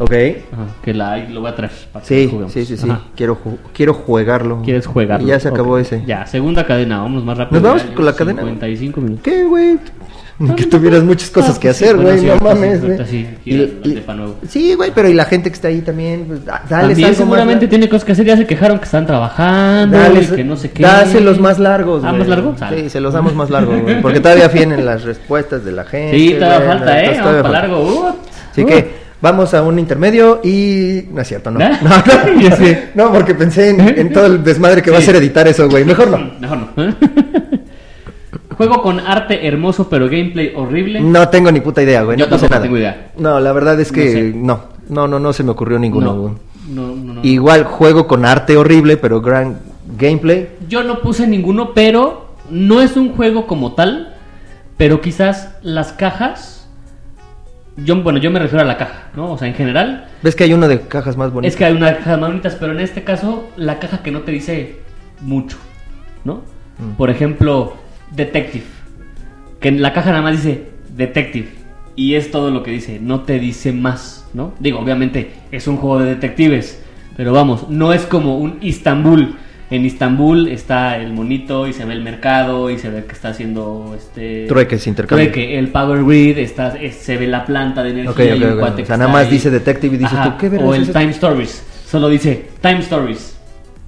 [SPEAKER 1] Ok.
[SPEAKER 2] Ajá, que la, lo voy a traer. Para que
[SPEAKER 1] Sí,
[SPEAKER 2] lo juguemos.
[SPEAKER 1] sí, sí, sí.
[SPEAKER 2] Ajá.
[SPEAKER 1] Quiero, ju- quiero jugarlo.
[SPEAKER 2] ¿Quieres jugar?
[SPEAKER 1] Y ya se acabó ese.
[SPEAKER 2] Ya, segunda cadena. Vamos más rápido.
[SPEAKER 1] Nos vamos
[SPEAKER 2] Ya,
[SPEAKER 1] con la cadena.
[SPEAKER 2] 55 minutos.
[SPEAKER 1] ¿Qué, güey? que tuvieras muchas cosas
[SPEAKER 2] Ah,
[SPEAKER 1] que
[SPEAKER 2] pues sí,
[SPEAKER 1] hacer,
[SPEAKER 2] bueno,
[SPEAKER 1] güey,
[SPEAKER 2] sí,
[SPEAKER 1] no
[SPEAKER 2] ahorita sí,
[SPEAKER 1] mames,
[SPEAKER 2] ahorita
[SPEAKER 1] güey.
[SPEAKER 2] sí,
[SPEAKER 1] Y-
[SPEAKER 2] gira la
[SPEAKER 1] y-
[SPEAKER 2] depa nuevo.
[SPEAKER 1] Sí, güey, pero y la gente que está ahí también, pues, da- dales
[SPEAKER 2] También
[SPEAKER 1] algo más
[SPEAKER 2] seguramente
[SPEAKER 1] largo.
[SPEAKER 2] tiene cosas que hacer, ya se quejaron que están trabajando,
[SPEAKER 1] Dales-
[SPEAKER 2] güey, que no sé qué.
[SPEAKER 1] Dáselos más largos,
[SPEAKER 2] Ah,
[SPEAKER 1] güey.
[SPEAKER 2] ¿más largo? Sale.
[SPEAKER 1] Sí, se los damos más largos,
[SPEAKER 2] (laughs)
[SPEAKER 1] güey, porque todavía vienen las respuestas de la gente.
[SPEAKER 2] Sí, todavía
[SPEAKER 1] güey,
[SPEAKER 2] falta,
[SPEAKER 1] entonces
[SPEAKER 2] ¿eh? Vamos
[SPEAKER 1] todavía
[SPEAKER 2] para
[SPEAKER 1] falta.
[SPEAKER 2] largo. Uh,
[SPEAKER 1] Así
[SPEAKER 2] uh.
[SPEAKER 1] que vamos a un intermedio y... No es cierto, no.
[SPEAKER 2] ¿Eh?
[SPEAKER 1] No, (laughs) no,
[SPEAKER 2] (laughs) Ya sé. ¿Eh?
[SPEAKER 1] no, porque pensé en, en todo el desmadre que va a
[SPEAKER 2] Sí.
[SPEAKER 1] ser editar eso, güey. Mejor no.
[SPEAKER 2] Mejor no. (laughs) Juego con arte hermoso, pero gameplay horrible.
[SPEAKER 1] No tengo ni puta idea, güey.
[SPEAKER 2] Yo
[SPEAKER 1] no puse
[SPEAKER 2] tampoco
[SPEAKER 1] nada.
[SPEAKER 2] tengo idea.
[SPEAKER 1] No, la verdad es
[SPEAKER 2] No
[SPEAKER 1] que
[SPEAKER 2] sé.
[SPEAKER 1] no, no, no, no se me ocurrió ninguno. güey.
[SPEAKER 2] no, no, no, no.
[SPEAKER 1] Igual juego con arte horrible, pero gran gameplay.
[SPEAKER 2] Yo no puse ninguno, pero no es un juego como tal. Pero quizás las cajas. Yo, bueno, yo me refiero a la caja, ¿no? O sea, en general.
[SPEAKER 1] ¿Ves que hay uno de cajas más bonitas?
[SPEAKER 2] Es que hay unas cajas más bonitas, pero en este caso, la caja que no te dice mucho, ¿no?
[SPEAKER 1] Mm.
[SPEAKER 2] Por ejemplo, Detective. Que en la caja nada más dice Detective. Y es todo lo que dice, no te dice más, ¿no? Digo, obviamente es un juego de detectives, pero vamos, no es como un Istambul. En Istambul está el monito y se ve el mercado y se ve que está haciendo este...
[SPEAKER 1] Trueques, intercambio.
[SPEAKER 2] Trueque, el Power Grid, está, es- se ve la planta de energía
[SPEAKER 1] Ok,
[SPEAKER 2] y
[SPEAKER 1] ok,
[SPEAKER 2] un
[SPEAKER 1] ok.
[SPEAKER 2] cuate
[SPEAKER 1] O
[SPEAKER 2] que
[SPEAKER 1] sea, nada
[SPEAKER 2] está
[SPEAKER 1] más dice Detective y dices
[SPEAKER 2] Ajá,
[SPEAKER 1] tú, ¿qué vergas
[SPEAKER 2] O el
[SPEAKER 1] es esto?
[SPEAKER 2] Time Stories. Solo dice Time Stories.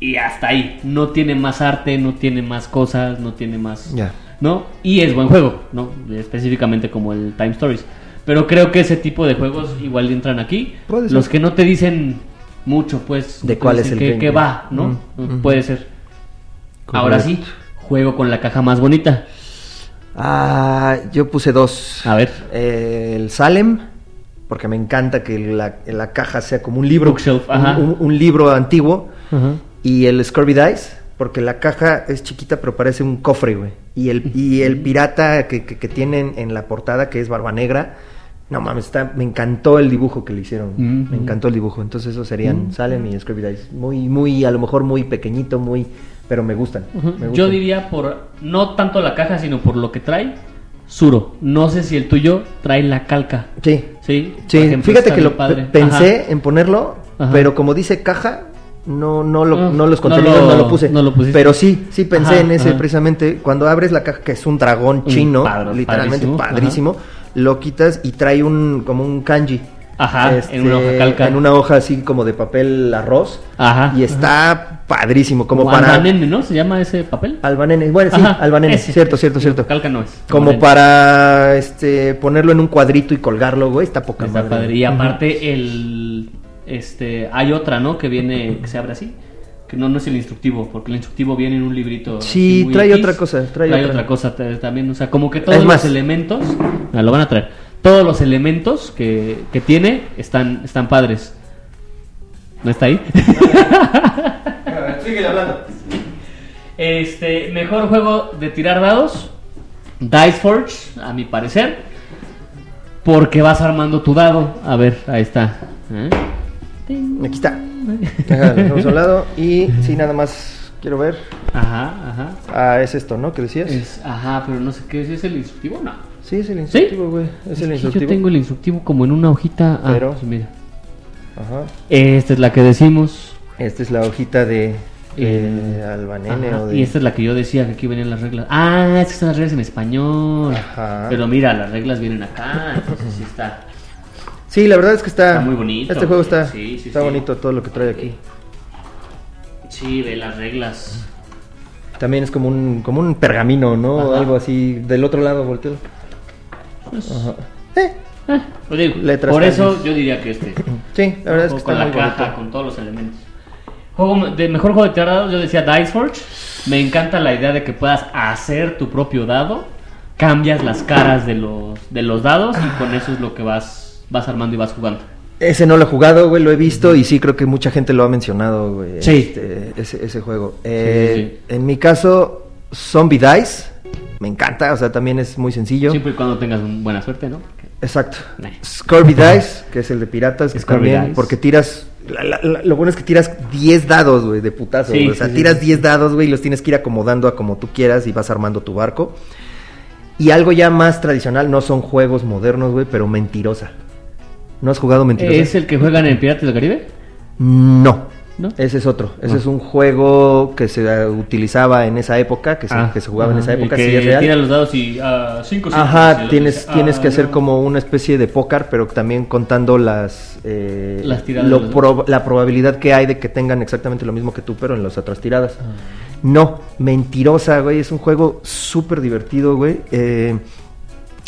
[SPEAKER 2] Y hasta ahí. No tiene más arte, no tiene más cosas, no tiene más.
[SPEAKER 1] Ya.
[SPEAKER 2] ¿No? Y es buen juego, ¿no? Específicamente como el Time Stories. Pero creo que ese tipo de juegos igual entran aquí.
[SPEAKER 1] Puede ser.
[SPEAKER 2] Los que no te dicen mucho, pues. no
[SPEAKER 1] De
[SPEAKER 2] te
[SPEAKER 1] cuál es
[SPEAKER 2] dicen
[SPEAKER 1] el
[SPEAKER 2] qué-
[SPEAKER 1] game
[SPEAKER 2] qué
[SPEAKER 1] plan.
[SPEAKER 2] va, ¿no?
[SPEAKER 1] Mm, mm.
[SPEAKER 2] Puede ser.
[SPEAKER 1] Correcto.
[SPEAKER 2] Ahora sí, juego con la caja más bonita.
[SPEAKER 1] Ah, yo puse dos. Eh,
[SPEAKER 2] A ver.
[SPEAKER 1] El Salem, porque me encanta que la, la caja sea como un libro.
[SPEAKER 2] Bookshelf,
[SPEAKER 1] un-
[SPEAKER 2] ajá.
[SPEAKER 1] Un, un libro antiguo. Y el Scurvy Dice, porque la caja es chiquita pero parece un cofre, güey. Y el, y el pirata que, que- que tienen en la portada, que es Barba Negra. No mames, está, me encantó el dibujo que le hicieron.
[SPEAKER 2] Mm,
[SPEAKER 1] Me
[SPEAKER 2] mm.
[SPEAKER 1] encantó el dibujo. Entonces esos serían Salem y Scurvy Dice. Muy, muy, a lo mejor muy pequeñito, muy... Pero me gustan.
[SPEAKER 2] Ujú.
[SPEAKER 1] me
[SPEAKER 2] Yo
[SPEAKER 1] gustan.
[SPEAKER 2] diría por no tanto la caja, sino por lo que trae Suro. No sé si el tuyo trae la calca.
[SPEAKER 1] Sí,
[SPEAKER 2] Sí,
[SPEAKER 1] Sí,
[SPEAKER 2] por ejemplo,
[SPEAKER 1] fíjate
[SPEAKER 2] está
[SPEAKER 1] que
[SPEAKER 2] bien
[SPEAKER 1] lo
[SPEAKER 2] padre.
[SPEAKER 1] pe- pensé
[SPEAKER 2] Ajá.
[SPEAKER 1] en ponerlo,
[SPEAKER 2] Ajá.
[SPEAKER 1] pero como dice caja, no, no, lo,
[SPEAKER 2] Ah,
[SPEAKER 1] no los
[SPEAKER 2] no
[SPEAKER 1] contenidos no
[SPEAKER 2] lo-
[SPEAKER 1] lo, puse.
[SPEAKER 2] no lo pusiste.
[SPEAKER 1] pero sí, sí pensé
[SPEAKER 2] Ajá,
[SPEAKER 1] en ese
[SPEAKER 2] ajá.
[SPEAKER 1] precisamente. Cuando abres la caja, que es un dragón
[SPEAKER 2] Un
[SPEAKER 1] chino,
[SPEAKER 2] padre-
[SPEAKER 1] literalmente
[SPEAKER 2] padrísimo,
[SPEAKER 1] padrísimo, lo quitas y trae un como un kanji. Este,
[SPEAKER 2] Ajá, en una hoja calca.
[SPEAKER 1] En una hoja así como de papel arroz.
[SPEAKER 2] Ajá.
[SPEAKER 1] Y está padrísimo, como
[SPEAKER 2] O
[SPEAKER 1] para...
[SPEAKER 2] Albanene, ¿no? Se llama ese papel.
[SPEAKER 1] Albanene, bueno, sí,
[SPEAKER 2] Ajá,
[SPEAKER 1] albanene,
[SPEAKER 2] ese.
[SPEAKER 1] cierto, cierto, cierto.
[SPEAKER 2] Calca no es.
[SPEAKER 1] Como
[SPEAKER 2] Albanene.
[SPEAKER 1] para este ponerlo en un cuadrito y colgarlo, güey, está poca
[SPEAKER 2] Está
[SPEAKER 1] madre.
[SPEAKER 2] padre. Y
[SPEAKER 1] Ujú.
[SPEAKER 2] aparte el este hay otra, ¿no? Que viene que se abre así. Que no, no es el instructivo, porque el instructivo viene en un librito.
[SPEAKER 1] Sí,
[SPEAKER 2] así muy
[SPEAKER 1] trae
[SPEAKER 2] X.
[SPEAKER 1] otra cosa, trae otra.
[SPEAKER 2] cosa t- también. O sea, como que todos
[SPEAKER 1] Es más-
[SPEAKER 2] los elementos. Ah, lo van a traer. Todos los elementos que, que tiene están, están padres. ¿No está ahí?
[SPEAKER 1] Síguele hablando.
[SPEAKER 2] Este, mejor juego de tirar dados. Dice Forge, a mi parecer. Porque vas armando tu dado. A ver, ahí está. ¿Eh? Ting.
[SPEAKER 1] Aquí está. Ajá, lo dejamos a un lado. Y sí, nada más quiero ver.
[SPEAKER 2] Ajá, ajá.
[SPEAKER 1] Ah, es esto, ¿no? ¿Qué decías?
[SPEAKER 2] Es- ajá, pero no sé qué es. ¿Es el instructivo o no?
[SPEAKER 1] Sí, es el instructivo, güey. Es el
[SPEAKER 2] que
[SPEAKER 1] instructivo.
[SPEAKER 2] Yo tengo el instructivo como en una hojita. Ah,
[SPEAKER 1] Pero-
[SPEAKER 2] pues mira.
[SPEAKER 1] Ajá.
[SPEAKER 2] Esta es la que decimos.
[SPEAKER 1] Esta es la hojita de, de
[SPEAKER 2] Eh,
[SPEAKER 1] Albanene
[SPEAKER 2] Ajá,
[SPEAKER 1] o de.
[SPEAKER 2] Y esta es la que yo decía que aquí venían las reglas. Ah, es que están las reglas en español.
[SPEAKER 1] Ajá.
[SPEAKER 2] Pero mira, las reglas vienen acá. Entonces sí está.
[SPEAKER 1] Sí, la verdad es que está.
[SPEAKER 2] Está muy bonito,
[SPEAKER 1] Este juego está,
[SPEAKER 2] sí, sí,
[SPEAKER 1] está
[SPEAKER 2] sí.
[SPEAKER 1] bonito todo lo que trae aquí.
[SPEAKER 2] Sí, ve las reglas.
[SPEAKER 1] También es como un, como un pergamino, ¿no?
[SPEAKER 2] Ajá.
[SPEAKER 1] Algo así. Del otro lado, volteo.
[SPEAKER 2] Pues,
[SPEAKER 1] Ajá. Eh,
[SPEAKER 2] eh, pues digo,
[SPEAKER 1] Letras
[SPEAKER 2] por
[SPEAKER 1] grandes.
[SPEAKER 2] eso yo diría que este.
[SPEAKER 1] sí, la verdad es que
[SPEAKER 2] Juego
[SPEAKER 1] está
[SPEAKER 2] con la
[SPEAKER 1] muy
[SPEAKER 2] caja,
[SPEAKER 1] bonito.
[SPEAKER 2] con todos los elementos. Juego de mejor juego de tirar dados, yo decía Dice Forge. Me encanta la idea de que puedas hacer tu propio dado. Cambias las caras de los, de los dados y con eso es lo que vas, vas armando y vas jugando.
[SPEAKER 1] Ese no lo he jugado, güey, lo he visto y sí creo que mucha gente lo ha mencionado, güey.
[SPEAKER 2] Sí.
[SPEAKER 1] este, ese, ese juego. Eh,
[SPEAKER 2] sí,
[SPEAKER 1] En mi caso, Zombie Dice, me encanta, o sea, también es muy sencillo.
[SPEAKER 2] Siempre y cuando tengas un- buena suerte, ¿no?
[SPEAKER 1] Exacto.
[SPEAKER 2] pues. Nah.
[SPEAKER 1] Scurvy Dice, que es el de piratas, que
[SPEAKER 2] Scurvy
[SPEAKER 1] también,
[SPEAKER 2] Dice.
[SPEAKER 1] porque tiras. la- la- la- lo bueno es que tiras 10 dados, güey, de putazo.
[SPEAKER 2] Sí,
[SPEAKER 1] güey. o sea,
[SPEAKER 2] sí, sí,
[SPEAKER 1] tiras
[SPEAKER 2] sí.
[SPEAKER 1] 10 dados, güey, y los tienes que ir acomodando a como tú quieras y vas armando tu barco. Y algo ya más tradicional, no son juegos modernos, güey, pero mentirosa. ¿No has jugado mentirosa?
[SPEAKER 2] ¿Es el que juegan en Piratas del Caribe?
[SPEAKER 1] No.
[SPEAKER 2] ¿no? Ah.
[SPEAKER 1] Ese es otro. Ese es un juego que se eh, utilizaba en esa época, que se,
[SPEAKER 2] Ah,
[SPEAKER 1] que se jugaba en
[SPEAKER 2] ajá,
[SPEAKER 1] esa época,
[SPEAKER 2] y
[SPEAKER 1] sí
[SPEAKER 2] que
[SPEAKER 1] es real.
[SPEAKER 2] Tira los dados y ah, cinco, cinco, y
[SPEAKER 1] Ajá,
[SPEAKER 2] lo
[SPEAKER 1] tienes,
[SPEAKER 2] dices,
[SPEAKER 1] tienes
[SPEAKER 2] ah,
[SPEAKER 1] que hacer
[SPEAKER 2] no.
[SPEAKER 1] como una especie de póker, pero también contando las, eh,
[SPEAKER 2] Las tiradas
[SPEAKER 1] lo
[SPEAKER 2] de los
[SPEAKER 1] prob- la probabilidad que hay de que tengan exactamente lo mismo que tú, pero en las otras tiradas.
[SPEAKER 2] Ah.
[SPEAKER 1] No, mentirosa, güey. Es un juego súper divertido, güey. Eh,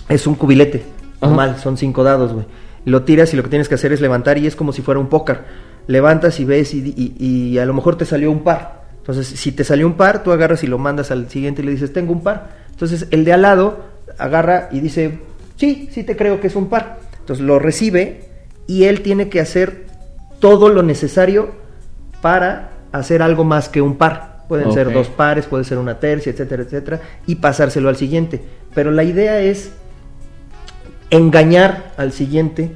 [SPEAKER 1] es un cubilete,
[SPEAKER 2] Ajá.
[SPEAKER 1] normal, son cinco dados, güey. Lo tiras y lo que tienes que hacer es levantar y es como si fuera un póker. Levantas y ves y, y- y a lo mejor te salió un par. Entonces, si te salió un par, tú agarras y lo mandas al siguiente y le dices, tengo un par. Entonces, el de al lado agarra y dice, sí, sí te creo que es un par. Entonces, lo recibe y él tiene que hacer todo lo necesario para hacer algo más que un par. Pueden ser
[SPEAKER 2] Ok.
[SPEAKER 1] dos pares, puede ser una tercia, etcétera, etcétera, y pasárselo al siguiente. Pero la idea es engañar al siguiente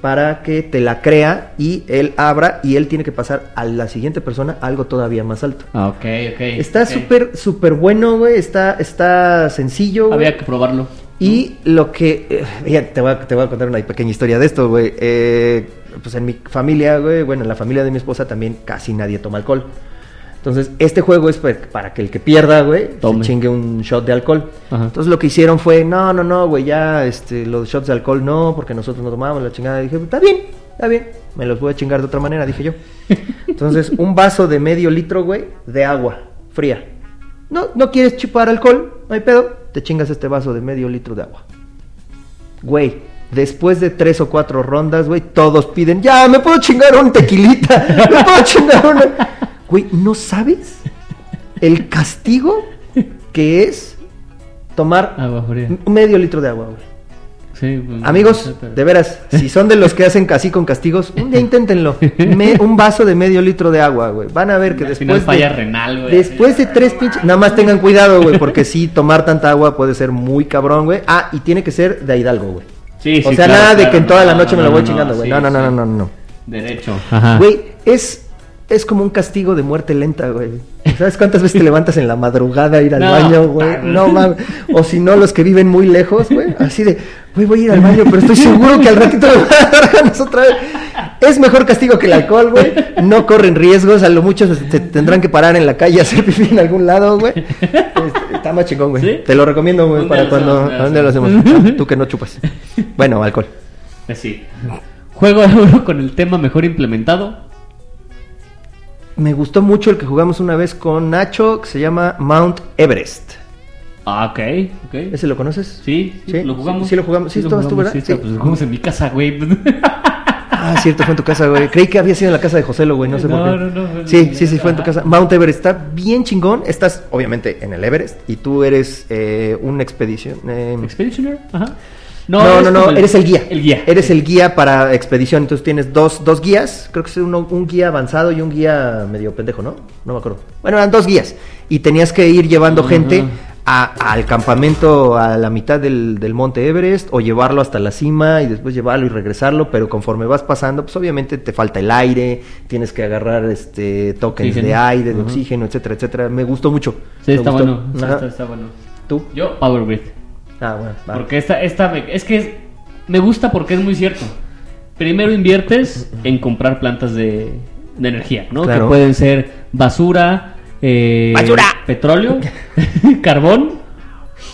[SPEAKER 1] para que te la crea y él abra y él tiene que pasar a la siguiente persona algo todavía más alto.
[SPEAKER 2] Ah, ok, ok.
[SPEAKER 1] Está
[SPEAKER 2] ok.
[SPEAKER 1] súper, súper bueno, güey. Está, está sencillo. güey.
[SPEAKER 2] Había que probarlo.
[SPEAKER 1] Y lo que. eh, ya te voy, a, te voy a contar una pequeña historia de esto, güey. Eh, pues en mi familia, güey, bueno, en la familia de mi esposa también casi nadie toma alcohol. Entonces, este juego es pa- para que el que pierda, güey, se
[SPEAKER 2] Tome.
[SPEAKER 1] chingue un shot de alcohol.
[SPEAKER 2] Ajá.
[SPEAKER 1] Entonces, lo que hicieron fue: no, no, no, güey, ya este, los shots de alcohol no, porque nosotros no tomamos la chingada. Y dije: está bien, está bien, me los voy a chingar de otra manera, dije yo. Entonces, un vaso de medio litro, güey, de agua fría. No, no quieres chupar alcohol, no hay pedo. Te chingas este vaso de medio litro de agua. Güey, después de tres o cuatro rondas, güey, todos piden, ya, me puedo chingar un tequilita, me puedo chingar una... Güey, ¿no sabes el castigo que es tomar
[SPEAKER 2] Agua fría.
[SPEAKER 1] un medio litro de agua, güey?
[SPEAKER 2] Sí, pues, no
[SPEAKER 1] Amigos,
[SPEAKER 2] sé, pero-
[SPEAKER 1] de veras, si son de los que hacen casi con castigos, un día inténtenlo. Me- un vaso de medio litro de agua, güey. Van a ver que
[SPEAKER 2] Al
[SPEAKER 1] después.
[SPEAKER 2] final falla
[SPEAKER 1] de,
[SPEAKER 2] renal, güey.
[SPEAKER 1] Después de tres pinches. Nada más tengan cuidado, güey, porque sí, tomar tanta agua puede ser muy cabrón, güey. Ah, y tiene que ser de Hidalgo, güey.
[SPEAKER 2] Sí,
[SPEAKER 1] o
[SPEAKER 2] sí,
[SPEAKER 1] sea,
[SPEAKER 2] claro,
[SPEAKER 1] nada de
[SPEAKER 2] claro,
[SPEAKER 1] que en
[SPEAKER 2] no,
[SPEAKER 1] toda la
[SPEAKER 2] no,
[SPEAKER 1] noche me
[SPEAKER 2] no,
[SPEAKER 1] la voy
[SPEAKER 2] no,
[SPEAKER 1] chingando,
[SPEAKER 2] no,
[SPEAKER 1] güey.
[SPEAKER 2] sí,
[SPEAKER 1] No, no, no,
[SPEAKER 2] sí.
[SPEAKER 1] no, no, no.
[SPEAKER 2] Derecho. Ajá.
[SPEAKER 1] Güey, es, es como un castigo de muerte lenta, güey. ¿Sabes cuántas veces
[SPEAKER 2] (laughs)
[SPEAKER 1] te levantas en la madrugada a ir al
[SPEAKER 2] No.
[SPEAKER 1] baño, güey? No mames. O si no, los que viven muy lejos, güey. Así de, güey, voy a ir al baño, pero estoy seguro que al ratito me van a dar ganas otra vez. Es mejor castigo que el alcohol, güey. No corren riesgos. A lo mucho se se tendrán que parar en la calle a hacer pipí en algún lado, güey. Este, Está más chingón, güey.
[SPEAKER 2] ¿Sí?
[SPEAKER 1] Te lo recomiendo, güey,
[SPEAKER 2] ¿Dónde
[SPEAKER 1] para
[SPEAKER 2] lo
[SPEAKER 1] cuando.
[SPEAKER 2] hacemos?
[SPEAKER 1] ¿A dónde lo hacemos?
[SPEAKER 2] (laughs)
[SPEAKER 1] Ah, Tú que no chupas. Bueno, alcohol.
[SPEAKER 2] Pues sí. Juego (laughs) euro con el tema mejor implementado.
[SPEAKER 1] Me gustó mucho el que jugamos una vez con Nacho, que se llama Mount Everest.
[SPEAKER 2] Ah, ok, ok.
[SPEAKER 1] ¿Ese lo conoces?
[SPEAKER 2] Sí, sí,
[SPEAKER 1] Sí,
[SPEAKER 2] lo jugamos.
[SPEAKER 1] sí, sí lo jugamos. Sí, estabas tú, ¿verdad?
[SPEAKER 2] Sí, está,
[SPEAKER 1] Sí.
[SPEAKER 2] pues lo jugamos en mi casa, güey. (laughs)
[SPEAKER 1] Ah, cierto, fue en tu casa, güey. Creí que había sido en la casa de José, güey, no sé
[SPEAKER 2] No,
[SPEAKER 1] por qué.
[SPEAKER 2] no, no, fue en
[SPEAKER 1] sí,
[SPEAKER 2] mi
[SPEAKER 1] sí, sí, fue en tu
[SPEAKER 2] casa.
[SPEAKER 1] casa. Mount Everest está bien chingón. Estás, obviamente, en el Everest y tú eres eh, un expedición. eh,
[SPEAKER 2] ¿Expeditioner? Ajá.
[SPEAKER 1] No, no, no,
[SPEAKER 2] como
[SPEAKER 1] eres el guía.
[SPEAKER 2] El guía.
[SPEAKER 1] Eres el guía para expedición. Entonces tienes dos, dos guías. Creo que es uno- un guía avanzado y un guía medio pendejo, ¿no? No me acuerdo. Bueno, eran dos guías. Y tenías que ir llevando
[SPEAKER 2] Ajá.
[SPEAKER 1] gente a- al campamento a la mitad del, del monte Everest o llevarlo hasta la cima y después llevarlo y regresarlo. Pero conforme vas pasando, pues obviamente te falta el aire, tienes que agarrar este tokens de
[SPEAKER 2] Oxígeno.
[SPEAKER 1] aire, de
[SPEAKER 2] Ajá.
[SPEAKER 1] oxígeno, etcétera, etcétera. Me gustó mucho.
[SPEAKER 2] Sí,
[SPEAKER 1] Me
[SPEAKER 2] está
[SPEAKER 1] gustó.
[SPEAKER 2] bueno. sí,
[SPEAKER 1] Ajá.
[SPEAKER 2] Está, está bueno.
[SPEAKER 1] ¿Tú?
[SPEAKER 2] Yo, Power Grid.
[SPEAKER 1] Ah, bueno. va.
[SPEAKER 2] Porque esta, esta me- es que es- me gusta porque es muy cierto. Primero inviertes en comprar plantas de, de energía, ¿no?
[SPEAKER 1] Claro.
[SPEAKER 2] Que pueden ser basura, eh,
[SPEAKER 1] ¡Basura!
[SPEAKER 2] petróleo, (laughs) carbón,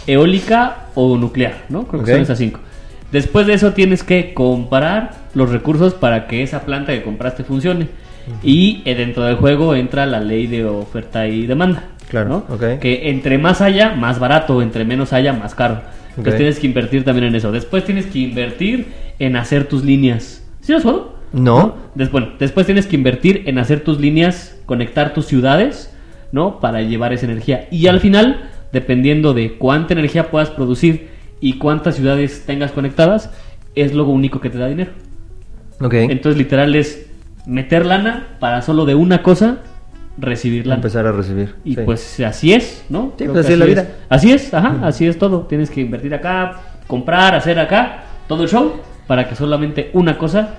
[SPEAKER 2] eólica o nuclear, ¿no? Creo que
[SPEAKER 1] Ok.
[SPEAKER 2] son esas cinco. Después de eso tienes que comprar los recursos para que esa planta que compraste funcione. Y eh, dentro del juego entra la ley de oferta y demanda.
[SPEAKER 1] Claro,
[SPEAKER 2] ¿no?
[SPEAKER 1] ok.
[SPEAKER 2] Que entre más haya, más barato, entre menos haya, más caro. Entonces
[SPEAKER 1] Ok.
[SPEAKER 2] tienes que invertir también en eso. Después tienes que invertir en hacer tus líneas. ¿Sí lo has jugado?
[SPEAKER 1] No.
[SPEAKER 2] Des- bueno, después tienes que invertir en hacer tus líneas, conectar tus ciudades, ¿no? Para llevar esa energía. Y al final, dependiendo de cuánta energía puedas producir y cuántas ciudades tengas conectadas, es lo único que te da dinero.
[SPEAKER 1] Ok.
[SPEAKER 2] Entonces, literal es meter lana para solo de una cosa recibir lana.
[SPEAKER 1] Empezar a recibir.
[SPEAKER 2] Y
[SPEAKER 1] sí.
[SPEAKER 2] pues así es, ¿no?
[SPEAKER 1] Sí,
[SPEAKER 2] Creo
[SPEAKER 1] pues así
[SPEAKER 2] que
[SPEAKER 1] es la vida.
[SPEAKER 2] Así es, ajá, así es todo. Tienes que invertir acá, comprar, hacer acá, todo el show, para que solamente una cosa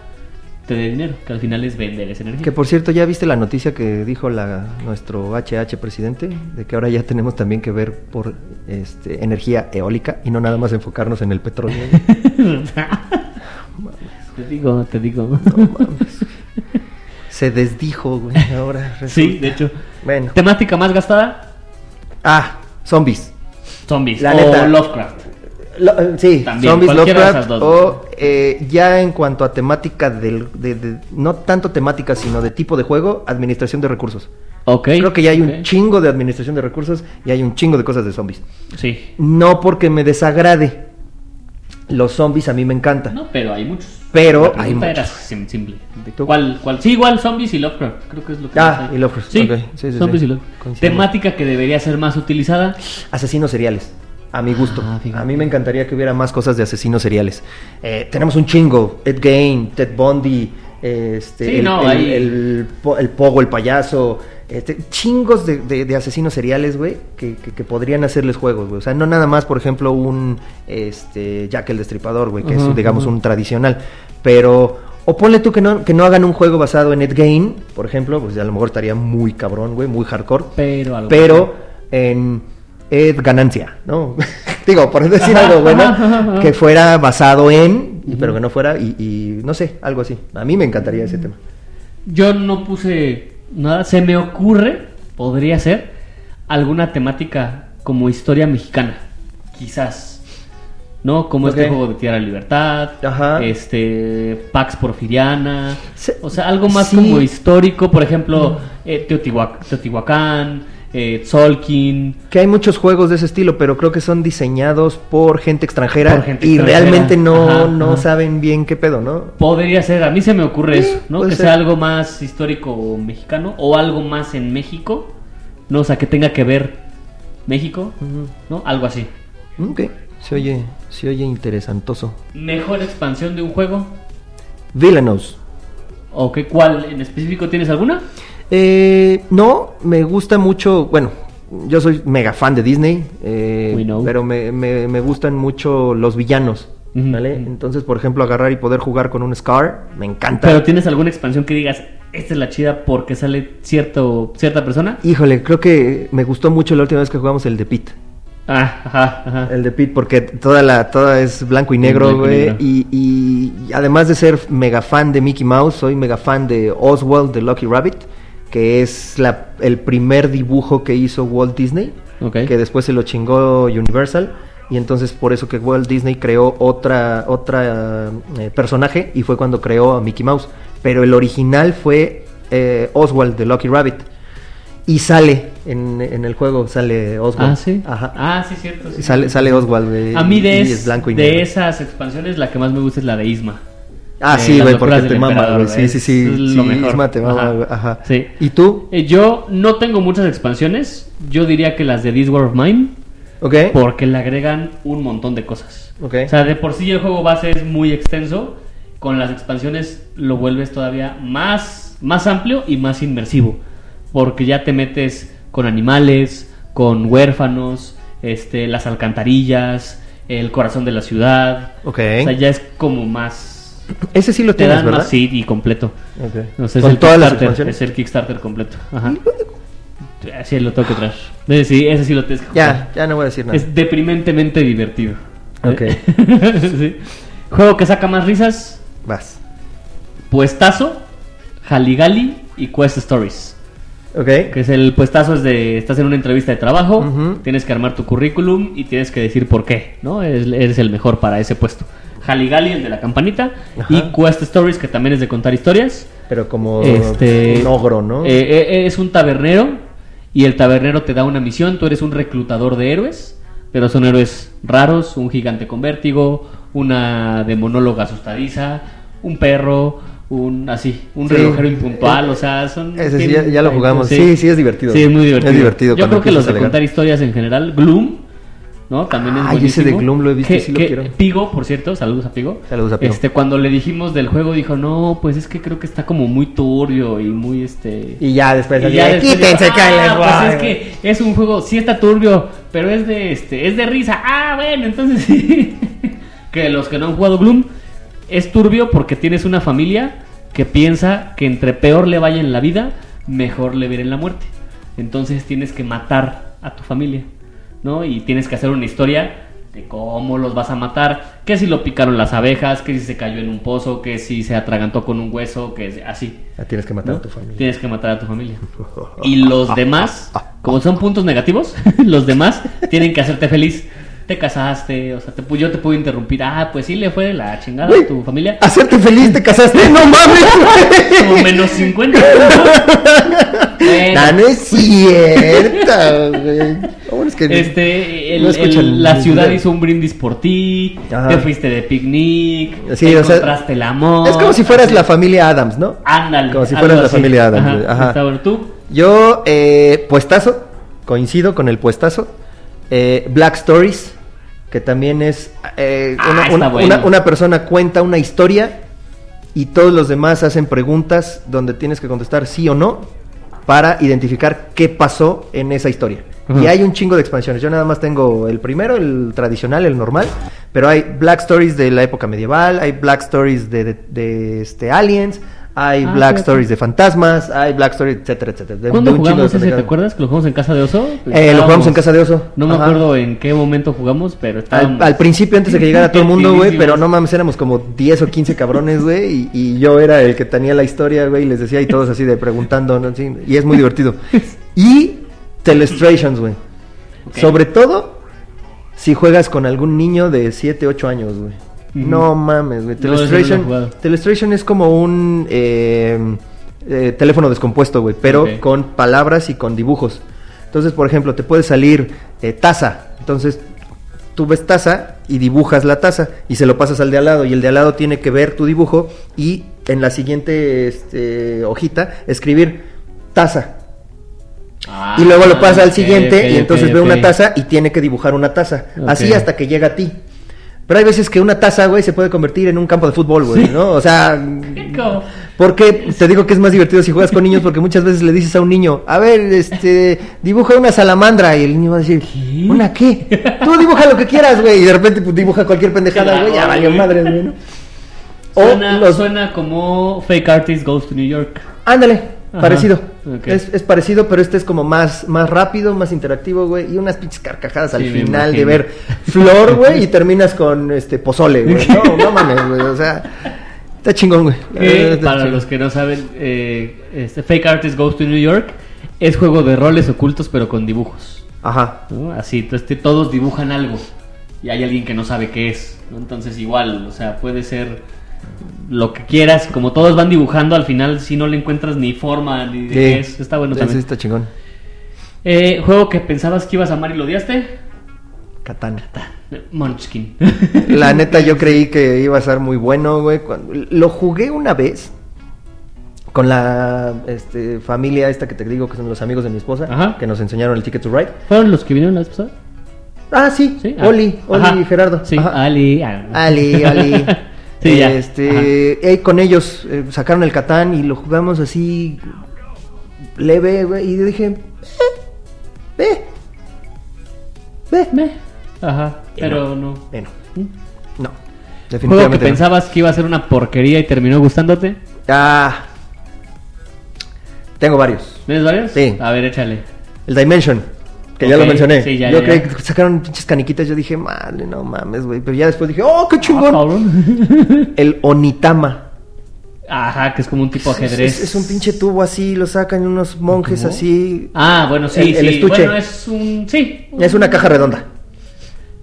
[SPEAKER 2] te dé dinero, que al final es vender esa energía.
[SPEAKER 1] Que por cierto, ¿ya viste la noticia que dijo la, nuestro HH presidente? De que ahora ya tenemos también que ver por este, energía eólica y no nada más enfocarnos en el petróleo.
[SPEAKER 2] (laughs) (laughs) te digo, te digo. (laughs)
[SPEAKER 1] No mames. se desdijo, güey. Ahora
[SPEAKER 2] Sí,
[SPEAKER 1] resulta.
[SPEAKER 2] de hecho.
[SPEAKER 1] Bueno.
[SPEAKER 2] Temática más gastada,
[SPEAKER 1] Ah, zombies.
[SPEAKER 2] zombies.
[SPEAKER 1] La
[SPEAKER 2] o
[SPEAKER 1] neta.
[SPEAKER 2] Lovecraft.
[SPEAKER 1] Lo- eh, sí,
[SPEAKER 2] También,
[SPEAKER 1] zombies,
[SPEAKER 2] cualquiera de
[SPEAKER 1] Lovecraft.
[SPEAKER 2] esas dos.
[SPEAKER 1] O eh, ya en cuanto a temática del. de- de- no tanto temática, sino de tipo de juego, administración de recursos.
[SPEAKER 2] Ok.
[SPEAKER 1] Creo que ya hay un
[SPEAKER 2] ok.
[SPEAKER 1] chingo de administración de recursos y hay un chingo de cosas de zombies.
[SPEAKER 2] Sí.
[SPEAKER 1] No porque me desagrade. Los zombies a mí me encantan.
[SPEAKER 2] No, pero hay muchos.
[SPEAKER 1] Pero
[SPEAKER 2] La
[SPEAKER 1] hay
[SPEAKER 2] pregunta era
[SPEAKER 1] muchos.
[SPEAKER 2] sim- simple. ¿De
[SPEAKER 1] ¿Tú?
[SPEAKER 2] ¿Cuál, cuál? Sí, igual zombies y Lovecraft. Creo que es lo que.
[SPEAKER 1] Ah,
[SPEAKER 2] más hay.
[SPEAKER 1] y Lovecraft,
[SPEAKER 2] Sí,
[SPEAKER 1] ok, sí, sí,
[SPEAKER 2] zombies
[SPEAKER 1] sí.
[SPEAKER 2] y Lovecraft.
[SPEAKER 1] Coincidimos.
[SPEAKER 2] Temática que debería ser más utilizada.
[SPEAKER 1] Asesinos seriales. A mi gusto.
[SPEAKER 2] Ah, fíjate.
[SPEAKER 1] a mí me encantaría que hubiera más cosas de asesinos seriales. Eh, tenemos un chingo. Ed Gain, Ted Bundy, eh, este,
[SPEAKER 2] Sí,
[SPEAKER 1] el,
[SPEAKER 2] no,
[SPEAKER 1] el-
[SPEAKER 2] ahí-
[SPEAKER 1] el po- el Pogo, el payaso. este, chingos de, de- de asesinos seriales, güey, que, que- que podrían hacerles juegos, güey. O sea, no nada más, por ejemplo, un este, Jack el Destripador, güey, que
[SPEAKER 2] Ujú,
[SPEAKER 1] es, digamos,
[SPEAKER 2] ujú.
[SPEAKER 1] un tradicional. Pero, o ponle tú que no, que no hagan un juego basado en Ed Gain, por ejemplo, pues a lo mejor estaría muy cabrón, güey, muy hardcore
[SPEAKER 2] Pero algo.
[SPEAKER 1] pero en Ed Ganancia, ¿no? (laughs) Digo, por decir
[SPEAKER 2] Ajá,
[SPEAKER 1] algo bueno,
[SPEAKER 2] ajá, ajá, ajá.
[SPEAKER 1] que fuera basado en, y- pero que no fuera, y, y no sé, algo así. A mí me encantaría ese tema.
[SPEAKER 2] Yo no puse nada. Se me ocurre, podría ser, alguna temática como historia mexicana. Quizás. ¿No? Como
[SPEAKER 1] Ok.
[SPEAKER 2] este juego de Tierra de Libertad.
[SPEAKER 1] Ajá.
[SPEAKER 2] Este. Pax Porfiriana.
[SPEAKER 1] Se-
[SPEAKER 2] o sea, algo más
[SPEAKER 1] sí. Mm.
[SPEAKER 2] como histórico. Por ejemplo, eh, Teotihuac- Teotihuacán. Eh, Tzolkin.
[SPEAKER 1] Que hay muchos juegos de ese estilo, pero creo que son diseñados por gente extranjera
[SPEAKER 2] Por gente
[SPEAKER 1] y
[SPEAKER 2] extranjera.
[SPEAKER 1] realmente no,
[SPEAKER 2] Ajá,
[SPEAKER 1] no
[SPEAKER 2] ajá.
[SPEAKER 1] saben bien qué pedo, ¿no?
[SPEAKER 2] Podría ser, a mí se me ocurre
[SPEAKER 1] Sí,
[SPEAKER 2] eso, ¿no?
[SPEAKER 1] puede
[SPEAKER 2] Que
[SPEAKER 1] ser.
[SPEAKER 2] sea algo más histórico mexicano o algo más en México, ¿no? O sea, que tenga que ver México, ¿no? Algo así.
[SPEAKER 1] Ok, se oye, se oye interesantoso.
[SPEAKER 2] Mejor expansión de un juego.
[SPEAKER 1] Villanos.
[SPEAKER 2] ¿O qué cuál en específico tienes alguna?
[SPEAKER 1] Eh, no, me gusta mucho, bueno, yo soy mega fan de Disney, eh,
[SPEAKER 2] We know.
[SPEAKER 1] pero me, me- me gustan mucho los villanos,
[SPEAKER 2] Ujú.
[SPEAKER 1] ¿vale? Entonces, por ejemplo, agarrar y poder jugar con un Scar, me encanta.
[SPEAKER 2] Pero tienes alguna expansión que digas, esta es la chida porque sale cierto cierta persona.
[SPEAKER 1] Híjole, creo que me gustó mucho la última vez que jugamos el de Pit.
[SPEAKER 2] Ah, ajá, ajá.
[SPEAKER 1] El de Pit, porque toda la toda es blanco y negro,
[SPEAKER 2] Blanco y
[SPEAKER 1] güey.
[SPEAKER 2] negro.
[SPEAKER 1] Y, y además de ser mega fan de Mickey Mouse, soy mega fan de Oswald de Lucky Rabbit, que es la- el primer dibujo que hizo Walt Disney.
[SPEAKER 2] Ok.
[SPEAKER 1] que después se lo chingó Universal y entonces por eso que Walt Disney creó otra otra eh, personaje y fue cuando creó a Mickey Mouse pero el original fue eh, Oswald de Lucky Rabbit y sale en, en el juego sale Oswald
[SPEAKER 2] Ah, sí.
[SPEAKER 1] Ajá.
[SPEAKER 2] Ah, sí, cierto. sí,
[SPEAKER 1] sale
[SPEAKER 2] cierto.
[SPEAKER 1] sale Oswald güey,
[SPEAKER 2] A mí de,
[SPEAKER 1] y
[SPEAKER 2] es-
[SPEAKER 1] es blanco y
[SPEAKER 2] de
[SPEAKER 1] negro.
[SPEAKER 2] esas expansiones la que más me gusta es la de Isma.
[SPEAKER 1] ah
[SPEAKER 2] de
[SPEAKER 1] sí
[SPEAKER 2] las
[SPEAKER 1] güey
[SPEAKER 2] locuras
[SPEAKER 1] porque
[SPEAKER 2] del
[SPEAKER 1] te mama
[SPEAKER 2] emperador,
[SPEAKER 1] güey sí sí sí
[SPEAKER 2] es
[SPEAKER 1] sí,
[SPEAKER 2] lo mejor.
[SPEAKER 1] Isma te mama
[SPEAKER 2] Ajá.
[SPEAKER 1] güey, ajá
[SPEAKER 2] Sí.
[SPEAKER 1] y tú
[SPEAKER 2] Eh, Yo no tengo muchas expansiones, yo diría que las de This War of Mine,
[SPEAKER 1] ¿ok?
[SPEAKER 2] porque le agregan un montón de cosas.
[SPEAKER 1] Ok.
[SPEAKER 2] O sea, de por sí el juego base es muy extenso, con las expansiones lo vuelves todavía más, más amplio y más inmersivo, porque ya te metes con animales, con huérfanos, este, las alcantarillas, el corazón de la ciudad.
[SPEAKER 1] Ok.
[SPEAKER 2] O sea, ya es como más...
[SPEAKER 1] ese sí lo
[SPEAKER 2] Te
[SPEAKER 1] tienes
[SPEAKER 2] dan
[SPEAKER 1] verdad
[SPEAKER 2] más seed y completo.
[SPEAKER 1] Ok.
[SPEAKER 2] No sé, es
[SPEAKER 1] con
[SPEAKER 2] el
[SPEAKER 1] todas las
[SPEAKER 2] Kickstarter,
[SPEAKER 1] expansiones
[SPEAKER 2] es el Kickstarter completo. Ajá. Así lo tengo que traer. Eh, Sí, ese sí lo tienes que
[SPEAKER 1] ya
[SPEAKER 2] jugar.
[SPEAKER 1] ya no voy a decir nada
[SPEAKER 2] Es deprimentemente divertido.
[SPEAKER 1] Ok.
[SPEAKER 2] (laughs) Sí. Juego que saca más risas,
[SPEAKER 1] vas
[SPEAKER 2] Puestazo, Haligali y Quest Stories.
[SPEAKER 1] ¿ok?
[SPEAKER 2] Que es el puestazo es de estás en una entrevista de trabajo,
[SPEAKER 1] Ujú.
[SPEAKER 2] tienes que armar tu currículum y tienes que decir por qué, ¿no? Es- Eres el mejor para ese puesto. Haligali, el de la campanita, y
[SPEAKER 1] Ajá.
[SPEAKER 2] Quest Stories, que también es de contar historias.
[SPEAKER 1] Pero como
[SPEAKER 2] Este,
[SPEAKER 1] un ogro, ¿no?
[SPEAKER 2] eh, eh, es un tabernero y el tabernero te da una misión. Tú eres un reclutador de héroes, pero son héroes raros: un gigante con vértigo, una demonóloga asustadiza, un perro, un así, un
[SPEAKER 1] Sí.
[SPEAKER 2] relojero impuntual. o sea, son.
[SPEAKER 1] Ese sí,
[SPEAKER 2] tienen-
[SPEAKER 1] ya- ya lo jugamos. Sí, sí, es divertido.
[SPEAKER 2] Sí, es muy divertido.
[SPEAKER 1] Es divertido
[SPEAKER 2] Yo
[SPEAKER 1] cuando
[SPEAKER 2] creo que los
[SPEAKER 1] empiezas a
[SPEAKER 2] de
[SPEAKER 1] alegar.
[SPEAKER 2] contar historias en general, Gloom. ¿no? También es
[SPEAKER 1] Ay, ese
[SPEAKER 2] buenísimo.
[SPEAKER 1] de Gloom lo he visto y
[SPEAKER 2] Que-
[SPEAKER 1] sí lo
[SPEAKER 2] que
[SPEAKER 1] quiero.
[SPEAKER 2] Pigo, por cierto, saludos a Pigo.
[SPEAKER 1] Saludos a Pigo.
[SPEAKER 2] Este, cuando le dijimos del juego, dijo, no, pues es que creo que está como muy turbio y muy este.
[SPEAKER 1] Y ya después.
[SPEAKER 2] Y
[SPEAKER 1] Pues, así
[SPEAKER 2] ya
[SPEAKER 1] de,
[SPEAKER 2] después
[SPEAKER 1] Quítense,
[SPEAKER 2] digo,
[SPEAKER 1] cállate,
[SPEAKER 2] "Ah,
[SPEAKER 1] guay".
[SPEAKER 2] pues es que es un juego, sí está turbio, pero es de este, es de risa. Ah, bueno, entonces sí. (laughs) que los que no han jugado Gloom es turbio porque tienes una familia que piensa que entre peor le vaya en la vida, mejor le verá en la muerte. Entonces tienes que matar a tu familia, ¿no? Y tienes que hacer una historia de cómo los vas a matar, que si lo picaron las abejas, que si se cayó en un pozo, que si se atragantó con un hueso, que si- así.
[SPEAKER 1] Ah, Tienes que matar
[SPEAKER 2] ¿no?
[SPEAKER 1] a tu familia.
[SPEAKER 2] Tienes que matar a tu familia. (laughs) Y los demás, como son puntos negativos, (laughs) los demás tienen que hacerte feliz. Te casaste, o sea, te pu- yo te puedo interrumpir. Ah, pues sí, le fue de la chingada
[SPEAKER 1] Güey,
[SPEAKER 2] a tu familia.
[SPEAKER 1] (laughs) Hacerte feliz, te
[SPEAKER 2] (laughs)
[SPEAKER 1] casaste. ¡No (laughs) mames!
[SPEAKER 2] Como menos 50.
[SPEAKER 1] (laughs)
[SPEAKER 2] puntos. Bueno,
[SPEAKER 1] Nah, no es cierto, güey. Lo bueno es que-
[SPEAKER 2] Este, el-
[SPEAKER 1] No escuchan
[SPEAKER 2] el- la
[SPEAKER 1] ni
[SPEAKER 2] ciudad
[SPEAKER 1] idea.
[SPEAKER 2] hizo un brindis por ti,
[SPEAKER 1] Ajá.
[SPEAKER 2] te fuiste de picnic,
[SPEAKER 1] Sí,
[SPEAKER 2] te
[SPEAKER 1] o sea,
[SPEAKER 2] encontraste el amor.
[SPEAKER 1] Es como si fueras la familia Adams, ¿no?
[SPEAKER 2] Ándale.
[SPEAKER 1] como si
[SPEAKER 2] algo
[SPEAKER 1] fueras la
[SPEAKER 2] así.
[SPEAKER 1] familia Adams,
[SPEAKER 2] Ajá,
[SPEAKER 1] güey. Ajá.
[SPEAKER 2] está bueno. ¿Tú?
[SPEAKER 1] Yo, eh, puestazo, coincido con el puestazo. Eh, Black Stories, que también es eh,
[SPEAKER 2] Ah,
[SPEAKER 1] una,
[SPEAKER 2] está
[SPEAKER 1] una-
[SPEAKER 2] bueno.
[SPEAKER 1] una- una persona cuenta una historia y todos los demás hacen preguntas donde tienes que contestar sí o no para identificar qué pasó en esa historia.
[SPEAKER 2] Ujú.
[SPEAKER 1] Y hay un chingo de expansiones. Yo nada más tengo el primero, el tradicional, el normal, pero hay Black Stories de la época medieval, hay Black Stories de, de- de, este, Aliens, hay
[SPEAKER 2] Ah,
[SPEAKER 1] Black
[SPEAKER 2] fíjate.
[SPEAKER 1] Stories de fantasmas, hay Black Stories, etcétera, etcétera. De-
[SPEAKER 2] ¿Cuándo
[SPEAKER 1] de un chingo de
[SPEAKER 2] jugamos ese? ¿Te
[SPEAKER 1] pendejadas.
[SPEAKER 2] acuerdas que lo jugamos en Casa de Oso?
[SPEAKER 1] Eh, lo jugamos en Casa de Oso.
[SPEAKER 2] No me
[SPEAKER 1] Ajá.
[SPEAKER 2] acuerdo en qué momento jugamos, pero
[SPEAKER 1] Al,
[SPEAKER 2] estábamos...
[SPEAKER 1] al principio, antes de que
[SPEAKER 2] (laughs)
[SPEAKER 1] llegara todo el mundo, güey, pero no
[SPEAKER 2] Perdidísimos.
[SPEAKER 1] mames, éramos como 10 o 15 cabrones, güey, y, y yo era el que tenía la historia, güey, y les decía, y todos así de preguntando, ¿no? Sí, y es muy
[SPEAKER 2] (laughs)
[SPEAKER 1] divertido. Y Telestrations, güey.
[SPEAKER 2] Ok.
[SPEAKER 1] Sobre todo si juegas con algún niño de 7, 8 años, güey.
[SPEAKER 2] Ujú.
[SPEAKER 1] No mames, güey.
[SPEAKER 2] No, ese no lo he
[SPEAKER 1] Telestration,
[SPEAKER 2] jugado.
[SPEAKER 1] Telestration es como un eh, eh, teléfono descompuesto, güey, pero
[SPEAKER 2] Ok.
[SPEAKER 1] con palabras y con dibujos. Entonces, por ejemplo, te puede salir eh, taza. Entonces, tú ves taza y dibujas la taza y se lo pasas al de al lado y el de al lado tiene que ver tu dibujo y en la siguiente este, hojita escribir taza.
[SPEAKER 2] Ah,
[SPEAKER 1] Y luego lo pasa al
[SPEAKER 2] ok,
[SPEAKER 1] siguiente
[SPEAKER 2] ok,
[SPEAKER 1] y entonces
[SPEAKER 2] ok,
[SPEAKER 1] ve
[SPEAKER 2] ok.
[SPEAKER 1] una taza y tiene que dibujar una taza.
[SPEAKER 2] Ok.
[SPEAKER 1] Así hasta que llega a ti. Pero hay veces que una taza, güey, se puede convertir en un campo de fútbol, güey, ¿no? O sea,
[SPEAKER 2] ¿Cómo?
[SPEAKER 1] porque te digo que es más divertido si juegas con niños porque muchas veces le dices a un niño, a ver, este, dibuja una salamandra y el niño va a decir,
[SPEAKER 2] ¿Qué?
[SPEAKER 1] ¿una qué? Tú dibuja lo que quieras, güey, y de repente pues, dibuja cualquier pendejada,
[SPEAKER 2] Claro,
[SPEAKER 1] güey, ya valió
[SPEAKER 2] güey.
[SPEAKER 1] madre, güey. ¿no? O
[SPEAKER 2] Suena,
[SPEAKER 1] los-
[SPEAKER 2] suena como Fake Artist Goes to New York.
[SPEAKER 1] Ándale,
[SPEAKER 2] Ajá,
[SPEAKER 1] parecido.
[SPEAKER 2] ok.
[SPEAKER 1] Es, es parecido, pero este es como más, más rápido, más interactivo, güey. Y unas pinches carcajadas al
[SPEAKER 2] Sí, me
[SPEAKER 1] final de
[SPEAKER 2] imagino.
[SPEAKER 1] ver
[SPEAKER 2] (laughs)
[SPEAKER 1] flor, güey, y terminas con este pozole, güey. No, no mames, güey. O sea, está chingón, güey. La
[SPEAKER 2] Que,
[SPEAKER 1] verdad está
[SPEAKER 2] para
[SPEAKER 1] chingón.
[SPEAKER 2] los que no saben, eh, este Fake Artist Goes to New York es juego de roles ocultos pero con dibujos.
[SPEAKER 1] Ajá.
[SPEAKER 2] ¿no? Así, entonces te- todos dibujan algo y hay alguien que no sabe qué es. ¿no? Entonces igual, o sea, puede ser lo que quieras. Como todos van dibujando, al final si no le encuentras ni forma ni de qué es, está bueno
[SPEAKER 1] Sí,
[SPEAKER 2] también.
[SPEAKER 1] sí, está chingón.
[SPEAKER 2] Eh, juego que pensabas que ibas a amar y lo odiaste,
[SPEAKER 1] Catán.
[SPEAKER 2] Munchkin.
[SPEAKER 1] (laughs) La neta, yo creí que iba a ser muy bueno, güey. Cuando- Lo jugué una vez con la este, familia esta que te digo que son los amigos de mi esposa,
[SPEAKER 2] Ajá.
[SPEAKER 1] que nos enseñaron el Ticket to Ride.
[SPEAKER 2] ¿Fueron los que vinieron la vez pasada?
[SPEAKER 1] Ah, sí,
[SPEAKER 2] Sí, ah,
[SPEAKER 1] Oli, Oli
[SPEAKER 2] ajá,
[SPEAKER 1] y Gerardo.
[SPEAKER 2] Sí,
[SPEAKER 1] Ajá.
[SPEAKER 2] Ali. ah.
[SPEAKER 1] Ali, Ali.
[SPEAKER 2] (laughs) sí, ya. ajá.
[SPEAKER 1] Este, eh, con ellos eh, sacaron el Catán y lo jugamos así leve, güey, y dije, eh, eh, eh.
[SPEAKER 2] Meh, Ajá, pero no.
[SPEAKER 1] Eh, no,
[SPEAKER 2] ¿Mm?
[SPEAKER 1] no,
[SPEAKER 2] Juego que
[SPEAKER 1] definitivamente no.
[SPEAKER 2] pensabas que iba a ser una porquería y terminó gustándote.
[SPEAKER 1] Ah, tengo varios.
[SPEAKER 2] ¿Tienes varios?
[SPEAKER 1] Sí.
[SPEAKER 2] A ver, échale.
[SPEAKER 1] El Dimension, que ya
[SPEAKER 2] Ok,
[SPEAKER 1] lo mencioné.
[SPEAKER 2] sí, ya,
[SPEAKER 1] yo
[SPEAKER 2] ya,
[SPEAKER 1] creí
[SPEAKER 2] ya.
[SPEAKER 1] que sacaron pinches caniquitas, yo dije, madre, no mames, güey, pero ya después dije, oh, qué
[SPEAKER 2] Ah,
[SPEAKER 1] chingón.
[SPEAKER 2] cabrón. (laughs)
[SPEAKER 1] el Onitama.
[SPEAKER 2] Ajá, que es como un tipo Pues ajedrez.
[SPEAKER 1] Es, es un pinche tubo así, lo sacan unos monjes
[SPEAKER 2] ¿Tubo?
[SPEAKER 1] así.
[SPEAKER 2] Ah, bueno, sí,
[SPEAKER 1] El- el
[SPEAKER 2] sí.
[SPEAKER 1] estuche.
[SPEAKER 2] Bueno, es un. Sí.
[SPEAKER 1] Es una caja redonda.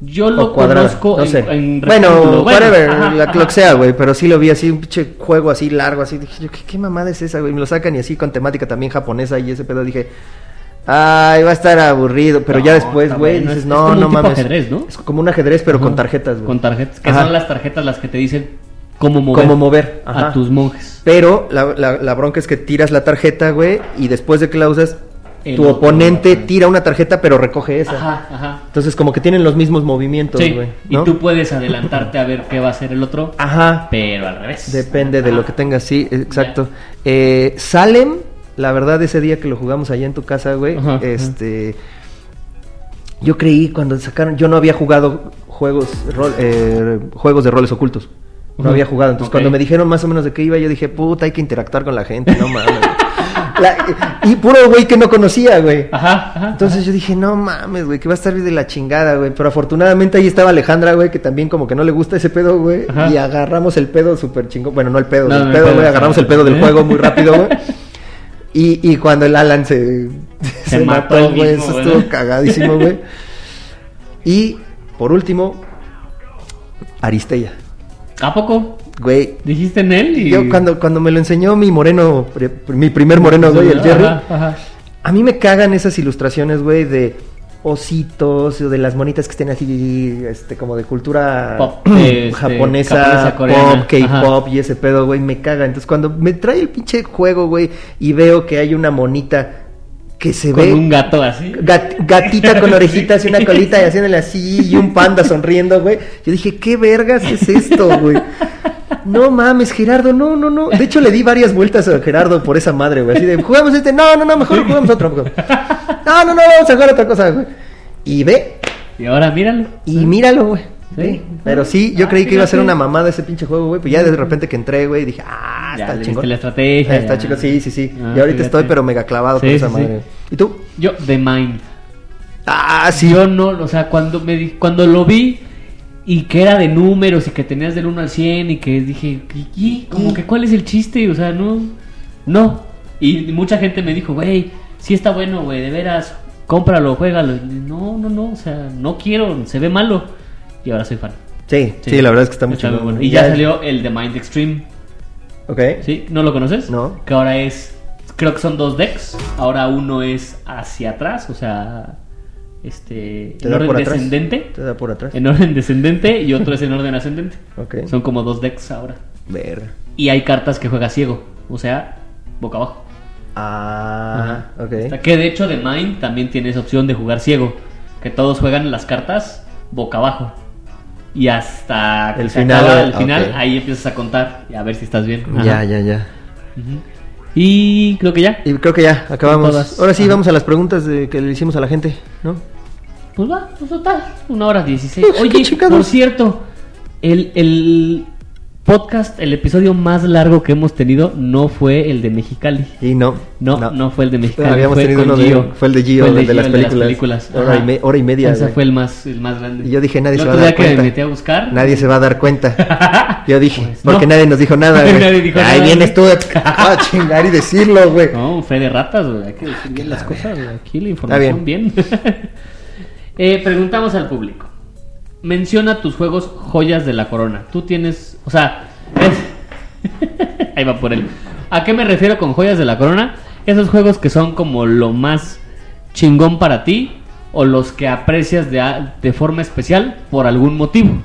[SPEAKER 2] Yo lo
[SPEAKER 1] O cuadrada.
[SPEAKER 2] conozco
[SPEAKER 1] no
[SPEAKER 2] en,
[SPEAKER 1] sé.
[SPEAKER 2] en
[SPEAKER 1] bueno,
[SPEAKER 2] rectángulo.
[SPEAKER 1] whatever,
[SPEAKER 2] ajá,
[SPEAKER 1] la, lo
[SPEAKER 2] ajá.
[SPEAKER 1] que sea, güey. Pero sí lo vi así, un pinche juego así largo, así. Dije yo, ¿qué, qué mamada es esa, güey? Me lo sacan y así con temática también japonesa y ese pedo. Dije, ay, va a estar aburrido. Pero ya
[SPEAKER 2] No,
[SPEAKER 1] después,
[SPEAKER 2] está
[SPEAKER 1] güey,
[SPEAKER 2] bueno,
[SPEAKER 1] dices,
[SPEAKER 2] es- es
[SPEAKER 1] no,
[SPEAKER 2] como un
[SPEAKER 1] no
[SPEAKER 2] tipo
[SPEAKER 1] mames.
[SPEAKER 2] ajedrez, ¿no?
[SPEAKER 1] Es como un ajedrez, pero con
[SPEAKER 2] Ajá.
[SPEAKER 1] tarjetas, güey.
[SPEAKER 2] Con tarjetas. Que
[SPEAKER 1] Ajá.
[SPEAKER 2] son las tarjetas las que te dicen cómo mover.
[SPEAKER 1] Cómo mover, ajá.
[SPEAKER 2] A tus monjes.
[SPEAKER 1] Pero la, la- la bronca es que tiras la tarjeta, güey, y después de que la usas,
[SPEAKER 2] El
[SPEAKER 1] tu
[SPEAKER 2] otro,
[SPEAKER 1] oponente
[SPEAKER 2] ajá.
[SPEAKER 1] tira una tarjeta, pero recoge esa.
[SPEAKER 2] Ajá, ajá.
[SPEAKER 1] Entonces, como que tienen los mismos movimientos,
[SPEAKER 2] Sí,
[SPEAKER 1] güey. ¿no?
[SPEAKER 2] y tú puedes adelantarte a ver qué va a hacer el otro,
[SPEAKER 1] Ajá.
[SPEAKER 2] pero al revés.
[SPEAKER 1] Depende de lo que tengas, sí, exacto. Eh, Salem, la verdad, ese día que lo jugamos allá en tu casa, güey,
[SPEAKER 2] Ajá, ajá.
[SPEAKER 1] este. Yo creí cuando sacaron. Yo no había jugado juegos, rol- eh, juegos de roles ocultos. No
[SPEAKER 2] Ujú.
[SPEAKER 1] había jugado. Entonces,
[SPEAKER 2] Ok. (laughs)
[SPEAKER 1] cuando me dijeron más o menos de qué iba, yo dije, puta, hay que interactuar con la gente, no mames. La- y puro güey que no conocía, güey.
[SPEAKER 2] Ajá, ajá.
[SPEAKER 1] Entonces yo dije, no mames, güey, que va a estar de la chingada, güey. Pero afortunadamente ahí estaba Alejandra, güey, que también como que no le gusta ese pedo, güey.
[SPEAKER 2] Ajá.
[SPEAKER 1] Y agarramos el pedo súper chingón. Bueno, no el pedo,
[SPEAKER 2] No,
[SPEAKER 1] el
[SPEAKER 2] no el
[SPEAKER 1] pedo,
[SPEAKER 2] pedo,
[SPEAKER 1] güey.
[SPEAKER 2] sí.
[SPEAKER 1] Agarramos el pedo del
[SPEAKER 2] (laughs) ¿Eh?
[SPEAKER 1] juego muy rápido, güey. Y, y cuando el Alan se, (laughs)
[SPEAKER 2] Se mató él
[SPEAKER 1] güey,
[SPEAKER 2] mismo,
[SPEAKER 1] eso
[SPEAKER 2] güey.
[SPEAKER 1] estuvo cagadísimo, güey. Y por último, Aristella,
[SPEAKER 2] ¿A poco?
[SPEAKER 1] güey.
[SPEAKER 2] Dijiste en él y...
[SPEAKER 1] Yo cuando, cuando me lo enseñó mi moreno, pri- mi primer moreno, güey, el Jerry.
[SPEAKER 2] Ajá, ajá.
[SPEAKER 1] A mí me cagan esas ilustraciones, güey, de ositos o de las monitas que estén así, este, como de cultura (clears throat)
[SPEAKER 2] Pop, este,
[SPEAKER 1] japonesa,
[SPEAKER 2] japonesa, coreana,
[SPEAKER 1] pop, K-pop y ese pedo, güey, me caga. Entonces, cuando me trae el pinche juego, güey, y veo que hay una monita que se
[SPEAKER 2] Con
[SPEAKER 1] ve
[SPEAKER 2] un gato así.
[SPEAKER 1] gat- gatita con orejitas y una
[SPEAKER 2] Sí.
[SPEAKER 1] colita y haciéndole así y un panda sonriendo, güey. Yo dije, ¿qué vergas es esto, güey? No mames, Gerardo, no, no, no. De hecho, le di varias vueltas a Gerardo por esa madre, güey. Así de, jugamos este, no, no, no, mejor jugamos otro. güey. No, no, no, vamos a jugar otra cosa, güey. Y ve,
[SPEAKER 2] Y ahora míralo.
[SPEAKER 1] y míralo, güey.
[SPEAKER 2] Sí.
[SPEAKER 1] Sí. Pero sí, yo
[SPEAKER 2] Ah,
[SPEAKER 1] creí que iba a ser
[SPEAKER 2] fíjate. Mm.
[SPEAKER 1] una mamada ese pinche juego, güey. Pues ya de repente que entré, güey, dije, ah,
[SPEAKER 2] Ya,
[SPEAKER 1] está
[SPEAKER 2] le
[SPEAKER 1] chingón.
[SPEAKER 2] viste la estrategia,
[SPEAKER 1] Ah, Está
[SPEAKER 2] ya.
[SPEAKER 1] chico, sí, sí, sí.
[SPEAKER 2] Ah,
[SPEAKER 1] y ahorita
[SPEAKER 2] fíjate.
[SPEAKER 1] estoy, pero mega clavado con
[SPEAKER 2] Sí,
[SPEAKER 1] esa
[SPEAKER 2] sí, sí.
[SPEAKER 1] madre. ¿Y tú?
[SPEAKER 2] Yo, The Mind.
[SPEAKER 1] Ah, sí,
[SPEAKER 2] Yo no, o sea, cuando me di- cuando lo vi y que era de números y que tenías del 1 al 100 y que dije, ¿y, y? como que cuál es el chiste? O sea, no, no. Y mucha gente me dijo, güey, sí está bueno, güey, de veras, cómpralo, juégalo. Y no, no, no, o sea, no quiero, se ve malo. Y ahora soy fan.
[SPEAKER 1] Sí, sí, la verdad es que está muy chingón.
[SPEAKER 2] bueno. Y ya, salió el The Mind Extreme.
[SPEAKER 1] Ok.
[SPEAKER 2] ¿Sí? ¿No lo conoces?
[SPEAKER 1] No.
[SPEAKER 2] Que ahora es. Creo que son dos decks. Ahora uno es hacia atrás, o sea. Este.
[SPEAKER 1] Te
[SPEAKER 2] En
[SPEAKER 1] da
[SPEAKER 2] orden
[SPEAKER 1] por atrás.
[SPEAKER 2] descendente.
[SPEAKER 1] Te da por atrás.
[SPEAKER 2] En orden descendente y otro es en orden ascendente.
[SPEAKER 1] Ok.
[SPEAKER 2] Son como dos decks ahora.
[SPEAKER 1] Verga.
[SPEAKER 2] Y hay cartas que juega ciego, o sea, boca abajo.
[SPEAKER 1] Ah, ok.
[SPEAKER 2] Está- Que de hecho de Mind también tienes opción de jugar ciego. Que todos juegan las cartas boca abajo. Y hasta que
[SPEAKER 1] El
[SPEAKER 2] se
[SPEAKER 1] final,
[SPEAKER 2] acaba el
[SPEAKER 1] ah,
[SPEAKER 2] final,
[SPEAKER 1] ok.
[SPEAKER 2] ahí empiezas a contar. Y a ver si estás bien.
[SPEAKER 1] Ya,
[SPEAKER 2] Ajá.
[SPEAKER 1] ya, ya.
[SPEAKER 2] Ujú. Y creo que ya.
[SPEAKER 1] Y creo que ya acabamos.
[SPEAKER 2] todas.
[SPEAKER 1] Ahora sí,
[SPEAKER 2] Ajá.
[SPEAKER 1] vamos a las preguntas de- que le hicimos a la gente, ¿no?
[SPEAKER 2] Pues va, pues total, una hora dieciséis.
[SPEAKER 1] Pues, qué
[SPEAKER 2] Oye,
[SPEAKER 1] chingados.
[SPEAKER 2] por cierto, el, el podcast, el episodio más largo que hemos tenido no fue el de Mexicali.
[SPEAKER 1] Y no.
[SPEAKER 2] No, no, fue el de Mexicali.
[SPEAKER 1] Habíamos
[SPEAKER 2] fue
[SPEAKER 1] tenido
[SPEAKER 2] con
[SPEAKER 1] uno de- fue el de Gio, el de las películas. Hora y
[SPEAKER 2] Ajá.
[SPEAKER 1] me- hora y media,
[SPEAKER 2] Ese
[SPEAKER 1] güey.
[SPEAKER 2] fue el más, el más grande.
[SPEAKER 1] Y yo dije, nadie
[SPEAKER 2] El
[SPEAKER 1] se va a
[SPEAKER 2] otro
[SPEAKER 1] dar
[SPEAKER 2] día que
[SPEAKER 1] cuenta.
[SPEAKER 2] me metí a buscar.
[SPEAKER 1] Nadie se va a dar cuenta.
[SPEAKER 2] (laughs)
[SPEAKER 1] Yo dije,
[SPEAKER 2] Pues,
[SPEAKER 1] porque
[SPEAKER 2] no.
[SPEAKER 1] nadie nos dijo nada, güey.
[SPEAKER 2] (laughs) Nadie dijo
[SPEAKER 1] Ahí
[SPEAKER 2] nada.
[SPEAKER 1] vienes tú (laughs) a a chingar y decirlo, güey.
[SPEAKER 2] No, fe de ratas, güey. Hay que decir bien las cosas, güey. Aquí la
[SPEAKER 1] bien.
[SPEAKER 2] información bien. (laughs) Eh, preguntamos al público. Menciona tus juegos joyas de la corona. Tú tienes, o sea, es- (laughs) ahí va por él. ¿A qué me refiero con joyas de la corona? Esos juegos que son como lo más chingón para ti o los que aprecias de, a- de forma especial por algún motivo.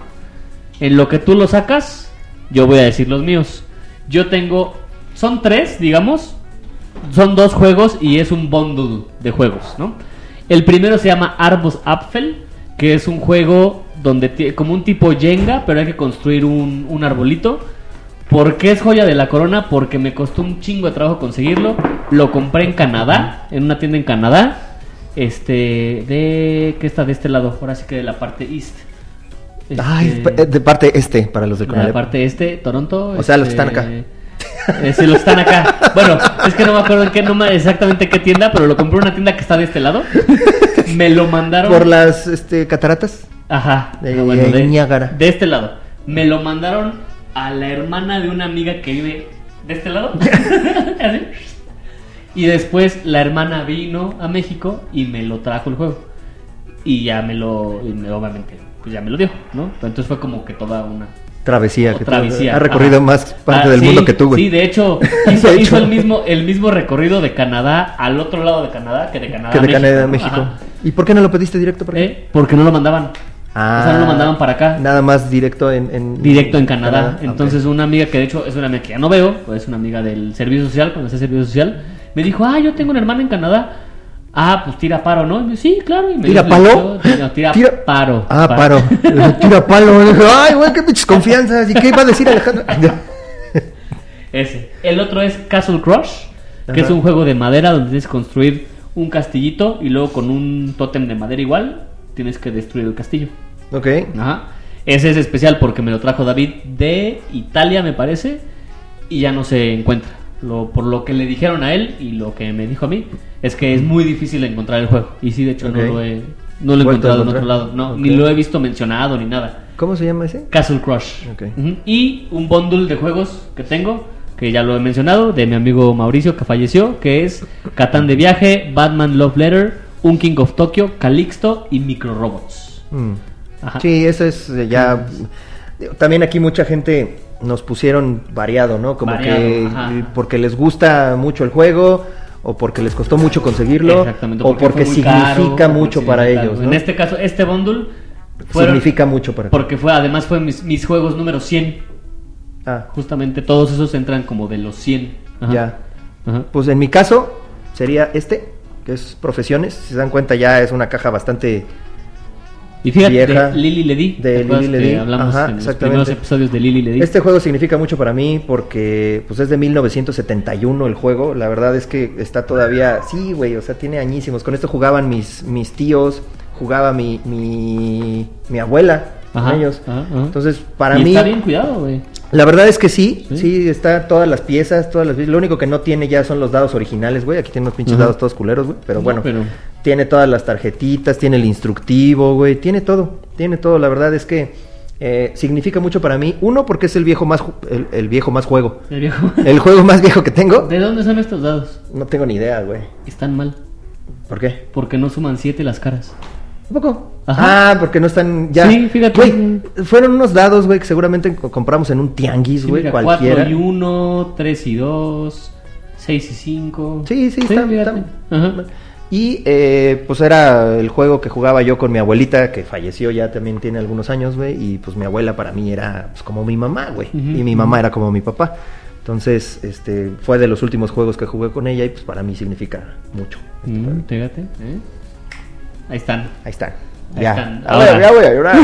[SPEAKER 2] En lo que tú lo sacas, yo voy a decir los míos. Yo tengo, son tres, digamos, son dos juegos y es un bundle de juegos, ¿no? El primero se llama Arbus Apfel, que es un juego donde ti- como un tipo Jenga, pero hay que construir un, un arbolito. ¿Por qué es joya de la corona? Porque me costó un chingo de trabajo conseguirlo. Lo compré en Canadá, en una tienda en Canadá. Este, de. que está de este lado? Ahora sí que de la parte east.
[SPEAKER 1] Ay,
[SPEAKER 2] Este-
[SPEAKER 1] de parte este, para los del
[SPEAKER 2] la
[SPEAKER 1] Conalep.
[SPEAKER 2] parte este, Toronto.
[SPEAKER 1] O sea, los
[SPEAKER 2] este,
[SPEAKER 1] que están acá.
[SPEAKER 2] eh, sí, los que están acá. Bueno, es que no me acuerdo en qué, no me- exactamente qué tienda, pero lo compré en una tienda que está de este lado. Me lo mandaron.
[SPEAKER 1] Por las este, cataratas.
[SPEAKER 2] Ajá.
[SPEAKER 1] de-
[SPEAKER 2] ah, bueno,
[SPEAKER 1] de Niágara.
[SPEAKER 2] de este lado. Me lo mandaron a la hermana de una amiga que vive de este lado. (laughs) Así. Y después la hermana vino a México y me lo trajo el juego. Y ya me lo, y me- obviamente, pues ya me lo dio, ¿no? Entonces fue como que toda una
[SPEAKER 1] Travesía.
[SPEAKER 2] o
[SPEAKER 1] que tú-
[SPEAKER 2] travesía.
[SPEAKER 1] Ha recorrido
[SPEAKER 2] Ajá.
[SPEAKER 1] más parte
[SPEAKER 2] Ah,
[SPEAKER 1] del
[SPEAKER 2] sí,
[SPEAKER 1] mundo que tú, güey.
[SPEAKER 2] Sí, de
[SPEAKER 1] (laughs)
[SPEAKER 2] hecho,
[SPEAKER 1] De
[SPEAKER 2] hizo,
[SPEAKER 1] hecho.
[SPEAKER 2] hizo el, mismo, el mismo recorrido de Canadá al otro lado de Canadá que de Canadá
[SPEAKER 1] que
[SPEAKER 2] a
[SPEAKER 1] de Canadá a
[SPEAKER 2] ¿no?
[SPEAKER 1] México.
[SPEAKER 2] Ajá.
[SPEAKER 1] ¿Y por qué no lo pediste directo para acá?
[SPEAKER 2] Eh, Porque no lo mandaban. o sea,
[SPEAKER 1] Ah.
[SPEAKER 2] no lo mandaban para acá.
[SPEAKER 1] Nada más directo en, en-
[SPEAKER 2] Directo en Canadá.
[SPEAKER 1] Ah, ok.
[SPEAKER 2] Entonces, una amiga que de hecho es una amiga que ya no veo, pues es una amiga del servicio social, cuando hacía servicio social, me dijo, ah, yo tengo una hermana en Canadá. Ah, pues tira paro, ¿no? Y me sí, claro. Y me
[SPEAKER 1] ¿Tira
[SPEAKER 2] dio-
[SPEAKER 1] palo?
[SPEAKER 2] No, tira,
[SPEAKER 1] Tira-
[SPEAKER 2] paro.
[SPEAKER 1] Ah,
[SPEAKER 2] (laughs)
[SPEAKER 1] paro. (laughs) Tira palo. Ay, güey, qué pinches confianzas. ¿Y qué iba a decir Alejandro? (laughs)
[SPEAKER 2] Ese. El otro es Castle Crush, que
[SPEAKER 1] Ajá.
[SPEAKER 2] es un juego de madera donde tienes que construir un castillito y luego con un tótem de madera igual tienes que destruir el castillo.
[SPEAKER 1] ok.
[SPEAKER 2] Ajá. Ese es especial porque me lo trajo David de Italia, me parece, y ya no se encuentra. Lo, por lo que le dijeron a él y lo que me dijo a mí, es que es muy difícil encontrar el juego. Y sí, de
[SPEAKER 1] Mm.
[SPEAKER 2] hecho,
[SPEAKER 1] Ok.
[SPEAKER 2] no lo he, no lo he
[SPEAKER 1] Vuelto a
[SPEAKER 2] encontrado en otro
[SPEAKER 1] encontrar.
[SPEAKER 2] lado. No,
[SPEAKER 1] Ok.
[SPEAKER 2] ni lo he visto mencionado ni nada.
[SPEAKER 1] ¿Cómo se llama ese?
[SPEAKER 2] Castle Crush.
[SPEAKER 1] Ok.
[SPEAKER 2] Ujú. Y un bundle de juegos que tengo, que ya lo he mencionado, de mi amigo Mauricio, que falleció, que es Catán de Viaje, Batman Love Letter, Un King of Tokyo, Calixto y Micro Robots.
[SPEAKER 1] Mm.
[SPEAKER 2] Ajá.
[SPEAKER 1] Sí, eso es eh, ya. digo, También aquí mucha gente nos pusieron variado, ¿no? Como
[SPEAKER 2] Variado,
[SPEAKER 1] que
[SPEAKER 2] ajá.
[SPEAKER 1] eh, porque les gusta mucho el juego o porque les costó mucho conseguirlo
[SPEAKER 2] Exactamente,
[SPEAKER 1] o porque,
[SPEAKER 2] fue muy
[SPEAKER 1] significa
[SPEAKER 2] caro, porque
[SPEAKER 1] mucho para
[SPEAKER 2] significa
[SPEAKER 1] ellos,
[SPEAKER 2] algo.
[SPEAKER 1] ¿no?
[SPEAKER 2] En este caso, este bundle fueron-
[SPEAKER 1] significa mucho para
[SPEAKER 2] porque fue además fue mis, mis juegos número 100.
[SPEAKER 1] Ah,
[SPEAKER 2] Justamente todos esos entran como de los 100. Ajá.
[SPEAKER 1] ya.
[SPEAKER 2] Ajá.
[SPEAKER 1] Pues en mi caso sería este, que es profesiones, si se dan cuenta ya es una caja bastante
[SPEAKER 2] Y fíjate,
[SPEAKER 1] Vieja.
[SPEAKER 2] de Lili Ledi. ¿te
[SPEAKER 1] De
[SPEAKER 2] acuerdas
[SPEAKER 1] Lili
[SPEAKER 2] que
[SPEAKER 1] Ledi,
[SPEAKER 2] Hablamos
[SPEAKER 1] ajá,
[SPEAKER 2] en los
[SPEAKER 1] exactamente.
[SPEAKER 2] primeros episodios de Lili Ledi.
[SPEAKER 1] Este juego significa mucho para mí porque pues es de 1971 el juego. La verdad es que está todavía... Sí, güey, o sea, tiene añísimos. Con esto jugaban mis, mis tíos, jugaba mi, mi, mi abuela
[SPEAKER 2] Ajá,
[SPEAKER 1] con ellos.
[SPEAKER 2] ajá, ajá.
[SPEAKER 1] Entonces, para
[SPEAKER 2] Y
[SPEAKER 1] mí...
[SPEAKER 2] Está bien cuidado, güey.
[SPEAKER 1] La verdad es que sí,
[SPEAKER 2] Sí.
[SPEAKER 1] sí, está todas las piezas, todas las... Lo único que no tiene ya son los dados originales, güey. Aquí tiene unos pinches
[SPEAKER 2] Ajá.
[SPEAKER 1] dados todos culeros, güey. Pero
[SPEAKER 2] No,
[SPEAKER 1] bueno,
[SPEAKER 2] pero-
[SPEAKER 1] tiene todas las tarjetitas, tiene el instructivo, güey. Tiene todo, tiene todo. La verdad es que eh, significa mucho para mí. Uno, porque es el viejo más, ju- el, el viejo más juego.
[SPEAKER 2] (laughs) ¿En serio?
[SPEAKER 1] El juego más viejo que tengo.
[SPEAKER 2] ¿De dónde son estos dados?
[SPEAKER 1] No tengo ni idea, güey.
[SPEAKER 2] Están mal.
[SPEAKER 1] ¿Por qué?
[SPEAKER 2] Porque no suman 7 las caras.
[SPEAKER 1] ¿Un poco?
[SPEAKER 2] Ajá.
[SPEAKER 1] Ah, porque no están ya.
[SPEAKER 2] Sí, fíjate.
[SPEAKER 1] Güey, fueron unos dados, güey, que seguramente co- compramos en un tianguis, güey, cualquiera.
[SPEAKER 2] 4 y 1, 3 y 2, 6 y 5.
[SPEAKER 1] Sí, sí, está-
[SPEAKER 2] fíjate.
[SPEAKER 1] está-
[SPEAKER 2] Ajá.
[SPEAKER 1] Y eh, pues era el juego que jugaba yo con mi abuelita, que falleció ya también tiene algunos años, güey. Y pues mi abuela para mí era pues, como mi mamá, güey.
[SPEAKER 2] Ujú.
[SPEAKER 1] Y mi mamá era como mi papá. Entonces, este, fue de los últimos juegos que jugué con ella y pues para mí significa mucho.
[SPEAKER 2] Mm, fíjate. ¿eh? Ahí están.
[SPEAKER 1] Ahí está.
[SPEAKER 2] Ahí
[SPEAKER 1] ya.
[SPEAKER 2] están.
[SPEAKER 1] Ahora,
[SPEAKER 2] Ahora.
[SPEAKER 1] ya voy a
[SPEAKER 2] (laughs)
[SPEAKER 1] llorar.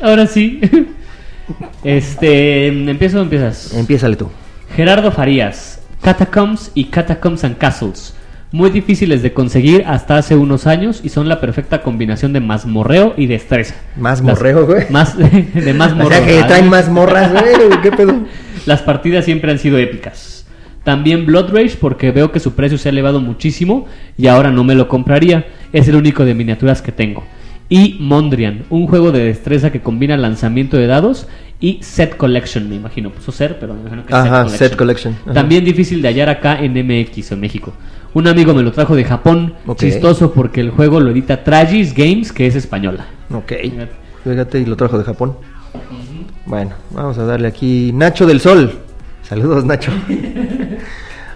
[SPEAKER 2] Ahora sí. (laughs) este, ¿empiezo o empiezas?
[SPEAKER 1] Empiézale tú.
[SPEAKER 2] Gerardo Farías, Catacombs y Catacombs and Castles. Muy difíciles de conseguir hasta hace unos años y son la perfecta combinación de mazmorreo y destreza.
[SPEAKER 1] Mazmorreo,
[SPEAKER 2] Las-
[SPEAKER 1] güey.
[SPEAKER 2] Más, (laughs) de mazmorreo.
[SPEAKER 1] O sea que
[SPEAKER 2] ¿verdad?
[SPEAKER 1] traen más morras, güey. ¿Qué pedo?
[SPEAKER 2] (coughs) Las partidas siempre han sido épicas. También Blood Rage porque veo que su precio se ha elevado muchísimo y ahora no me lo compraría. Es el único de miniaturas que tengo. Y Mondrian, un juego de destreza que combina lanzamiento de dados y set collection, me imagino. Puso ser, pero me imagino que es
[SPEAKER 1] Ajá, set collection. Ajá.
[SPEAKER 2] También difícil de hallar acá en MX o en México. Un amigo me lo trajo de Japón.
[SPEAKER 1] Ok.
[SPEAKER 2] Chistoso porque el juego lo edita Tragis Games, que es española.
[SPEAKER 1] Ok. Fíjate, y lo trajo de Japón. Bueno, vamos a darle aquí Nacho del Sol. Saludos, Nacho.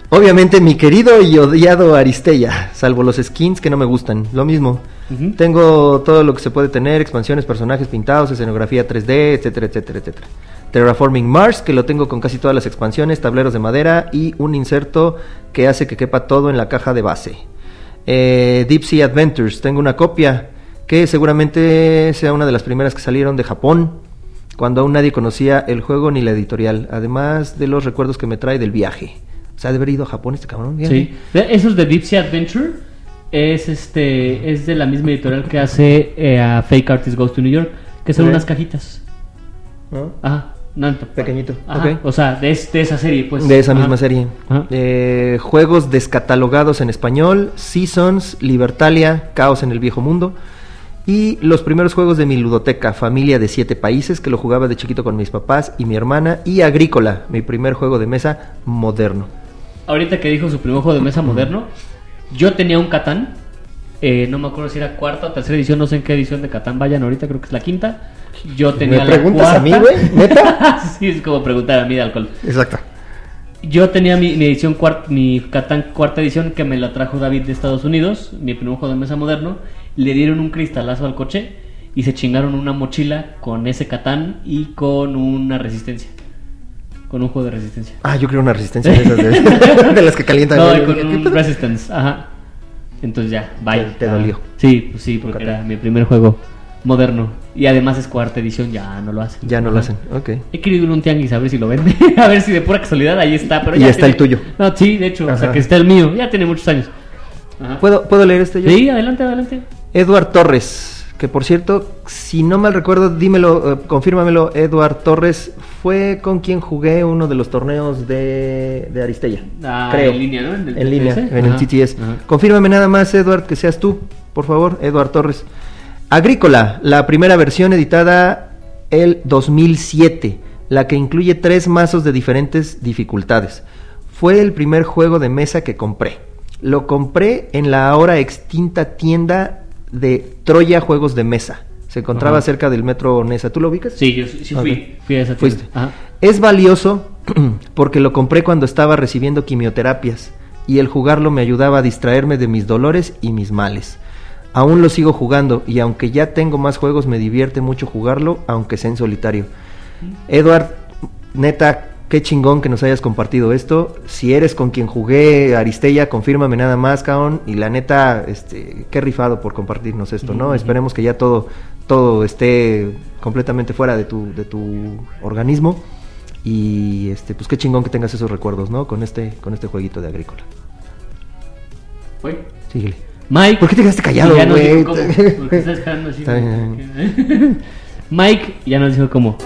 [SPEAKER 1] Obviamente mi querido y odiado Aristella, salvo los skins que no me gustan, lo mismo.
[SPEAKER 2] Ujú.
[SPEAKER 1] Tengo todo lo que se puede tener, expansiones, personajes pintados, escenografía 3D, etcétera, etcétera, etcétera. Terraforming Mars, que lo tengo con casi todas las expansiones, tableros de madera y un inserto que hace que quepa todo en la caja de base. Eh, Deep Sea Adventures, tengo una copia que seguramente sea una de las primeras que salieron de Japón, cuando aún nadie conocía el juego ni la editorial, además de los recuerdos que me trae del viaje. O sea, de haber ido a Japón este cabrón. fíjate.
[SPEAKER 2] Sí. De- Esos de Deep Sea Adventure es este es de la misma editorial que hace eh, a Fake Artist Goes to New York, que son
[SPEAKER 1] Ok.
[SPEAKER 2] unas cajitas.
[SPEAKER 1] ¿No?
[SPEAKER 2] Ajá, nanto.
[SPEAKER 1] Pequeñito,
[SPEAKER 2] Ajá,
[SPEAKER 1] ok.
[SPEAKER 2] O sea, de, es- de esa serie, pues.
[SPEAKER 1] de esa
[SPEAKER 2] Ajá.
[SPEAKER 1] misma serie.
[SPEAKER 2] Ajá.
[SPEAKER 1] Eh, juegos descatalogados en español, Seasons, Libertalia, Caos en el Viejo Mundo. Y los primeros juegos de mi ludoteca, Familia de Siete Países, que lo jugaba de chiquito con mis papás y mi hermana. Y Agrícola, mi primer juego de mesa moderno.
[SPEAKER 2] Ahorita que dijo su primer juego de mesa moderno, yo tenía un Catán. eh, no me acuerdo si era cuarta o tercera edición, no sé en qué edición de Catán vayan ahorita, creo que es la quinta. Yo tenía la
[SPEAKER 1] preguntas a mí,
[SPEAKER 2] cuarta.
[SPEAKER 1] güey? ¿Neta?
[SPEAKER 2] (laughs) sí, es como preguntar a mí de alcohol.
[SPEAKER 1] Exacto.
[SPEAKER 2] Yo tenía mi, mi edición cuarta, mi Catán cuarta edición que me la trajo David de Estados Unidos, mi primer juego de mesa moderno. Le dieron un cristalazo al coche y se chingaron una mochila con ese Catán y con una resistencia. Con un juego de resistencia.
[SPEAKER 1] Ah, yo creo una resistencia de esas
[SPEAKER 2] (laughs)
[SPEAKER 1] de, (laughs) de las que calientan.
[SPEAKER 2] No,
[SPEAKER 1] güey.
[SPEAKER 2] y con un Resistance, ajá. Entonces ya, bye.
[SPEAKER 1] Te- te
[SPEAKER 2] Ah,
[SPEAKER 1] dolió.
[SPEAKER 2] Sí, pues sí, porque
[SPEAKER 1] Ok.
[SPEAKER 2] era mi primer juego moderno. Y además es cuarta edición, ya no lo hacen.
[SPEAKER 1] Ya no lo
[SPEAKER 2] Ajá.
[SPEAKER 1] hacen. Ok.
[SPEAKER 2] He querido ir a un tianguis a ver si lo vende. (laughs) a ver si de pura casualidad ahí está. Pero
[SPEAKER 1] Y
[SPEAKER 2] ya
[SPEAKER 1] está el
[SPEAKER 2] tiene-
[SPEAKER 1] tuyo.
[SPEAKER 2] No, sí, de hecho, o sea
[SPEAKER 1] Ajá.
[SPEAKER 2] que está el mío. Ya tiene muchos años. Ajá.
[SPEAKER 1] ¿Puedo, ¿Puedo leer este yo?
[SPEAKER 2] Sí, adelante, adelante.
[SPEAKER 1] Edward Torres, que por cierto, si no mal recuerdo, dímelo, eh, confírmamelo, Eduard Torres fue con quien jugué uno de los torneos de, de Aristella.
[SPEAKER 2] Ah,
[SPEAKER 1] creo.
[SPEAKER 2] en línea, ¿no? En el
[SPEAKER 1] En línea,
[SPEAKER 2] TTS.
[SPEAKER 1] en el
[SPEAKER 2] Ajá,
[SPEAKER 1] TTS.
[SPEAKER 2] ajá.
[SPEAKER 1] Confírmame nada más, Eduard, que seas tú, por favor, Eduard Torres. Agrícola, la primera versión editada el 2007, la que incluye tres mazos de diferentes dificultades. Fue el primer juego de mesa que compré. Lo compré en la ahora extinta tienda de Troya Juegos de Mesa. Se encontraba
[SPEAKER 2] Ajá.
[SPEAKER 1] cerca del metro Nesa. ¿Tú lo ubicas?
[SPEAKER 2] Sí, yo sí sí fui.
[SPEAKER 1] Ok.
[SPEAKER 2] Fui a esa tienda.
[SPEAKER 1] Fuiste.
[SPEAKER 2] Ajá.
[SPEAKER 1] Es valioso (clears throat) porque lo compré cuando estaba recibiendo quimioterapias y el jugarlo me ayudaba a distraerme de mis dolores y mis males. Aún lo sigo jugando y aunque ya tengo más juegos me divierte mucho jugarlo, aunque sea en solitario. Edward, neta, qué chingón que nos hayas compartido esto. Si eres con quien jugué Aristella, confírmame nada más, caón. Y la neta, este, qué rifado por compartirnos esto, ¿no?
[SPEAKER 2] Ujú.
[SPEAKER 1] Esperemos que ya todo, todo esté completamente fuera de tu, de tu organismo. Y este, pues qué chingón que tengas esos recuerdos, ¿no? Con este, con este jueguito de agrícola.
[SPEAKER 2] Fue.
[SPEAKER 1] Síguele.
[SPEAKER 2] Mike.
[SPEAKER 1] ¿Por qué te quedaste callado,
[SPEAKER 2] Ya nos
[SPEAKER 1] güey?
[SPEAKER 2] dijo cómo, porque está esperando así.
[SPEAKER 1] Está bien.
[SPEAKER 2] (laughs) Mike ya nos dijo cómo.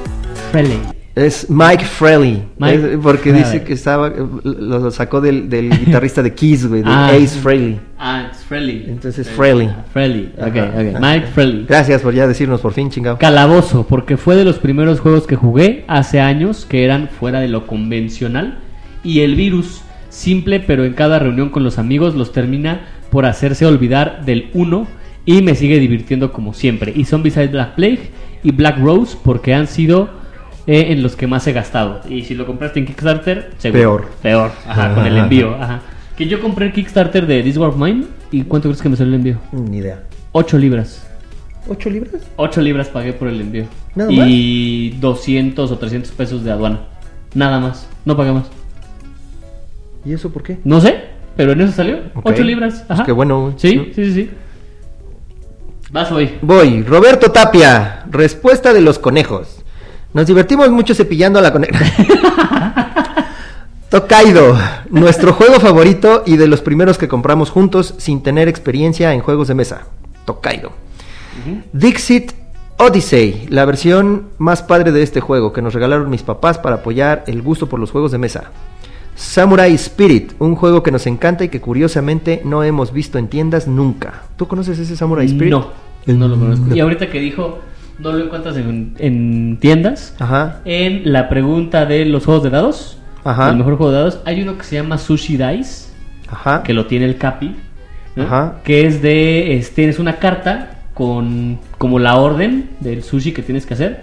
[SPEAKER 2] Freley.
[SPEAKER 1] Es Mike Freley.
[SPEAKER 2] Mike Ah,
[SPEAKER 1] Es- porque
[SPEAKER 2] Freley.
[SPEAKER 1] dice que estaba. Lo lo sacó del, del guitarrista de Kiss, güey, de
[SPEAKER 2] Ah.
[SPEAKER 1] Ace Freley.
[SPEAKER 2] Ah, es Freley.
[SPEAKER 1] Entonces, Freley.
[SPEAKER 2] Freley. Ok,
[SPEAKER 1] Ajá.
[SPEAKER 2] ok. Mike Freley.
[SPEAKER 1] Gracias por ya decirnos por fin, chingado.
[SPEAKER 2] Calabozo, porque fue de los primeros juegos que jugué hace años que eran fuera de lo convencional. Y el virus, simple pero en cada reunión con los amigos, los termina por hacerse olvidar del 1 y me sigue divirtiendo como siempre. Y Zombicide Black Plague y Black Rose, porque han sido eh, en los que más he gastado. Y si lo compraste en Kickstarter, seguro.
[SPEAKER 1] Peor.
[SPEAKER 2] Peor, ajá, con el envío. Ajá. Que yo compré el Kickstarter de This War of Mine. ¿Y cuánto crees que me salió el envío?
[SPEAKER 1] Ni idea.
[SPEAKER 2] 8 libras.
[SPEAKER 1] ¿Ocho libras?
[SPEAKER 2] 8 libras pagué por el envío.
[SPEAKER 1] Nada
[SPEAKER 2] y 200 o 300 pesos de aduana. Nada más. No pagué más.
[SPEAKER 1] ¿Y eso por qué?
[SPEAKER 2] No sé, pero en eso salió.
[SPEAKER 1] Ok.
[SPEAKER 2] 8 libras.
[SPEAKER 1] Pues
[SPEAKER 2] Ajá.
[SPEAKER 1] qué bueno, güey.
[SPEAKER 2] Sí, sí, sí, sí. Vas hoy.
[SPEAKER 1] Voy, Roberto Tapia, respuesta de los conejos. Nos divertimos mucho cepillando a la coneja.
[SPEAKER 2] (laughs)
[SPEAKER 1] Tokaido, nuestro juego favorito y de los primeros que compramos juntos sin tener experiencia en juegos de mesa. Tokaido. Dixit Odyssey, la versión más padre de este juego que nos regalaron mis papás para apoyar el gusto por los juegos de mesa. Samurai Spirit, un juego que nos encanta y que curiosamente no hemos visto en tiendas nunca. ¿Tú conoces ese Samurai Spirit?
[SPEAKER 2] No, no lo conozco. Y ahorita que dijo, no lo encuentras en, en tiendas.
[SPEAKER 1] Ajá.
[SPEAKER 2] En la pregunta de los juegos de dados,
[SPEAKER 1] Ajá.
[SPEAKER 2] el mejor juego de dados, hay uno que se llama Sushi Dice.
[SPEAKER 1] Ajá.
[SPEAKER 2] que lo tiene el Capi, ¿no?
[SPEAKER 1] Ajá.
[SPEAKER 2] que es de, es- tienes una carta con como la orden del sushi que tienes que hacer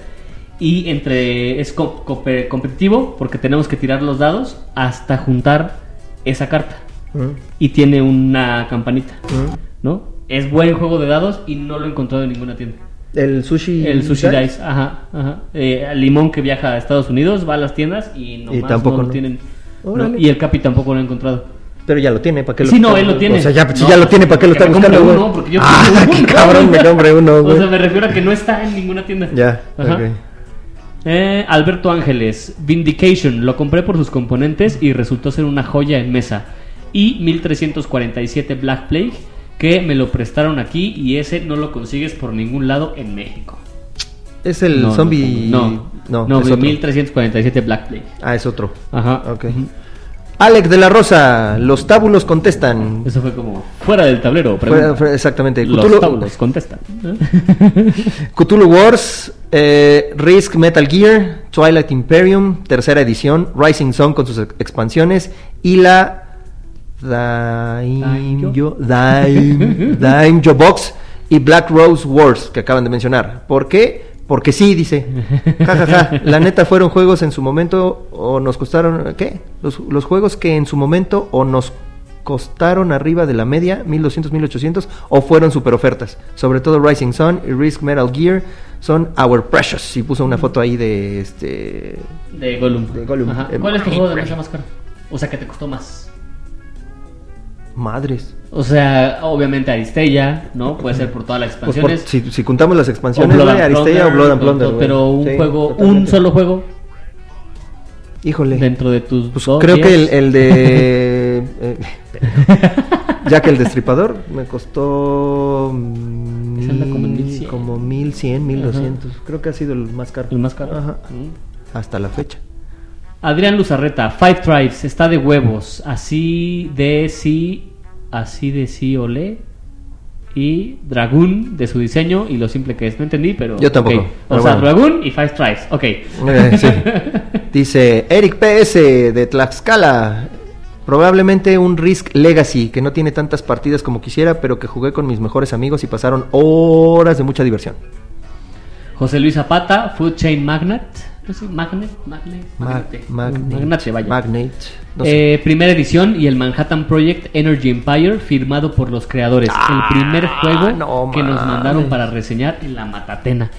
[SPEAKER 2] y entre es co- cope- competitivo porque tenemos que tirar los dados hasta juntar esa carta
[SPEAKER 1] Mm,
[SPEAKER 2] y tiene una campanita,
[SPEAKER 1] mm.
[SPEAKER 2] ¿no? Es buen juego de dados y no lo he encontrado en ninguna tienda.
[SPEAKER 1] El sushi.
[SPEAKER 2] El Sushi Dice, ajá, ajá. Eh, Limón que viaja a Estados Unidos va a las tiendas y, nomás no
[SPEAKER 1] tampoco
[SPEAKER 2] lo
[SPEAKER 1] no.
[SPEAKER 2] tienen. No,
[SPEAKER 1] Órale.
[SPEAKER 2] y el Capi tampoco lo ha encontrado.
[SPEAKER 1] Pero ya lo tiene, ¿para qué lo
[SPEAKER 2] Sí, no, él lo tiene.
[SPEAKER 1] O sea, ya, si
[SPEAKER 2] No,
[SPEAKER 1] ya lo tiene, ¿para qué lo
[SPEAKER 2] que
[SPEAKER 1] está
[SPEAKER 2] me
[SPEAKER 1] buscando,
[SPEAKER 2] compre
[SPEAKER 1] güey?
[SPEAKER 2] uno, porque yo
[SPEAKER 1] (laughs) ah,
[SPEAKER 2] quiero
[SPEAKER 1] qué
[SPEAKER 2] uno.
[SPEAKER 1] cabrón, me nombre uno, güey.
[SPEAKER 2] (laughs) O sea, me refiero a que no está en ninguna tienda.
[SPEAKER 1] Ya,
[SPEAKER 2] Ajá.
[SPEAKER 1] ok.
[SPEAKER 2] Eh, Alberto Ángeles, Vindication. Lo compré por sus componentes y resultó ser una joya en mesa. Y 1347 Black Plague, que me lo prestaron aquí y ese no lo consigues por ningún lado en México.
[SPEAKER 1] Es el
[SPEAKER 2] No,
[SPEAKER 1] zombie.
[SPEAKER 2] No, no,
[SPEAKER 1] no, es otro.
[SPEAKER 2] 1347 Black Plague.
[SPEAKER 1] Ah, es otro.
[SPEAKER 2] Ajá.
[SPEAKER 1] Ok. Alex de la Rosa, los tábulos contestan.
[SPEAKER 2] Eso fue como fuera del tablero.
[SPEAKER 1] Fue-
[SPEAKER 2] pregunta.
[SPEAKER 1] fue- exactamente.
[SPEAKER 2] Los
[SPEAKER 1] Cthulhu,
[SPEAKER 2] tábulos contestan.
[SPEAKER 1] (laughs) Cthulhu Wars, eh, Risk Metal Gear, Twilight Imperium, tercera edición, Rising Sun con sus ex- expansiones y la Daimyo,
[SPEAKER 2] (laughs)
[SPEAKER 1] Daim- Daimyo Box y Black Rose Wars que acaban de mencionar. ¿Por qué? Porque sí, dice. Ja, ja, ja. La neta fueron juegos en su momento o nos costaron... ¿Qué? Los, los juegos que en su momento o nos costaron arriba de la media, 1200, 1800, o fueron super ofertas. Sobre todo Rising Sun y Risk Metal Gear son Our Precious. Y puso una foto ahí de este.
[SPEAKER 2] (laughs) De Gollum.
[SPEAKER 1] De Gollum.
[SPEAKER 2] Ajá.
[SPEAKER 1] Eh,
[SPEAKER 2] ¿Cuál es tu
[SPEAKER 1] ay,
[SPEAKER 2] juego de
[SPEAKER 1] güey.
[SPEAKER 2] mesa más caro? O sea, que te costó más.
[SPEAKER 1] Madres.
[SPEAKER 2] O sea, obviamente Aristella, ¿no? Puede ser por todas las
[SPEAKER 1] Pues por-
[SPEAKER 2] expansiones.
[SPEAKER 1] si, si contamos las
[SPEAKER 2] O
[SPEAKER 1] expansiones,
[SPEAKER 2] Blood
[SPEAKER 1] güey,
[SPEAKER 2] and
[SPEAKER 1] Aristella o
[SPEAKER 2] Plunder,
[SPEAKER 1] Blood and
[SPEAKER 2] to-
[SPEAKER 1] Plunder.
[SPEAKER 2] to-
[SPEAKER 1] güey.
[SPEAKER 2] Pero un
[SPEAKER 1] Sí,
[SPEAKER 2] juego, un
[SPEAKER 1] totalmente.
[SPEAKER 2] solo juego
[SPEAKER 1] Híjole.
[SPEAKER 2] dentro de tus.
[SPEAKER 1] Pues
[SPEAKER 2] dos
[SPEAKER 1] creo que el,
[SPEAKER 2] días.
[SPEAKER 1] el
[SPEAKER 2] (laughs)
[SPEAKER 1] de. eh, Jack el Destripador me costó. mm,
[SPEAKER 2] Ese anda como en
[SPEAKER 1] mil- sí, como 1100, 1200. Creo que ha sido el más caro.
[SPEAKER 2] El más caro.
[SPEAKER 1] Ajá.
[SPEAKER 2] Mm.
[SPEAKER 1] Hasta la fecha.
[SPEAKER 2] Adrián Luzarreta, Five Tribes, está de huevos. Así de sí, así de sí, ole. Y Dragoon de su diseño y lo simple que es. No entendí, pero.
[SPEAKER 1] Yo tampoco,
[SPEAKER 2] ok.
[SPEAKER 1] pero
[SPEAKER 2] O sea,
[SPEAKER 1] bueno.
[SPEAKER 2] Dragoon y Five Tribes. Ok.
[SPEAKER 1] Eh, sí. Dice Eric PS de Tlaxcala. Probablemente un Risk Legacy que no tiene tantas partidas como quisiera, pero que jugué con mis mejores amigos y pasaron horas de mucha diversión.
[SPEAKER 2] (laughs) José Luis Zapata, Food Chain Magnet. No sé, Magnet, Magnet,
[SPEAKER 1] Ma-
[SPEAKER 2] Magnate.
[SPEAKER 1] Magnate,
[SPEAKER 2] Magnate, vaya.
[SPEAKER 1] Magnate, no sé.
[SPEAKER 2] Eh, primera edición y el Manhattan Project Energy Empire firmado por los creadores. el primer juego
[SPEAKER 1] Ah, no
[SPEAKER 2] que nos
[SPEAKER 1] mames.
[SPEAKER 2] mandaron para reseñar en la Matatena.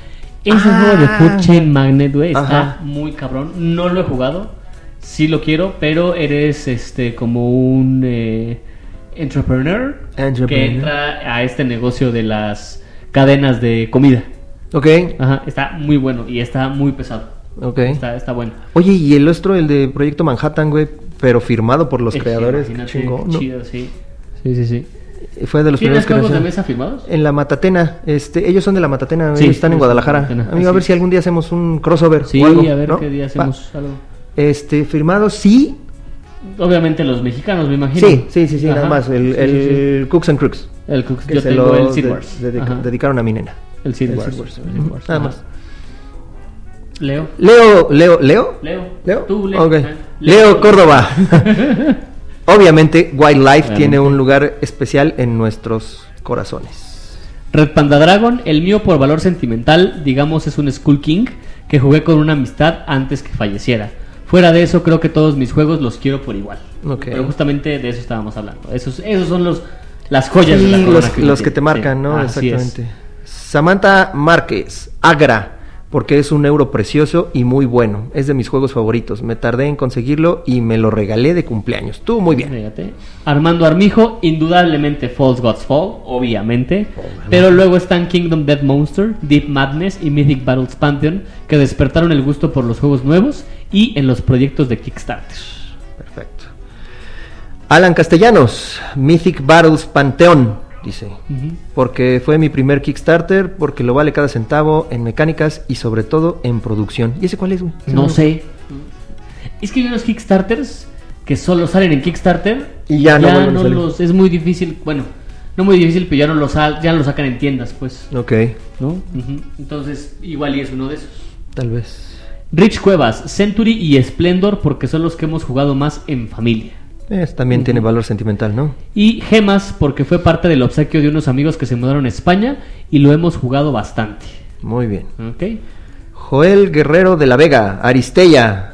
[SPEAKER 2] Ese juego de Food Chain Magnet, güey, está
[SPEAKER 1] Ajá.
[SPEAKER 2] muy cabrón. No lo he jugado, sí lo quiero, pero eres este como un eh, entrepreneur, que
[SPEAKER 1] Entrepreneur.
[SPEAKER 2] entra a este negocio de las cadenas de comida.
[SPEAKER 1] Ok,
[SPEAKER 2] Ajá, está muy bueno y está muy pesado.
[SPEAKER 1] ok.
[SPEAKER 2] Está, está bueno.
[SPEAKER 1] Oye, y el otro, el de Proyecto Manhattan, güey, pero firmado por los
[SPEAKER 2] Eh,
[SPEAKER 1] creadores. qué
[SPEAKER 2] imagínate,
[SPEAKER 1] chingón,
[SPEAKER 2] qué
[SPEAKER 1] ¿no?
[SPEAKER 2] chido, sí. Sí, sí, sí.
[SPEAKER 1] Fue de los primeros
[SPEAKER 2] ¿Tienes
[SPEAKER 1] que
[SPEAKER 2] juegos de
[SPEAKER 1] lanzaron.
[SPEAKER 2] mesa firmados?
[SPEAKER 1] En la Matatena, este, ellos son de la Matatena,
[SPEAKER 2] Sí,
[SPEAKER 1] ellos están en
[SPEAKER 2] ellos son de la
[SPEAKER 1] Guadalajara.
[SPEAKER 2] Matatena,
[SPEAKER 1] Amigo, a
[SPEAKER 2] así
[SPEAKER 1] ver
[SPEAKER 2] es.
[SPEAKER 1] si algún día hacemos un crossover.
[SPEAKER 2] Sí,
[SPEAKER 1] o algo,
[SPEAKER 2] a ver
[SPEAKER 1] ¿no?
[SPEAKER 2] qué día hacemos algo.
[SPEAKER 1] Va. Este, firmado, sí.
[SPEAKER 2] Obviamente los mexicanos, me imagino.
[SPEAKER 1] Sí, sí, sí, sí, nada
[SPEAKER 2] Ajá.
[SPEAKER 1] más. El,
[SPEAKER 2] Sí,
[SPEAKER 1] el
[SPEAKER 2] sí, sí.
[SPEAKER 1] Cooks and Crooks.
[SPEAKER 2] El Cooks-
[SPEAKER 1] que
[SPEAKER 2] yo
[SPEAKER 1] se
[SPEAKER 2] tengo
[SPEAKER 1] lo
[SPEAKER 2] el Seed
[SPEAKER 1] de-
[SPEAKER 2] Wars.
[SPEAKER 1] dedica-
[SPEAKER 2] Ajá.
[SPEAKER 1] dedicaron a mi nena.
[SPEAKER 2] El Seed
[SPEAKER 1] el
[SPEAKER 2] Wars.
[SPEAKER 1] Seed Wars,
[SPEAKER 2] el Seed
[SPEAKER 1] ujú,
[SPEAKER 2] Wars,
[SPEAKER 1] nada
[SPEAKER 2] ajá.
[SPEAKER 1] más.
[SPEAKER 2] Leo.
[SPEAKER 1] Leo, Leo, Leo.
[SPEAKER 2] Leo.
[SPEAKER 1] Leo.
[SPEAKER 2] Tú, Leo.
[SPEAKER 1] Ok.
[SPEAKER 2] Ajá.
[SPEAKER 1] Leo Córdoba.
[SPEAKER 2] (laughs)
[SPEAKER 1] Obviamente, Wildlife tiene
[SPEAKER 2] Obviamente.
[SPEAKER 1] un lugar especial en nuestros corazones.
[SPEAKER 2] Red Panda Dragon, el mío por valor sentimental, digamos es un Skull King que jugué con una amistad antes que falleciera. Fuera de eso, creo que todos mis juegos los quiero por igual.
[SPEAKER 1] Ok.
[SPEAKER 2] Pero justamente de eso estábamos hablando. Esos, esos son los las joyas
[SPEAKER 1] Sí,
[SPEAKER 2] de la corona
[SPEAKER 1] los,
[SPEAKER 2] uno
[SPEAKER 1] los que
[SPEAKER 2] tiene.
[SPEAKER 1] te marcan,
[SPEAKER 2] Sí.
[SPEAKER 1] ¿no?
[SPEAKER 2] Así es.
[SPEAKER 1] Exactamente. Samantha Márquez, Agra, porque es un euro precioso y muy bueno. Es de mis juegos favoritos. Me tardé en conseguirlo y me lo regalé de cumpleaños. Tú, muy bien.
[SPEAKER 2] Fíjate. Armando Armijo, indudablemente False Gods Fall, obviamente. Pero luego están Kingdom Dead Monster, Deep Madness y Mythic Battles Pantheon, que despertaron el gusto por los juegos nuevos y en los proyectos de Kickstarter.
[SPEAKER 1] Perfecto. Alan Castellanos, Mythic Battles Panteón, dice.
[SPEAKER 2] Ujú.
[SPEAKER 1] Porque fue mi primer Kickstarter, porque lo vale cada centavo en mecánicas y sobre todo en producción. ¿Y ese cuál es, güey? Ese
[SPEAKER 2] No sé. Es que hay unos Kickstarters que solo salen en Kickstarter
[SPEAKER 1] Y ya no vuelven a
[SPEAKER 2] no
[SPEAKER 1] salir.
[SPEAKER 2] los es muy difícil, bueno, no muy difícil, pero ya no los sal- ya no los sacan en tiendas, pues,
[SPEAKER 1] Ok,
[SPEAKER 2] ¿no? Ujú. Entonces, igual y es uno de esos.
[SPEAKER 1] tal vez.
[SPEAKER 2] Rich Cuevas, Century y Splendor porque son los que hemos jugado más en familia.
[SPEAKER 1] Eh, también tiene valor sentimental, ¿no?
[SPEAKER 2] Y Gemas porque fue parte del obsequio de unos amigos que se mudaron a España y lo hemos jugado bastante.
[SPEAKER 1] Muy bien.
[SPEAKER 2] ¿Ok?
[SPEAKER 1] Joel Guerrero de la Vega, Aristella,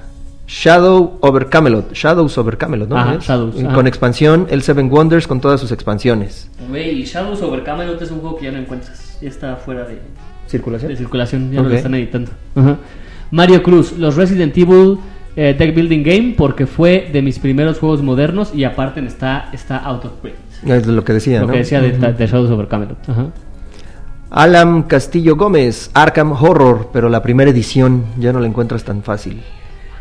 [SPEAKER 1] Shadow over Camelot, Shadows over Camelot, ¿no?
[SPEAKER 2] Ajá,
[SPEAKER 1] ¿Es?
[SPEAKER 2] Shadows,
[SPEAKER 1] Y
[SPEAKER 2] ajá.
[SPEAKER 1] Con expansión, el Seven Wonders con todas sus expansiones.
[SPEAKER 2] Güey, Shadows over Camelot es un juego que ya no encuentras. Ya está fuera de, de
[SPEAKER 1] ¿Circulación?
[SPEAKER 2] circulación, ya no
[SPEAKER 1] Ok.
[SPEAKER 2] lo están editando. Ajá. Mario Cruz, los Resident Evil eh, Deck Building Game porque fue de mis primeros juegos modernos y aparte está, está out of print.
[SPEAKER 1] Es lo que decía,
[SPEAKER 2] Lo
[SPEAKER 1] ¿no?
[SPEAKER 2] que decía de, de Shadows over Camelot. Ajá.
[SPEAKER 1] Alan Castillo Gómez, Arkham Horror, pero la primera edición ya no la encuentras tan fácil.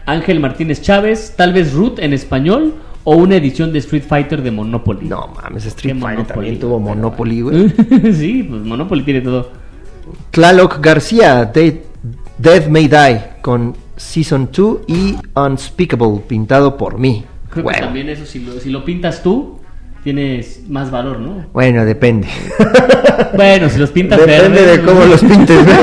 [SPEAKER 2] Ángel Martínez Chávez, tal vez Root en español o una edición de Street Fighter de Monopoly. (laughs)
[SPEAKER 1] No mames,
[SPEAKER 2] Qué
[SPEAKER 1] Street Fighter
[SPEAKER 2] Monopoly,
[SPEAKER 1] también tuvo
[SPEAKER 2] pero-
[SPEAKER 1] Monopoly, güey.
[SPEAKER 2] sí, pues Monopoly tiene todo.
[SPEAKER 1] Tlaloc García, de Death May Die, con Season 2 y Unspeakable, pintado por mí.
[SPEAKER 2] Creo
[SPEAKER 1] Huevo.
[SPEAKER 2] que también eso, si lo, si lo pintas tú, tienes más valor, ¿no?
[SPEAKER 1] Bueno, depende.
[SPEAKER 2] Bueno, si los pintas
[SPEAKER 1] Depende
[SPEAKER 2] verdes,
[SPEAKER 1] de cómo
[SPEAKER 2] ¿no?
[SPEAKER 1] los
[SPEAKER 2] (laughs)
[SPEAKER 1] pintes, güey.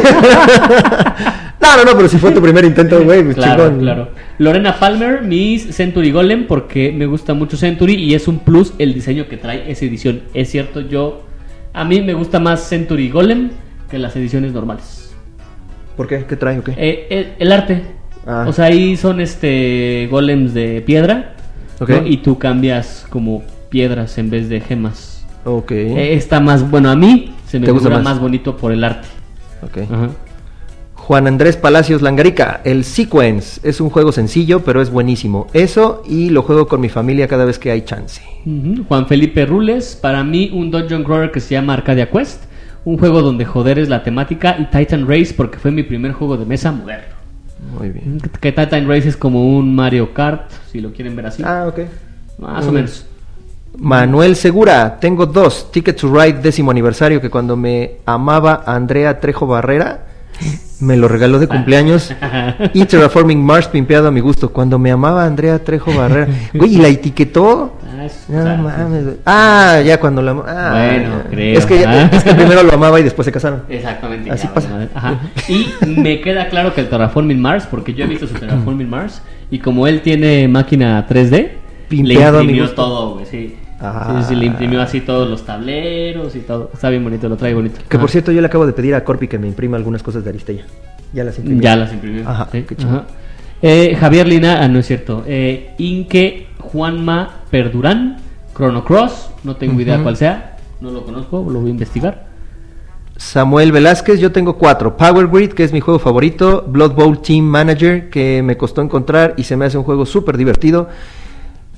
[SPEAKER 1] No, no, no, pero si fue tu primer intento, güey, pues
[SPEAKER 2] Claro,
[SPEAKER 1] chingón.
[SPEAKER 2] claro. Lorena Palmer, Miss Century Golem, porque me gusta mucho Century y es un plus el diseño que trae esa edición. Es cierto, yo. A mí me gusta más Century Golem que las ediciones normales.
[SPEAKER 1] ¿Por qué? ¿Qué trae o qué?
[SPEAKER 2] Eh, el, el arte.
[SPEAKER 1] Ah.
[SPEAKER 2] O sea, ahí son este golems de piedra.
[SPEAKER 1] Ok.
[SPEAKER 2] ¿no? Y tú cambias como piedras en vez de gemas.
[SPEAKER 1] Ok.
[SPEAKER 2] Eh, está más, bueno, a mí se me
[SPEAKER 1] ¿Te gusta
[SPEAKER 2] figura más?
[SPEAKER 1] más?
[SPEAKER 2] bonito por el arte.
[SPEAKER 1] ok.
[SPEAKER 2] Ajá.
[SPEAKER 1] Juan Andrés Palacios Langarica, el Sequence. Es un juego sencillo, pero es buenísimo. Eso y lo juego con mi familia cada vez que hay chance.
[SPEAKER 2] Ujú. Juan Felipe Rules, para mí un dungeon crawler que se llama Arcadia Quest. Un juego donde joder es la temática y Titan Race porque fue mi primer juego de mesa moderno.
[SPEAKER 1] Muy bien.
[SPEAKER 2] Que Titan Race es como un Mario Kart, si lo quieren ver así.
[SPEAKER 1] Ah, ok.
[SPEAKER 2] Más o menos.
[SPEAKER 1] Manuel Segura, tengo dos, Ticket to Ride décimo aniversario, que cuando me amaba Andrea Trejo Barrera, me lo regaló
[SPEAKER 2] Ah.
[SPEAKER 1] de
[SPEAKER 2] (laughs)
[SPEAKER 1] cumpleaños, y Terraforming Mars pimpeado a mi gusto, cuando me amaba Andrea Trejo Barrera, güey, y la etiquetó.
[SPEAKER 2] Ah, es-
[SPEAKER 1] No
[SPEAKER 2] o sea,
[SPEAKER 1] mames, güey. Ah, ya cuando la am- ah,
[SPEAKER 2] Bueno,
[SPEAKER 1] ya.
[SPEAKER 2] creo,
[SPEAKER 1] Es que, ya-
[SPEAKER 2] ah.
[SPEAKER 1] es que primero lo amaba y después se
[SPEAKER 2] (laughs)
[SPEAKER 1] casaron.
[SPEAKER 2] Exactamente.
[SPEAKER 1] Así
[SPEAKER 2] ya,
[SPEAKER 1] pasa.
[SPEAKER 2] vale, madre. Ajá. Y me queda claro que el Terraforming Mars, porque yo he visto su Terraforming Mars, y como él tiene máquina 3D,
[SPEAKER 1] Pimpeado a
[SPEAKER 2] le
[SPEAKER 1] mi
[SPEAKER 2] imprimió
[SPEAKER 1] gusto.
[SPEAKER 2] todo, güey, sí.
[SPEAKER 1] Ah.
[SPEAKER 2] Sí, sí, le imprimió así todos los tableros y todo. Está bien bonito, lo trae bonito.
[SPEAKER 1] Que por
[SPEAKER 2] Ajá.
[SPEAKER 1] cierto, yo le acabo de pedir a Corpi que me imprima algunas cosas de Aristella. Ya las imprimí.
[SPEAKER 2] Ya las imprimió.
[SPEAKER 1] Ajá,
[SPEAKER 2] sí,
[SPEAKER 1] qué chingón.
[SPEAKER 2] ajá. Eh, Javier Lina, ah, no es cierto. Eh, Inque Juanma Perdurán, Chrono Cross, no tengo idea
[SPEAKER 1] Ujú.
[SPEAKER 2] cuál sea, no lo conozco, lo voy a investigar.
[SPEAKER 1] Samuel Velázquez, yo tengo cuatro. Power Grid, que es mi juego favorito. Blood Bowl Team Manager, que me costó encontrar y se me hace un juego súper divertido.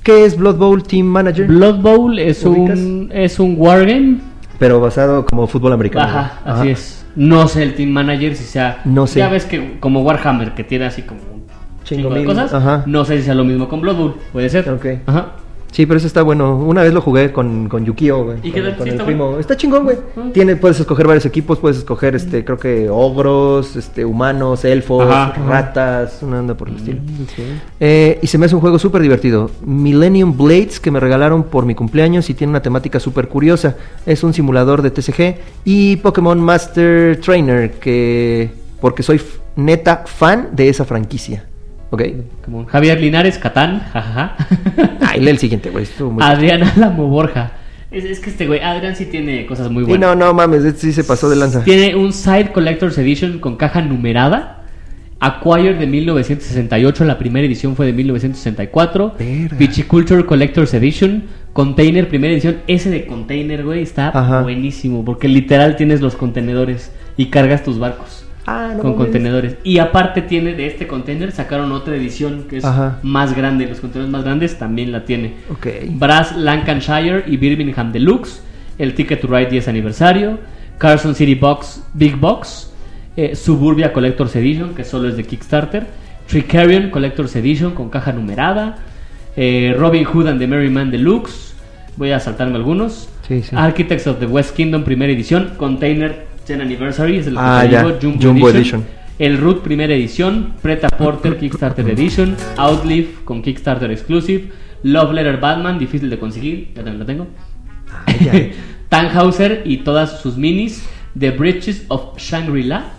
[SPEAKER 1] ¿Qué es Blood Bowl Team Manager?
[SPEAKER 2] Blood Bowl es
[SPEAKER 1] ¿Ubicas?
[SPEAKER 2] un, es un wargame.
[SPEAKER 1] Pero basado como fútbol americano.
[SPEAKER 2] Ajá,
[SPEAKER 1] Ajá.
[SPEAKER 2] así es. No sé el Team Manager si sea.
[SPEAKER 1] No sé.
[SPEAKER 2] Ya ves que como Warhammer, que tiene así como un
[SPEAKER 1] Chingo
[SPEAKER 2] chingo de
[SPEAKER 1] mil,
[SPEAKER 2] cosas.
[SPEAKER 1] ajá.
[SPEAKER 2] No sé si sea lo mismo con Blood Bowl. Puede ser.
[SPEAKER 1] Ok.
[SPEAKER 2] Ajá.
[SPEAKER 1] Sí, pero eso está bueno. Una vez lo jugué con, con Yukio, güey.
[SPEAKER 2] ¿Y qué
[SPEAKER 1] con,
[SPEAKER 2] tal?
[SPEAKER 1] con
[SPEAKER 2] Sí,
[SPEAKER 1] el
[SPEAKER 2] está
[SPEAKER 1] primo.
[SPEAKER 2] bueno. Ah.
[SPEAKER 1] Está chingón, güey.
[SPEAKER 2] Ujú.
[SPEAKER 1] Tiene, puedes escoger varios equipos, puedes escoger, este, creo que ogros, este, humanos, elfos,
[SPEAKER 2] Mm. Ajá, ajá. Mm,
[SPEAKER 1] ratas, una onda por el estilo. Eh, y se me hace un juego súper divertido. Millennium Blades, que me regalaron por mi cumpleaños y tiene una temática súper curiosa. Es un simulador de TCG. Y Pokémon Master Trainer, que. Porque soy f- neta fan de esa franquicia. ¿Ok?
[SPEAKER 2] Como un Javier Linares, Catán. Jajaja.
[SPEAKER 1] Ay, lee el siguiente, güey. estuvo muy-
[SPEAKER 2] (laughs) Adrián Álamo Borja. Es, es que este güey, Adrián sí tiene cosas muy
[SPEAKER 1] Sí,
[SPEAKER 2] buenas.
[SPEAKER 1] no, no mames, este sí se pasó de lanza.
[SPEAKER 2] Tiene un Side Collector's Edition con caja numerada. Acquired de 1968, la primera edición fue de 1964.
[SPEAKER 1] Verga.
[SPEAKER 2] Pichiculture Collector's Edition. Container, primera edición. Ese de container, güey, está
[SPEAKER 1] Ajá.
[SPEAKER 2] buenísimo. Porque literal tienes los contenedores y cargas tus barcos
[SPEAKER 1] Ah, no
[SPEAKER 2] con
[SPEAKER 1] mames.
[SPEAKER 2] contenedores. Y aparte tiene de este container, sacaron otra edición que es
[SPEAKER 1] Ajá.
[SPEAKER 2] más grande. Los contenedores más grandes también la tiene.
[SPEAKER 1] Ok.
[SPEAKER 2] Brass Lancashire y Birmingham Deluxe, el Ticket to Ride 10 aniversario, Carson City Box Big Box, eh, Suburbia Collector's Edition, que solo es de Kickstarter, Tricarion Collector's Edition con caja numerada, eh, Robin Hood and the Merry Man Deluxe, voy a saltarme algunos,
[SPEAKER 1] Sí, sí.
[SPEAKER 2] Architects of the West Kingdom primera edición, Container 10 Anniversary, es el que
[SPEAKER 1] Ah,
[SPEAKER 2] te
[SPEAKER 1] ya,
[SPEAKER 2] digo,
[SPEAKER 1] Jumbo Edition.
[SPEAKER 2] el Root primera edición, Preta Porter Kickstarter Edition, Outlive con Kickstarter Exclusive, Love Letter Batman, difícil de conseguir, ya también lo tengo,
[SPEAKER 1] Ah,
[SPEAKER 2] (laughs) Tannhauser y todas sus minis, The Bridges of Shangri-La,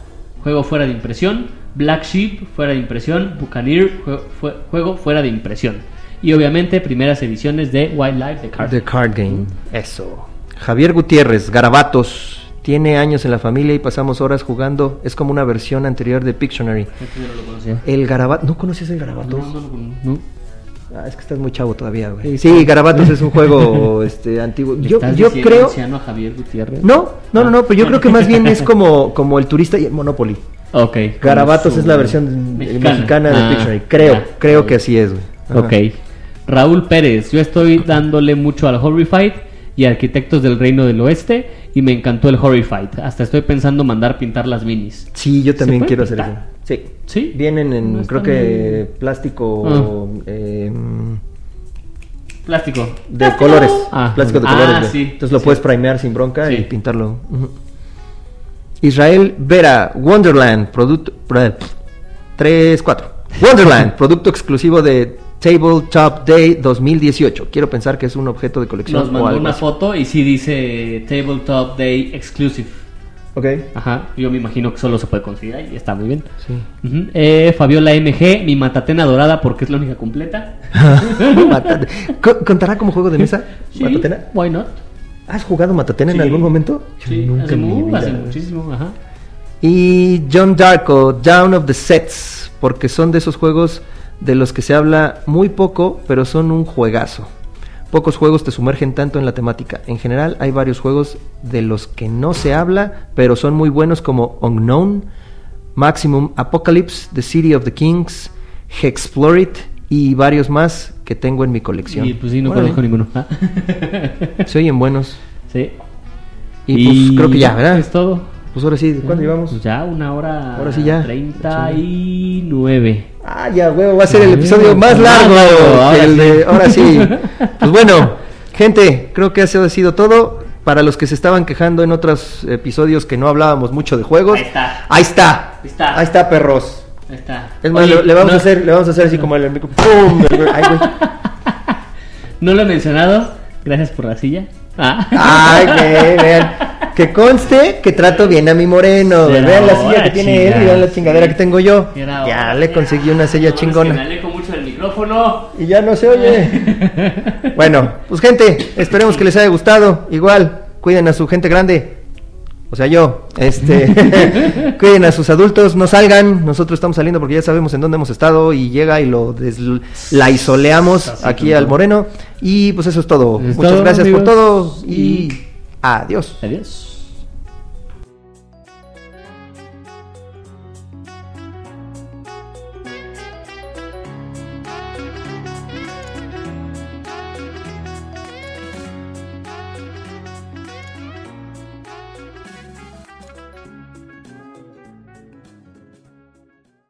[SPEAKER 2] juego fuera de impresión, Black Sheep, fuera de impresión, Buccaneer, jue- fue- juego fuera de impresión. Y obviamente primeras ediciones de Wildlife de Card.
[SPEAKER 1] The Card Game. Eso. Javier Gutiérrez, Garabatos. Tiene años en la familia y pasamos horas jugando. Es como una versión anterior de Pictionary.
[SPEAKER 2] Este yo no lo conocía.
[SPEAKER 1] El Garabato. ¿No conocías el Garabatos?
[SPEAKER 2] No, no lo con- no.
[SPEAKER 1] Ah, es que estás muy chavo todavía, güey. Sí, Garabatos
[SPEAKER 2] (laughs)
[SPEAKER 1] es un juego este, antiguo.
[SPEAKER 2] ¿Le
[SPEAKER 1] Yo,
[SPEAKER 2] estás
[SPEAKER 1] yo
[SPEAKER 2] diciendo
[SPEAKER 1] creo.
[SPEAKER 2] anciano Ah, a Javier Gutiérrez?
[SPEAKER 1] No, no, no, no, pero yo creo que más
[SPEAKER 2] (laughs)
[SPEAKER 1] bien es como, como el turista y el Monopoly.
[SPEAKER 2] Ok.
[SPEAKER 1] Garabatos
[SPEAKER 2] Su-
[SPEAKER 1] es la versión eh, mexicana, de
[SPEAKER 2] Ah,
[SPEAKER 1] Pictionary. Creo,
[SPEAKER 2] ya.
[SPEAKER 1] creo que así es, güey. Ajá.
[SPEAKER 2] Ok. Raúl Pérez, yo estoy dándole mucho al Horrified y Arquitectos del Reino del Oeste y me encantó el Horrified. Hasta estoy pensando mandar pintar las minis.
[SPEAKER 1] Sí, yo
[SPEAKER 2] ¿Se
[SPEAKER 1] también
[SPEAKER 2] puede
[SPEAKER 1] quiero hacer
[SPEAKER 2] pintar?
[SPEAKER 1] eso. Sí.
[SPEAKER 2] Sí.
[SPEAKER 1] Vienen en,
[SPEAKER 2] No Ah.
[SPEAKER 1] creo
[SPEAKER 2] están
[SPEAKER 1] que, plástico eh,
[SPEAKER 2] Plástico.
[SPEAKER 1] de colores.
[SPEAKER 2] Ah,
[SPEAKER 1] plástico de
[SPEAKER 2] ah,
[SPEAKER 1] colores. güey.
[SPEAKER 2] sí,
[SPEAKER 1] Entonces
[SPEAKER 2] sí,
[SPEAKER 1] lo
[SPEAKER 2] sí.
[SPEAKER 1] puedes primear sin bronca y
[SPEAKER 2] Sí.
[SPEAKER 1] pintarlo. Ujú. Israel Vera, Wonderland, producto... 3, 4.
[SPEAKER 2] (laughs)
[SPEAKER 1] Wonderland, producto exclusivo de Tabletop Day 2018. Quiero pensar que es un objeto de colección
[SPEAKER 2] Nos
[SPEAKER 1] o
[SPEAKER 2] mandó
[SPEAKER 1] algo
[SPEAKER 2] una
[SPEAKER 1] así.
[SPEAKER 2] foto y sí dice Tabletop Day Exclusive.
[SPEAKER 1] Ok.
[SPEAKER 2] Ajá, yo me imagino que solo se puede conseguir ahí, está muy bien.
[SPEAKER 1] (laughs) Sí.
[SPEAKER 2] Ujú. Eh, Fabiola MG, mi matatena dorada porque es la única
[SPEAKER 1] (laughs)
[SPEAKER 2] completa. (laughs)
[SPEAKER 1] Matat- ¿Co- ¿Contará como juego de mesa?
[SPEAKER 2] Sí,
[SPEAKER 1] ¿Matatena?
[SPEAKER 2] Why not?
[SPEAKER 1] ¿Has jugado Matatena en
[SPEAKER 2] Sí.
[SPEAKER 1] algún momento?
[SPEAKER 2] Sí,
[SPEAKER 1] Yo nunca
[SPEAKER 2] hace,
[SPEAKER 1] en mi
[SPEAKER 2] mu-
[SPEAKER 1] vida,
[SPEAKER 2] hace
[SPEAKER 1] güey.
[SPEAKER 2] muchísimo, ajá.
[SPEAKER 1] Y John Darko, Down of the Sets, porque son de esos juegos de los que se habla muy poco, pero son un juegazo. Pocos juegos te sumergen tanto en la temática. En general hay varios juegos de los que no se habla, pero son muy buenos como Unknown, Maximum Apocalypse, The City of the Kings, Hexplorit y varios más que tengo en mi colección.
[SPEAKER 2] Y pues sí, no
[SPEAKER 1] Órale.
[SPEAKER 2] conozco ninguno. (laughs) Ah.
[SPEAKER 1] Se oyen buenos.
[SPEAKER 2] sí.
[SPEAKER 1] Y, pues creo que ya, ¿verdad?
[SPEAKER 2] Es todo.
[SPEAKER 1] Pues ahora sí, ¿cuándo llevamos?
[SPEAKER 2] Pues ya, una hora.
[SPEAKER 1] Ahora sí ya.
[SPEAKER 2] 39.
[SPEAKER 1] Ah, ya, huevo, va a ser el
[SPEAKER 2] Ah,
[SPEAKER 1] episodio más
[SPEAKER 2] más
[SPEAKER 1] largo.
[SPEAKER 2] largo,
[SPEAKER 1] que
[SPEAKER 2] ahora
[SPEAKER 1] el de- Ahora sí. Pues bueno, Gente, creo que eso ha sido todo. Para los que se estaban quejando en otros episodios que no hablábamos mucho de juegos.
[SPEAKER 2] Ahí está.
[SPEAKER 1] Ahí está.
[SPEAKER 2] Ahí está.
[SPEAKER 1] Ahí está, perros.
[SPEAKER 2] Ahí está.
[SPEAKER 1] Es más,
[SPEAKER 2] Oye,
[SPEAKER 1] le, le vamos a
[SPEAKER 2] no-
[SPEAKER 1] hacer, le vamos a hacer así como el micro. ¡Pum! Ay, güey.
[SPEAKER 2] No lo he mencionado. Gracias por la silla. Ah.
[SPEAKER 1] Ay, güey,
[SPEAKER 2] (laughs)
[SPEAKER 1] vean. Que conste que trato bien a mi moreno. güey.
[SPEAKER 2] Pero
[SPEAKER 1] Vean la silla que
[SPEAKER 2] ahora,
[SPEAKER 1] tiene él y
[SPEAKER 2] chinga,
[SPEAKER 1] vean la chingadera
[SPEAKER 2] sí.
[SPEAKER 1] que tengo yo.
[SPEAKER 2] Era
[SPEAKER 1] Ya
[SPEAKER 2] hora.
[SPEAKER 1] le conseguí una silla
[SPEAKER 2] No, Es que
[SPEAKER 1] chingona.
[SPEAKER 2] me alejo mucho del micrófono.
[SPEAKER 1] Y ya no se
[SPEAKER 2] (laughs)
[SPEAKER 1] oye. Bueno, pues gente, esperemos que les haya gustado. Igual, cuiden a su gente grande. O sea, yo, este, (laughs) cuiden a sus adultos, no salgan. Nosotros estamos saliendo porque ya sabemos en dónde hemos estado y llega y lo des- la isoleamos
[SPEAKER 2] Así
[SPEAKER 1] aquí
[SPEAKER 2] como.
[SPEAKER 1] al Moreno. Y pues eso es todo.
[SPEAKER 2] Es
[SPEAKER 1] Muchas
[SPEAKER 2] todo,
[SPEAKER 1] gracias por
[SPEAKER 2] amigos.
[SPEAKER 1] todo y
[SPEAKER 2] Y-
[SPEAKER 1] adiós.
[SPEAKER 2] Adiós.